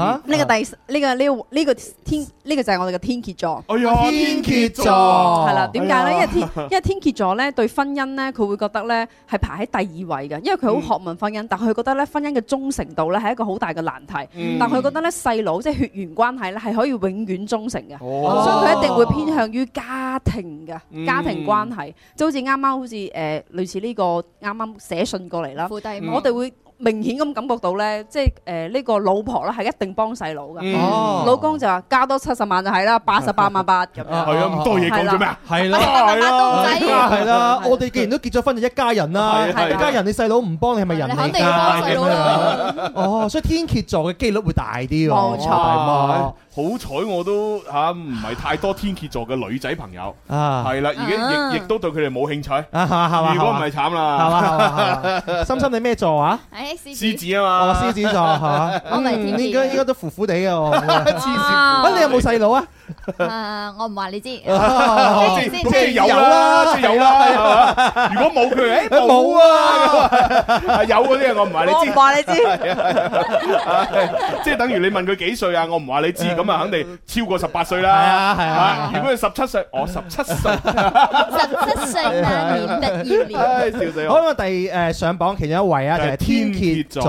Speaker 6: 啊
Speaker 7: 呢個第四呢個呢個呢個天呢個就係我哋嘅天蠍座。
Speaker 2: 哎呀，
Speaker 6: 天
Speaker 2: 蝎
Speaker 6: 蠍座
Speaker 7: 係啦，點解
Speaker 6: 哎
Speaker 7: 咧？因
Speaker 6: 呀
Speaker 7: 為天因為天蠍座咧對婚姻咧，佢會覺得咧係排喺第二位嘅，因為佢好渴望婚姻，但係佢覺得咧婚姻嘅忠誠度咧係一個好大嘅難題。
Speaker 2: 嗯
Speaker 7: 但佢覺得咧細佬即係血緣關係咧係可以永遠忠誠嘅，
Speaker 2: 哦
Speaker 7: 所以佢一定會偏向於家庭嘅
Speaker 2: 嗯
Speaker 7: 家庭關係，就好似啱啱好似誒類似呢個啱啱寫信過嚟啦，
Speaker 1: 伏地魔
Speaker 7: 我，哋會明顯咁感覺到咧，即係誒呢個老婆咧係一定幫細佬嘅。
Speaker 2: 嗯
Speaker 6: 哦
Speaker 7: 老公就話加多七十萬就係啦，八十八萬八咁樣。
Speaker 2: 係啊，咁多嘢講做咩啊？
Speaker 6: 係
Speaker 1: 八
Speaker 6: 啦
Speaker 1: 十。八刀仔，
Speaker 6: 係啦，我哋既然都結咗婚，就一家人啊啦。
Speaker 2: 係啊係
Speaker 6: 一家人，你細佬唔幫你係咪人
Speaker 1: 你
Speaker 6: 嚟
Speaker 1: 肯定要幫細佬
Speaker 6: 㗎？
Speaker 1: 啦。
Speaker 6: 哦，所以天蠍座嘅機率會大啲喎。
Speaker 7: 冇錯
Speaker 6: 大媽
Speaker 2: 好彩我都吓唔係太多天蝎座嘅女仔朋友，
Speaker 6: 啊，
Speaker 2: 係啦，而
Speaker 1: 啊
Speaker 2: 家亦亦都對佢哋冇興趣。
Speaker 6: 啊係嘛係嘛，
Speaker 2: 如果唔係慘
Speaker 6: 係
Speaker 2: 啦，
Speaker 6: 嘛係嘛係嘛，心心你咩座啊？
Speaker 1: 唉，獅
Speaker 2: 獅
Speaker 1: 子，
Speaker 2: 子啊
Speaker 6: 哦，
Speaker 2: 嘛
Speaker 6: 獅，子座 嚇，
Speaker 1: 我咪天蠍
Speaker 6: 嗯應該應該都苦苦地嘅我。 啊，
Speaker 1: 啊
Speaker 6: 你有冇細佬啊？
Speaker 1: 啊我唔話你知，
Speaker 2: 哦
Speaker 1: 獅
Speaker 2: 即
Speaker 1: 子
Speaker 2: 係即係有啦，即係有啦。係嘛如果冇佢，誒
Speaker 6: 冇啊！
Speaker 2: 啊有嗰啲啊，我唔話你
Speaker 7: 我唔
Speaker 2: 知，
Speaker 7: 話你 知，
Speaker 2: 即係等於你問佢幾歲啊，我唔話你知，咁啊肯定超過十八歲
Speaker 6: 係
Speaker 2: 啦。
Speaker 6: 啊係啊
Speaker 2: 啊！如果佢十七歲，我十七歲，
Speaker 1: 十七歲那年的一年，
Speaker 2: 唉，笑死
Speaker 6: 好
Speaker 2: 我！
Speaker 6: 咁啊，第誒上榜其中一位啊，就係天蠍座。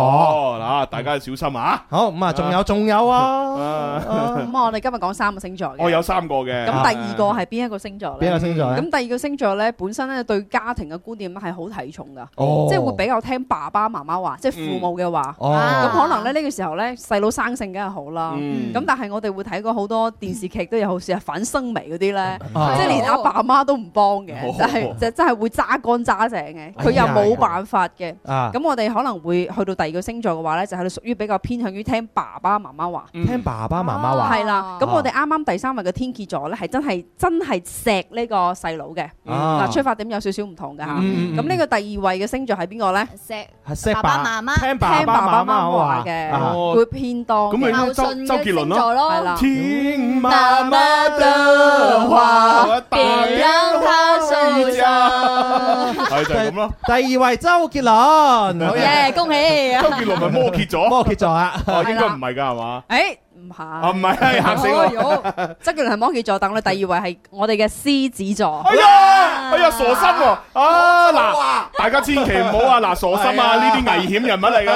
Speaker 2: 嗱，大家小心啊！
Speaker 6: 好咁啊，仲有仲有 啊，
Speaker 7: 咁我哋今日講三個星座
Speaker 2: 我
Speaker 7: 嘅。
Speaker 2: 哦有三個嘅，
Speaker 7: 咁第二個係邊一個星座
Speaker 6: 邊個
Speaker 7: 咧？
Speaker 6: 星座咧？啊
Speaker 7: 咁第二個星座咧，本身咧對家庭嘅觀點係好睇重噶，
Speaker 6: 哦
Speaker 7: 即係會比較聽爸爸媽媽話，即係父母嘅
Speaker 2: 嗯
Speaker 7: 話。咁
Speaker 6: 哦
Speaker 1: 啊
Speaker 7: 可能咧呢個時候咧，細佬生性梗係好啦。
Speaker 2: 嗯
Speaker 7: 咁但係我哋會睇過好多電視劇都有好似係反生微嗰 啲咧。
Speaker 6: 啊
Speaker 7: 即係連阿爸阿媽都唔幫嘅
Speaker 2: 哦，哎
Speaker 7: 就係就真係會揸乾揸淨嘅，佢又冇辦法嘅。
Speaker 6: 啊，
Speaker 7: 咁我哋可能會去到第二個星座嘅話咧，就係屬於比較偏向於聽爸爸媽媽話。
Speaker 2: 嗯
Speaker 6: 聽爸爸媽媽話
Speaker 7: 哦係啦，咁我哋啱啱第三位嘅天蝎座咧，係真係真係錫呢個細佬嘅。
Speaker 6: 啊
Speaker 7: 嗱，出發點有少少唔同㗎嚇。
Speaker 6: 嗯嗯嗯
Speaker 7: 咁呢個第二位嘅星座係邊個咧？
Speaker 1: 石
Speaker 6: 係
Speaker 1: 爸
Speaker 6: 錫
Speaker 1: 爸媽媽
Speaker 6: 聽爸
Speaker 7: 聽爸
Speaker 6: 爸媽
Speaker 7: 爸媽
Speaker 6: 媽
Speaker 7: 媽
Speaker 6: 話
Speaker 7: 話
Speaker 6: 啊
Speaker 7: 嘅，
Speaker 2: 哦
Speaker 7: 會偏多
Speaker 2: 咁咪
Speaker 7: 嘅。
Speaker 1: 孝順嘅星座咯，
Speaker 7: 係啦。
Speaker 2: 听
Speaker 1: 媽媽
Speaker 7: 嗯
Speaker 1: 的話別讓她受傷。
Speaker 7: 啊
Speaker 2: 系啊就係咁咯。
Speaker 6: 第二位周杰倫，好嘢，
Speaker 1: 耶！恭喜
Speaker 2: 周杰倫咪摩羯咗，
Speaker 6: 摩羯座啊，
Speaker 2: 哦應該唔係㗎係嘛？
Speaker 7: 誒唔係，
Speaker 2: 啊唔係嚇死我！
Speaker 7: 我！周杰倫係摩羯座，但我哋第二位係我哋嘅獅子座。
Speaker 2: 哎呀，哎呀，傻心喎！啊嗱，大家千祈唔好啊！嗱，傻心
Speaker 1: 哎
Speaker 2: 啊，
Speaker 6: 係
Speaker 2: 呢
Speaker 6: 啊
Speaker 2: 啲危險人物嚟㗎，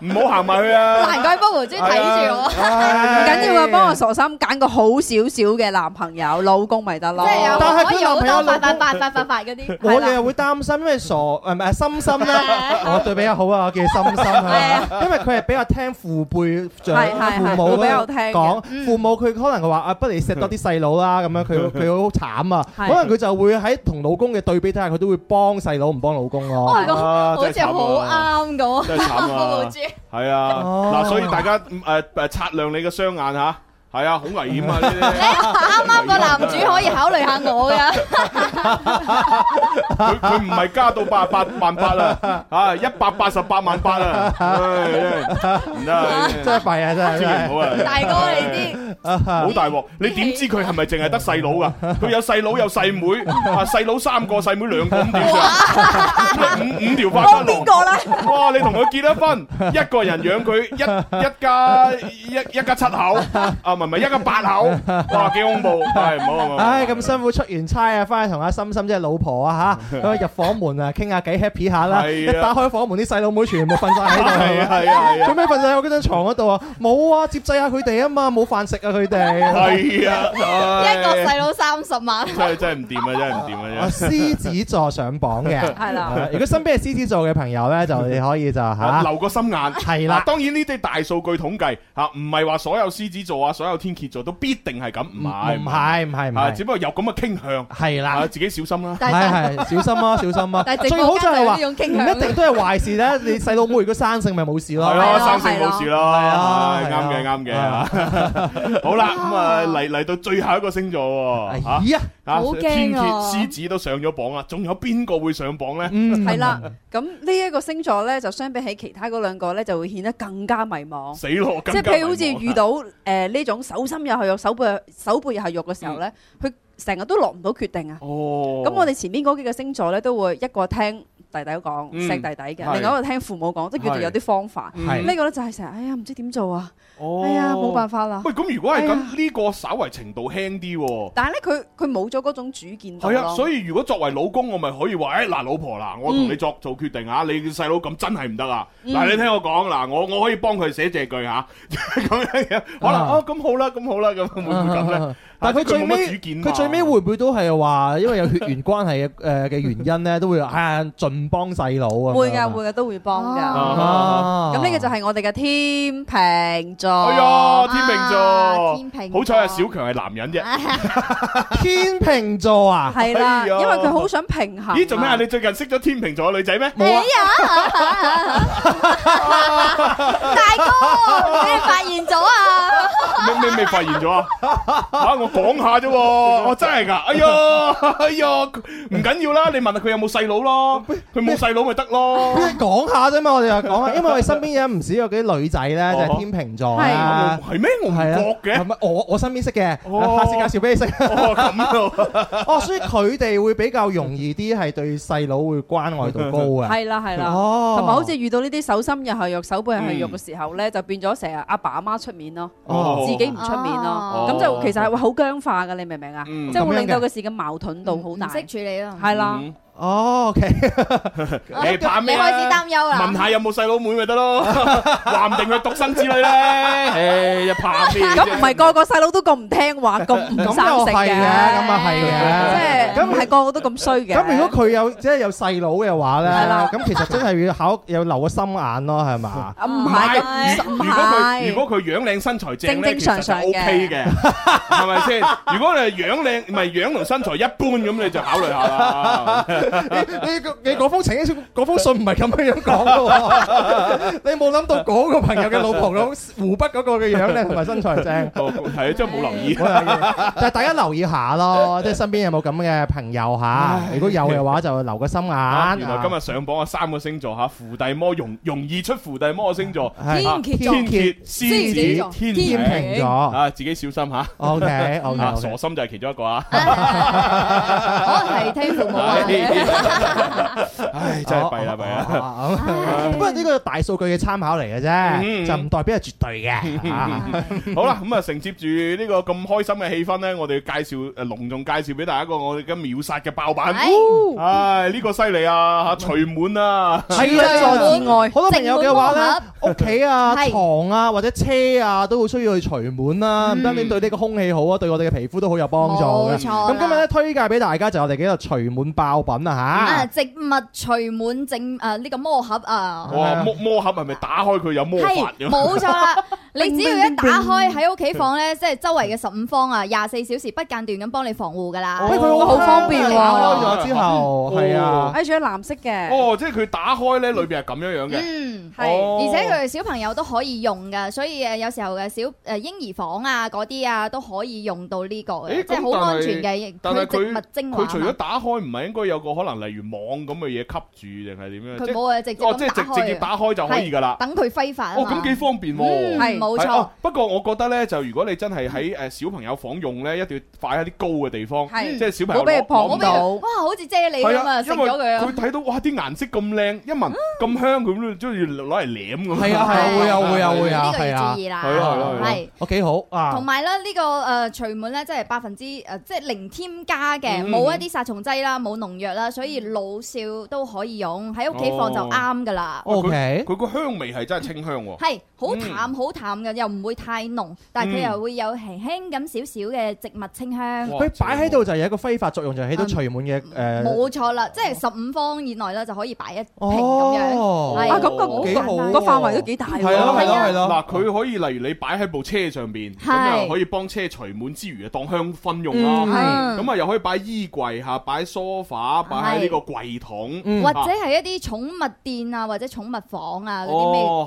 Speaker 2: 唔好行埋去啊！
Speaker 1: 難怪 Bobo 豬睇住我，
Speaker 7: 唔
Speaker 6: 唔
Speaker 7: 緊要啊，幫我傻心揀個好少少嘅男朋友、老公咪得咯。
Speaker 1: 即係有
Speaker 6: 但係
Speaker 1: 可以
Speaker 6: 佢男
Speaker 1: 好
Speaker 6: 朋友
Speaker 1: 多發發發發發發嗰啲。
Speaker 6: 我哋又會擔心，因為傻誒唔係心心咧，
Speaker 1: À.
Speaker 6: 我對比較好啊，我叫心心啊，因為佢係比較聽父輩長
Speaker 7: 係係
Speaker 6: 父
Speaker 7: 係
Speaker 6: 母
Speaker 7: 會比較
Speaker 6: 嗰度
Speaker 7: 聽嘅嗯
Speaker 6: 講，父母佢可能佢話啊，不如錫多啲細佬啦，咁樣佢佢好慘啊，可能佢就會喺同老公嘅對比底下，佢都會幫細佬唔幫老公
Speaker 7: 哦
Speaker 6: 咯。
Speaker 1: 係咁
Speaker 2: 啊
Speaker 1: 好
Speaker 2: 真係
Speaker 1: 似好
Speaker 2: 慘啊
Speaker 1: 啱咁。
Speaker 2: 真係 慘
Speaker 1: 保
Speaker 2: 啊
Speaker 1: 護！住
Speaker 2: 係啊，
Speaker 6: 哦
Speaker 2: 嗱，所以大家誒誒擦亮你嘅雙眼嚇，係啊，好危險啊！呢 啲
Speaker 1: 啱啱個男主可以考慮下我噶，
Speaker 2: 佢佢唔係加到八十八萬八啊，啊一百八十八萬 八啊，唉真係唔得啊，
Speaker 6: 真係弊啊！
Speaker 2: 千
Speaker 6: 真
Speaker 2: 祈唔
Speaker 6: 係
Speaker 2: 好啊！
Speaker 1: 大哥你
Speaker 2: 好大鑊！你點知佢係咪淨係得細佬 噶？佢有細佬有細妹，啊細佬三個，細妹兩個，咁點算？五五條花生路。
Speaker 7: 咧？
Speaker 2: 哇！你同佢結咗婚，一個人養佢一一家一一家七口，啊唔係唔係一家八口，哇幾恐怖！係唔好唔好唔好
Speaker 6: 唉，咁辛苦出完差啊，翻去同阿心心即係老婆啊嚇，咁啊入房門啊傾下偈 happy 下啦，一
Speaker 2: 係啊
Speaker 6: 打開房門啲細佬妹全部瞓晒 喺度係
Speaker 2: 係
Speaker 6: 嘛
Speaker 2: 啊。係啊係
Speaker 6: 做
Speaker 2: 啊
Speaker 6: 咩瞓晒喺我嗰張床嗰度啊？冇啊，接濟下佢哋啊嘛，冇飯食啊佢哋。
Speaker 2: 係啊！
Speaker 1: 啲一個
Speaker 2: 唉
Speaker 1: 細佬三十萬，
Speaker 2: 真係真係唔掂啊！真係唔掂啊！真
Speaker 6: 啊，
Speaker 2: 係
Speaker 6: 獅子座上榜嘅，
Speaker 7: 係啦
Speaker 6: 啊如果身邊係獅子座嘅朋友咧，就你可以就
Speaker 2: 啊
Speaker 6: 嚇，
Speaker 2: 留個心眼。
Speaker 6: 係
Speaker 2: 嗱，
Speaker 6: 啦，
Speaker 2: 當然呢啲大數據統計嚇，唔係話所有獅子座啊、所有天蝎座都必定係咁，唔
Speaker 6: 唔
Speaker 2: 係
Speaker 6: 唔係唔係唔
Speaker 2: 啊，只
Speaker 6: 係，
Speaker 2: 不過有咁嘅傾向，
Speaker 6: 係
Speaker 2: 啊
Speaker 6: 啦，
Speaker 2: 自己小心啦。
Speaker 1: 但係
Speaker 6: 係係小心啊小心啊
Speaker 1: 但係，直
Speaker 6: 最
Speaker 1: 播
Speaker 6: 好就
Speaker 1: 間
Speaker 6: 係
Speaker 1: 有
Speaker 6: 話
Speaker 1: 呢種
Speaker 6: 唔
Speaker 1: 傾向
Speaker 6: 一定都係壞事咧，你細佬妹如果生性咪冇事咯
Speaker 2: 係。啊
Speaker 7: 係
Speaker 2: 咯，
Speaker 7: 咯
Speaker 2: 生性冇事咯，
Speaker 6: 係啊
Speaker 2: 係
Speaker 6: 係啊
Speaker 2: 啱嘅，啱嘅
Speaker 6: 啊
Speaker 2: 好啦，咁啊嚟嚟到最後一個星座喎，嚇
Speaker 6: 咦啊，
Speaker 2: 啊
Speaker 1: 好驚啊
Speaker 2: 天蝎、獅子都上咗榜啦，仲有邊個會上榜呢？
Speaker 6: 嗯，
Speaker 7: 係啦，咁呢一個星座咧，就相比起其他嗰兩個咧，就會顯得更加迷茫。
Speaker 2: 死咯，
Speaker 7: 即
Speaker 2: 係
Speaker 7: 係譬如好似遇到誒呢種手心又係肉、手背手背又係肉嘅時候咧，佢成日都落唔到決定啊。
Speaker 2: 哦，
Speaker 7: 咁我哋前面嗰幾個星座咧，都會一個聽弟弟講
Speaker 2: 嗯
Speaker 7: 錫弟弟
Speaker 2: 係
Speaker 7: 嘅，另外一個聽父母講，即係叫做有啲方法。
Speaker 6: 係
Speaker 7: 呢個咧就係成日，哎呀唔知點做啊，
Speaker 2: 哦
Speaker 7: 哎呀冇辦法啦。
Speaker 2: 喂，咁如果係
Speaker 7: 哎
Speaker 2: 咁，
Speaker 7: 呀
Speaker 2: 呢個稍為程度輕啲喎。
Speaker 7: 但係咧，佢佢冇咗嗰種主見度
Speaker 2: 係啊，
Speaker 7: 咯。
Speaker 2: 所以如果作為老公，我咪可以話：，誒嗱，老婆嗱，我同你作做決定啊，你細佬咁真係唔得啊！嗱，你聽我講嗱，我我可以幫佢寫借據嚇， 咁樣樣可能
Speaker 6: 啊
Speaker 2: 哦，咁好啦，咁好啦，咁會唔會咁咧？
Speaker 6: 但係佢最
Speaker 2: 冇乜
Speaker 6: 尾
Speaker 2: 主見嘛
Speaker 6: 佢最尾會唔會都係話，因為有血緣關係嘅誒嘅原因咧，都會啊盡幫細佬啊。
Speaker 7: 會㗎會㗎都會幫㗎。
Speaker 1: 哦
Speaker 6: 啊。
Speaker 7: 咁呢個就係我哋嘅天秤座。
Speaker 2: 哎呀，天秤
Speaker 1: 啊天秤
Speaker 2: 座，
Speaker 1: 座
Speaker 2: 好彩係小強係男人啫。
Speaker 6: 天秤座啊，
Speaker 7: 係
Speaker 2: 哎
Speaker 7: 啦，
Speaker 2: 呀
Speaker 7: 因為佢好想平衡啊。
Speaker 2: 咦，做咩啊？你最近識咗天秤座嘅女仔咩？
Speaker 1: 哎呀，大 哥，俾你發現咗啊！
Speaker 2: 咩咩咩發現 咗啊？嚇，我講下啫喎，我真係㗎。哎呀，哎呀，唔緊要啦，你問下佢有冇細佬咯，佢冇細佬咪得咯。
Speaker 6: 講下啫嘛，我哋又講下，因為我哋身邊有唔少有啲女仔咧，就
Speaker 2: 哦
Speaker 6: 係天秤座
Speaker 7: 係
Speaker 6: 啦。
Speaker 2: 係咩？我唔
Speaker 6: 係啊
Speaker 2: 覺
Speaker 6: 係
Speaker 2: 嘅。
Speaker 6: 咪我我身邊識嘅，啊
Speaker 2: 哦
Speaker 6: 下次介紹俾你識。
Speaker 2: 哦，咁啊，
Speaker 6: 哦，所以佢哋會比較容易啲，係對細佬會關愛度高嘅。
Speaker 7: 係啦係啦。
Speaker 6: 哦，
Speaker 7: 同埋好似遇到呢啲手心又係肉、手背又係肉嘅時候咧，就變咗成日阿爸阿媽出面咯，
Speaker 6: 哦
Speaker 7: 自己唔出面
Speaker 2: 哦
Speaker 7: 咯。咁就其實係會好僵化㗎，你明唔明啊？
Speaker 2: 嗯
Speaker 7: 即係會
Speaker 6: 咁樣嘅
Speaker 7: 令到個事嘅矛盾度好大
Speaker 1: 唔。識處理咯。
Speaker 7: 係啦，
Speaker 2: 嗯
Speaker 6: 哦，OK，
Speaker 2: 你怕
Speaker 1: 你
Speaker 2: 咩啊
Speaker 1: 開始擔憂啦
Speaker 2: 問。下有冇細佬妹咪得咯，話唔定佢獨生子女咧。唉，又怕咩啫？
Speaker 7: 咁唔係個個細佬都咁唔聽話、咁唔
Speaker 6: 咁又
Speaker 7: 生
Speaker 6: 係
Speaker 7: 性
Speaker 6: 嘅，
Speaker 7: 嘅，
Speaker 6: 咁啊係嘅。
Speaker 7: 即係唔係個個都咁衰嘅。
Speaker 6: 咁如果佢有即係有細佬嘅話咧
Speaker 7: 係啦，
Speaker 6: 咁其實真係要考有留個心眼咯，係嘛？
Speaker 7: 啊唔係
Speaker 2: 如
Speaker 7: 咁唔
Speaker 2: 如果佢
Speaker 7: 係
Speaker 2: 如果佢樣靚身材正咧，
Speaker 7: 正正
Speaker 2: 其實
Speaker 7: 常
Speaker 2: 就
Speaker 7: 常
Speaker 2: O
Speaker 7: 嘅
Speaker 2: K 嘅，係咪先？如果你係樣靚唔係樣同身材一般咁，你就考慮下啦。
Speaker 6: 你你你嗰封情嗰封信唔係咁樣樣講噶喎， 你冇諗到嗰個朋友嘅老婆嗰湖北嗰個嘅樣咧，同埋身材正。
Speaker 2: 哦，系啊，真係冇留意。
Speaker 6: 冇留意 但係大家留意下 咯，即係身邊有冇咁嘅朋友嚇？如果有嘅話，就留個心眼。
Speaker 2: 啊原來今日上榜嘅三個星座嚇，伏地魔容容易出伏地魔嘅星座，
Speaker 6: 係
Speaker 2: 啊
Speaker 1: 天蠍座
Speaker 2: 天蝎、獅
Speaker 1: 獅子座
Speaker 2: 子、天
Speaker 6: 天
Speaker 2: 平
Speaker 6: 秤座
Speaker 2: 啊，自己小心嚇。
Speaker 6: ，OK
Speaker 2: 啊，
Speaker 6: OK
Speaker 2: 傻心就係其中一個啊！
Speaker 1: 可能係聽父母話嘅。
Speaker 2: 唉，真係弊啦弊啦。
Speaker 6: 啦。不過呢個大數據嘅參考嚟嘅
Speaker 2: 嗯
Speaker 6: 啫，就唔代表係絕對 嘅。啊
Speaker 2: 好啦，咁啊，承接住呢個咁開心嘅氣氛呢，我哋介紹誒隆重介紹俾大家一個我哋嘅秒殺嘅爆
Speaker 6: 哎
Speaker 2: 版。
Speaker 1: 唉
Speaker 2: 唉，呢個犀利
Speaker 1: 嗯
Speaker 2: 啊！嚇，除滿啊！
Speaker 6: 係啦，
Speaker 7: 之外，
Speaker 6: 好多朋友嘅話咧，屋企啊、
Speaker 1: 係
Speaker 6: 床啊或者車啊，都好需要去除螨啦，唔單止對呢個空氣好啊，對我哋嘅皮膚都好有幫助嘅
Speaker 1: 嗯冇。錯啦
Speaker 6: 咁今日咧推介俾大家就係我哋嘅一個除螨爆品
Speaker 1: 啊！
Speaker 6: 啊
Speaker 1: 植物除螨正誒呢個魔盒啊！
Speaker 2: 哇，魔魔盒係咪打開佢有魔法
Speaker 1: 係
Speaker 2: 嘅？
Speaker 1: 冇錯啦！ 你只要一打開喺屋企放咧，即係周圍嘅十五方啊，廿四小時不間斷咁幫你防護㗎啦
Speaker 6: 嚇！。喂，佢
Speaker 7: 好方便喎
Speaker 6: 打開咗之後，
Speaker 1: 嗯
Speaker 6: 係啊。
Speaker 7: 誒仲有藍色嘅，
Speaker 2: 哦，即係佢打開呢，裏邊係咁樣樣嘅。
Speaker 1: 嗯。
Speaker 7: 係
Speaker 2: 哦
Speaker 1: 而且佢哋小朋友都可以用㗎，所以呃誒有時候嘅小誒嬰兒房啊嗰啲啊都可以用到呢個
Speaker 2: 咦
Speaker 1: 嘅，
Speaker 2: 咁
Speaker 1: 即係好安全嘅。
Speaker 2: 但
Speaker 1: 佢
Speaker 2: 係佢
Speaker 1: 植物精華
Speaker 2: 佢除咗
Speaker 1: 嘛，
Speaker 2: 打開，唔係應該有個可能例如網咁嘅嘢吸住定係點樣？
Speaker 1: 佢
Speaker 2: 即係
Speaker 1: 冇啊，直接
Speaker 2: 哦，即
Speaker 1: 咁打
Speaker 2: 係直直接
Speaker 1: 開啊，
Speaker 2: 打開就可以㗎啦。
Speaker 1: 等佢揮發啊
Speaker 2: 哦，
Speaker 1: 嘛
Speaker 2: 咁幾方便
Speaker 1: 嗯
Speaker 2: 喎。
Speaker 7: 係
Speaker 1: 冇錯
Speaker 2: 係
Speaker 1: 嗯
Speaker 2: 哦，不過我覺得咧，就如果你真係喺誒小朋友房用咧，一定要擺喺啲高嘅地方，
Speaker 7: 係
Speaker 2: 即係小朋
Speaker 7: 冇
Speaker 2: 友
Speaker 7: 俾
Speaker 2: 攞
Speaker 7: 佢
Speaker 2: 攞
Speaker 7: 碰
Speaker 2: 唔
Speaker 1: 俾佢
Speaker 7: 到。
Speaker 1: 哇，好似啫喱
Speaker 2: 係
Speaker 1: 咁
Speaker 2: 啊，
Speaker 1: 啊，
Speaker 2: 因
Speaker 1: 食
Speaker 2: 為
Speaker 1: 咗佢啊嗯
Speaker 2: 佢！睇到哇啲顏色咁靚，一聞咁香，佢都中意攞嚟舐咁。
Speaker 6: 係 啊係啊會啊會啊會啊
Speaker 1: 呢個
Speaker 6: 係
Speaker 1: 要
Speaker 6: 啊
Speaker 1: 注，意啦，
Speaker 2: 係啊係啊係啊
Speaker 1: 係。
Speaker 6: 我幾好啊
Speaker 1: 同！埋咧，呢個誒除螨咧，即係百分之誒，即係零添加嘅，
Speaker 2: 嗯
Speaker 1: 冇一啲殺蟲劑啦，冇農藥啦，所以老少都可以用，喺屋企放就啱噶啦。
Speaker 2: 哦
Speaker 6: OK
Speaker 2: 佢個香味係真係清香喎。
Speaker 1: 係好
Speaker 2: 嗯
Speaker 1: 淡好淡嘅，又唔會太濃，但係
Speaker 2: 嗯
Speaker 1: 佢又會有輕輕咁少少嘅植物清香。
Speaker 2: 哇
Speaker 6: 佢擺喺度就有一個揮發作用，就係起到除螨嘅誒。
Speaker 1: 冇錯啦，即係十五方以內咧就可以擺一瓶咁樣。
Speaker 6: 哦，
Speaker 1: 係
Speaker 7: 啊，咁個
Speaker 6: 幾好喎
Speaker 7: 個範圍都幾大喎。
Speaker 1: 啊
Speaker 6: 係咯係咯係咯。
Speaker 2: 嗱，佢可以例如你擺喺部車上邊，咁
Speaker 1: 係
Speaker 2: 又可以幫車除螨之餘，當香薰用
Speaker 6: 嗯
Speaker 2: 啦。
Speaker 1: 嗯
Speaker 2: 咁啊，又可以擺衣櫃嚇，擺 sofa，擺喺呢個櫃桶。
Speaker 6: 嗯
Speaker 1: 或者係一啲寵物店啊，或者寵物房啊嗰啲
Speaker 2: 哦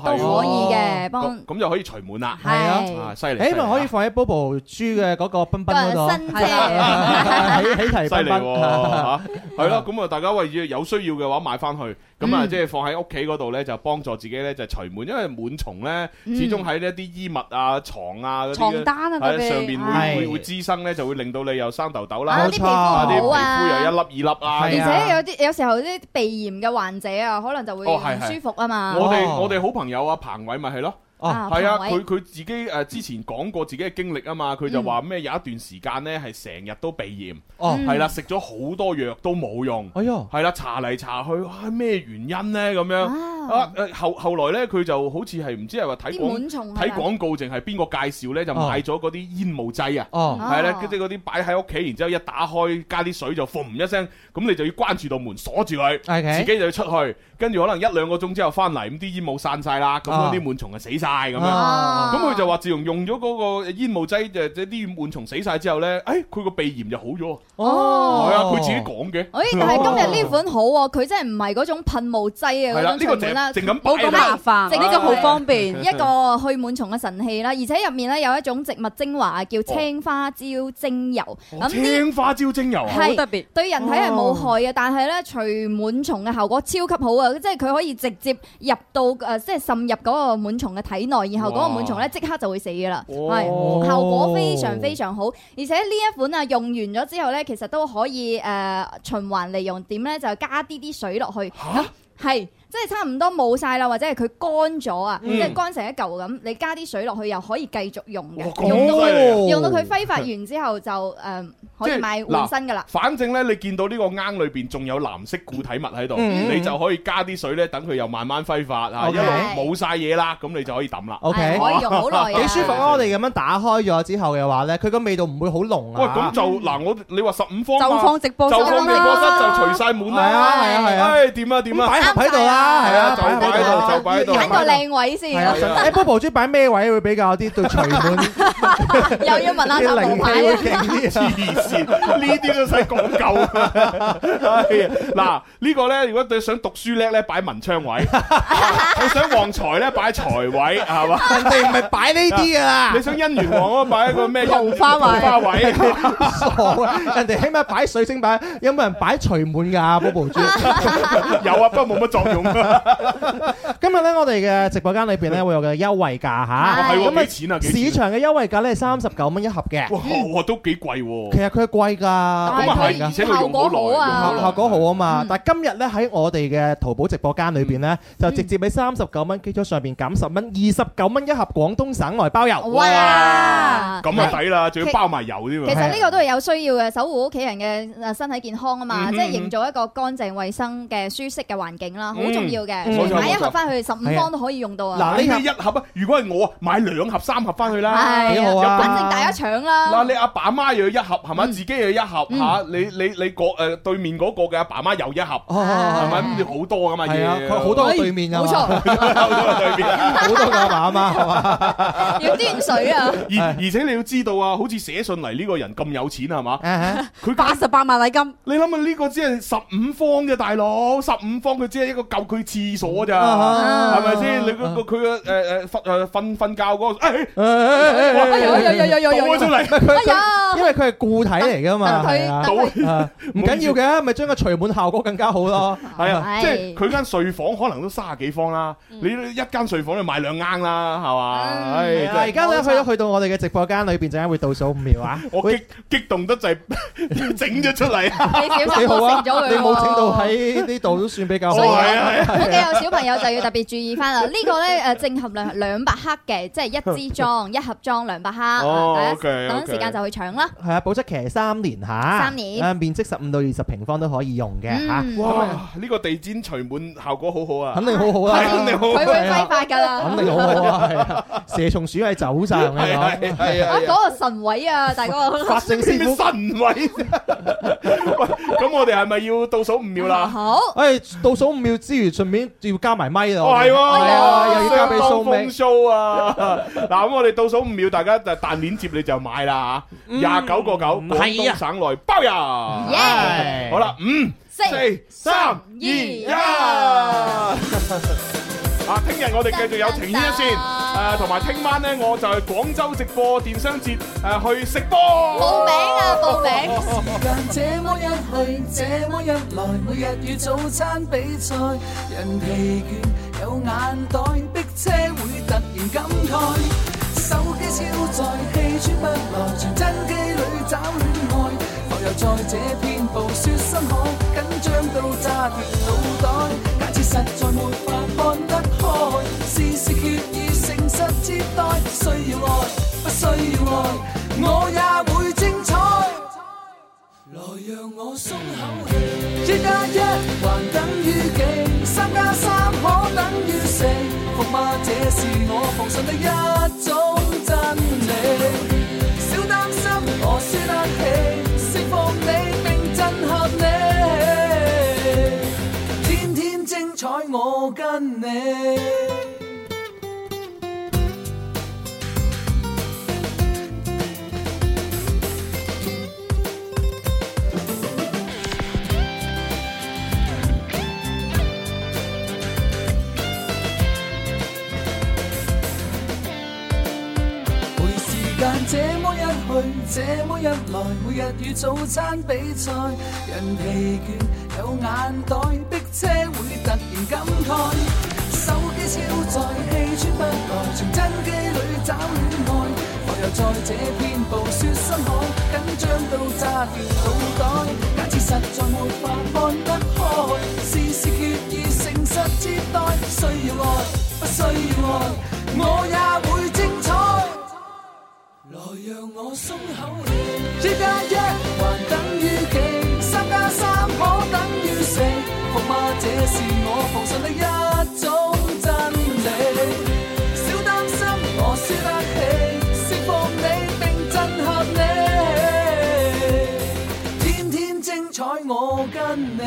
Speaker 1: 咩
Speaker 2: 係
Speaker 1: 都可以
Speaker 6: 喎
Speaker 1: 嘅，
Speaker 2: 咁
Speaker 1: 幫
Speaker 2: 咁就可以除螨啦。
Speaker 6: 係
Speaker 2: 啊，
Speaker 1: 係
Speaker 2: 犀利！犀
Speaker 6: 誒
Speaker 2: 利
Speaker 6: 咪可以放喺 Bobo 豬嘅嗰個彬彬嗰度，啊
Speaker 1: 新
Speaker 2: 啊
Speaker 1: 姐。
Speaker 6: 起起提
Speaker 2: 犀利
Speaker 6: 彬
Speaker 2: 喎
Speaker 6: 彬。
Speaker 2: 嚇，係咯，咁啊，大家為有需要嘅話買翻去，咁啊，
Speaker 1: 嗯
Speaker 2: 即係放喺屋企嗰度咧，就幫助自己咧就除螨，因為螨蟲咧，
Speaker 1: 嗯
Speaker 2: 始終喺呢一啲衣物啊、床啊嗰啲
Speaker 7: 床
Speaker 2: 咧
Speaker 7: 單啊，特
Speaker 2: 喺
Speaker 7: 別
Speaker 2: 上邊
Speaker 6: 係
Speaker 2: 會會會滋生咧，就會令到你又生痘
Speaker 1: 啊
Speaker 2: 痘啦
Speaker 1: 啲，皮
Speaker 6: 冇錯
Speaker 1: 膚
Speaker 2: 啊
Speaker 1: 唔
Speaker 2: 啲皮
Speaker 1: 好啊，
Speaker 2: 膚又一粒二粒啊。
Speaker 1: 而
Speaker 6: 係啊
Speaker 1: 且有啲有時候啲鼻炎嘅患者啊，可能就會
Speaker 2: 哦係
Speaker 1: 唔
Speaker 2: 係
Speaker 1: 舒服啊嘛。
Speaker 2: 我哋
Speaker 6: 哦
Speaker 2: 我哋好朋友啊，彭偉咪係咯，
Speaker 6: 哦，
Speaker 2: 係啊，
Speaker 1: 彭偉
Speaker 2: 佢佢自己誒之前講過自己嘅經歷啊嘛，佢就話咩有一段時間咧係成日都鼻炎，
Speaker 6: 哦，
Speaker 1: 嗯
Speaker 2: 係啦，食咗好多藥都冇用。
Speaker 6: 哎呦，
Speaker 2: 係啦，查嚟查去，啊咩原因呢？咁樣啊
Speaker 1: 啊，？
Speaker 2: 誒後後來咧，佢就好似係唔知係話睇
Speaker 1: 啲
Speaker 2: 廣
Speaker 1: 螨蟲
Speaker 2: 睇
Speaker 1: 係嘛
Speaker 2: 廣告，定係邊個介紹咧，就
Speaker 6: 啊哦
Speaker 2: 買咗嗰啲煙霧劑啊。
Speaker 1: 哦
Speaker 6: 哦，
Speaker 2: 係咧，即係嗰啲擺喺屋企，然之後一打開加啲水就嘣一聲，咁你就要關住道門鎖住佢
Speaker 6: OK
Speaker 2: 自己就要出去，跟住可能一兩個鐘之後翻嚟，咁啲煙霧散晒啦，咁
Speaker 6: 啊
Speaker 2: 樣啲螨蟲就死晒咁樣。
Speaker 6: 啊
Speaker 2: 咁佢就話自從用咗嗰個煙霧劑，就即係啲螨蟲死晒之後咧，誒佢個鼻炎就好咗，
Speaker 1: 哦
Speaker 2: 係啊，佢自己講嘅。
Speaker 1: 誒，但係今日呢款好喎，佢真係唔係嗰種噴霧劑
Speaker 2: 哦係啦
Speaker 1: 啊嗰
Speaker 2: 呢個
Speaker 1: 種
Speaker 2: 就
Speaker 1: 除
Speaker 2: 係
Speaker 1: 螨啦，
Speaker 2: 淨咁擺
Speaker 7: 冇咁麻
Speaker 1: 係
Speaker 7: 煩，呢個好方便。
Speaker 1: 一個去螨蟲嘅神器啦。而且入面咧有一種植物精華叫青花椒精油，
Speaker 2: 哦
Speaker 1: 咁呢
Speaker 2: 青花椒精油啊
Speaker 1: 係
Speaker 7: 好特別，
Speaker 1: 對人體係冇害嘅，但係咧除螨蟲嘅效果超級好啊！即係佢可以直接入到誒、呃即係滲入嗰個螨蟲嘅體內，然後嗰個螨蟲咧即刻就會死噶啦，
Speaker 2: 哦
Speaker 1: 係、效果非常非常好。而且呢一款啊用完咗之後咧，其實都可以誒、呃循環利用，點咧就加啲啲水落去，
Speaker 2: 嚇
Speaker 1: 係。即係差唔多冇晒啦，或者係佢乾咗啊，
Speaker 2: 嗯
Speaker 1: 即係乾成一嚿咁，你加啲水落去又可以繼續用嘅
Speaker 2: 哇，咁
Speaker 1: 用到
Speaker 2: 犀利啊
Speaker 1: 佢用到佢揮發完之後就誒、呃可
Speaker 2: 即
Speaker 1: 以
Speaker 2: 係
Speaker 1: 買
Speaker 2: 嗱
Speaker 1: 換新噶啦。
Speaker 2: 反正咧，你見到呢個罌裏邊仲有藍色固體物喺度，
Speaker 6: 嗯
Speaker 2: 你就可以加啲水咧，等佢又慢慢揮發啊，一
Speaker 6: OK
Speaker 2: 路冇晒嘢啦，咁你就可以抌啦。
Speaker 1: 係
Speaker 6: 哦 OK，
Speaker 1: 可以用好耐啊，
Speaker 6: 幾舒服啊！我哋咁樣打開咗之後嘅話咧，佢個味道唔會好濃
Speaker 2: 喂，咁
Speaker 6: 啊。
Speaker 2: 就嗱，我你話十五方
Speaker 7: 就
Speaker 2: 嘛
Speaker 7: 放直播室
Speaker 2: 就放微
Speaker 7: 啦，
Speaker 2: 波室就除晒滿
Speaker 6: 係
Speaker 2: 啦，
Speaker 6: 啊係啊係啊，
Speaker 2: 唉，點啊點
Speaker 6: 咁
Speaker 2: 啊，
Speaker 6: 擺盒喺度啦，係啊，
Speaker 2: 就擺喺
Speaker 6: 盒
Speaker 2: 度就擺喺度
Speaker 1: 揀個靚位先，
Speaker 6: 係啊
Speaker 2: 係啊
Speaker 6: 誒，Bobo 豬擺咩位會比較啲對除螨
Speaker 1: 又要問下
Speaker 6: 嘅
Speaker 1: 塔
Speaker 6: 靈
Speaker 1: 羅
Speaker 6: 氣
Speaker 1: 牌
Speaker 6: 會
Speaker 1: 啊，
Speaker 6: 勁啲啊？
Speaker 2: 黐線，呢啲都使講究。係嗱，呢個呢，如果你想讀書叻呢，擺文昌位；你想旺財呢，擺財位，係嘛？
Speaker 6: 人哋唔係擺呢啲啊㗎啦
Speaker 2: 你。想姻緣旺嗰擺一個咩
Speaker 7: 桃花位
Speaker 2: 桃花位。
Speaker 6: 傻啊！人哋起碼擺水星擺，有冇人擺除滿㗎？Bobo 豬，
Speaker 2: 有啊，不過冇乜作用。哦，
Speaker 6: 今日咧我哋嘅直播間裏邊咧會有嘅優惠價嚇，
Speaker 2: 係
Speaker 6: 咁
Speaker 2: 喎，
Speaker 6: 啊
Speaker 2: 幾錢啊？幾
Speaker 6: 市
Speaker 2: 錢啊？
Speaker 6: 場嘅優惠價咧三十九蚊一盒嘅，
Speaker 2: 哇，哇都幾貴
Speaker 6: 其
Speaker 2: 喎。
Speaker 6: 實佢係貴㗎，
Speaker 1: 但
Speaker 2: 咁啊
Speaker 1: 係
Speaker 2: 係，而且佢用好
Speaker 1: 效
Speaker 2: 耐，
Speaker 1: 果好啊
Speaker 2: 用
Speaker 6: 效
Speaker 2: 耐
Speaker 6: 效果好啊嘛
Speaker 1: 嗯！
Speaker 6: 但係今日咧喺我哋嘅淘寶直播間裏邊咧，就直接喺三十九蚊基礎上邊減十蚊，二十九蚊一盒廣東省內包郵。
Speaker 1: 哇！
Speaker 2: 咁啊抵啦，仲要包埋油 添
Speaker 1: 其
Speaker 2: 啊！
Speaker 1: 實呢個都係有需要嘅，守護屋企人嘅呃身體健康啊嘛，
Speaker 2: 嗯
Speaker 1: 即係營造一個乾淨衛生嘅舒適嘅環境啦，好重要嘅。
Speaker 6: 嗯冇錯
Speaker 1: 買一
Speaker 2: 冇
Speaker 1: 盒
Speaker 2: 錯
Speaker 1: 翻去十五
Speaker 6: 係啊
Speaker 1: 方都可以用到啊！
Speaker 2: 嗱，
Speaker 6: 嗱呢
Speaker 2: 呢
Speaker 6: 盒
Speaker 2: 一盒啊，如果係我啊，買兩盒、三盒翻去啦。
Speaker 1: 係
Speaker 6: 幾好啊
Speaker 1: 反正大家搶
Speaker 2: 嗱，
Speaker 1: 啦。
Speaker 2: 你阿爸阿媽又要一盒，係咪？自己又要一盒
Speaker 1: 嗯
Speaker 2: 嚇，你你你個誒對面嗰個嘅阿爸阿媽又一盒，
Speaker 6: 哦
Speaker 2: 係咪？咁你好多噶嘛嘢，
Speaker 6: 係啊，佢好多個對面啊，
Speaker 1: 冇，錯，
Speaker 2: 好多對面 啊。
Speaker 6: 好多個阿爸阿 媽係嘛？
Speaker 1: 要端水 啊！
Speaker 2: 而而且你要知道啊，好似寫信嚟呢個人咁有錢係嘛？佢
Speaker 7: 八十八萬禮金，
Speaker 2: 你諗下呢個只係十五方嘅大佬，十五方佢只係一個夠佢廁所咋，係
Speaker 6: 係
Speaker 2: 咪先？你嗰個佢嘅誒誒瞓誒瞓瞓覺
Speaker 6: 啊
Speaker 2: 嗰個，誒
Speaker 1: 哎呀哎呀哎呀哎呀哎呀
Speaker 2: 倒咗出嚟。
Speaker 1: 哎呀，
Speaker 6: 因為佢係固體嚟噶嘛，
Speaker 1: 等 佢
Speaker 6: 係啊
Speaker 1: 等佢
Speaker 6: 啊唔緊要嘅，咪將個除滿效果更加好咯。
Speaker 2: 係啊，
Speaker 1: 係
Speaker 2: 即係佢間睡房可能都三十幾方啦，你一間睡房你買兩啱啦，係嘛？
Speaker 1: 嗯
Speaker 2: 唉，真
Speaker 6: 嗱，
Speaker 2: 係
Speaker 6: 而家咧去到去到我哋嘅直播間裏邊，陣間會倒數五 秒啊！
Speaker 2: 我激激動得滯， 整咗出嚟啊！
Speaker 1: 你小
Speaker 6: 幾
Speaker 1: 心
Speaker 6: 好啊
Speaker 1: 我！咗佢喎。
Speaker 6: 你冇整到喺呢度都算比較好
Speaker 1: 所以
Speaker 2: 哦
Speaker 1: 我
Speaker 2: 係
Speaker 6: 啊。
Speaker 2: 啊係
Speaker 1: 屋企有小朋友就要特別注意翻啦。呢個咧誒正合量兩百克嘅，即係一支裝一盒裝兩百克。
Speaker 2: 哦
Speaker 1: 啊大家
Speaker 2: OK，OK
Speaker 1: 等時間就去搶啦。
Speaker 6: 係啊，保質期三年嚇，
Speaker 1: 三年
Speaker 6: 啊面積十五到二十平方都可以用嘅嚇，
Speaker 1: 嗯
Speaker 2: 哇！呢個地氈除滿效果好好啊
Speaker 6: 肯！定好好
Speaker 2: 係肯
Speaker 6: 啊
Speaker 2: 定，好
Speaker 1: 佢會揮發㗎啦
Speaker 6: 肯。定好好啊，係啊，蛇蟲鼠蟻走晒我
Speaker 2: 係係
Speaker 6: 哋
Speaker 2: 係
Speaker 1: 啊，
Speaker 2: 啊！
Speaker 1: 嗰個神位啊，大哥。
Speaker 6: 法證
Speaker 2: 咩
Speaker 6: 師
Speaker 2: 神
Speaker 6: 傅，
Speaker 2: 位？ 喂咁我哋係咪要倒數五秒啦？
Speaker 1: 好。
Speaker 6: 誒哎倒數五秒之餘，順便要加埋咪咯。
Speaker 2: 哦，係喎，
Speaker 6: 係啊，又要交俾蘇
Speaker 2: 風
Speaker 6: 明。
Speaker 2: show 啊！ 嗱，咁我哋倒數五秒，大家就彈鏈接你就買啦
Speaker 1: 嗯
Speaker 2: 嚇，廿九個九，廣
Speaker 6: 啊
Speaker 2: 東省內包郵。
Speaker 1: 耶
Speaker 2: 好啦，五、
Speaker 1: 四
Speaker 2: 三、二、
Speaker 1: 二
Speaker 2: 一。
Speaker 1: 一
Speaker 2: 啊！聽日我哋繼續有情牽一線，誒，同埋聽晚咧，我就係廣州直播電商節誒去食波。
Speaker 1: 報名啊，報名！
Speaker 5: 這麼一去，這麼一來，每日與早餐比賽，人疲倦有眼袋，逼車會突然感慨，手機超載，氣喘不來，傳真機裏找戀愛，浮游在這片暴雪深海，緊張到炸斷腦袋，假設實在沒法看得開，事事決意誠實接待，需要愛，不需要愛，我也會精彩。來讓我鬆口氣，一加一還等於幾？三加三可等於四？伏馬這是我奉信的一種真理。小擔心，我輸得起，釋放你並震撼你，天天精彩我跟你。陪時間這麼一去，這麼一來，每日與早餐比賽，人疲倦有眼袋，逼車會突然感慨，手機超載，氣喘不來，傳真機裏找戀愛，我又在這片暴雪深海，緊張到炸掉腦袋，假設實在沒法看得開，事事決意誠實接待，需要愛，不需要愛，我也會精彩。來讓我鬆口氣，一加一還等於幾？三加三可等於四？服嗎？這是我奉信的一種真理。小擔心，我輸得起，釋放你並震撼你，天天精彩我跟你。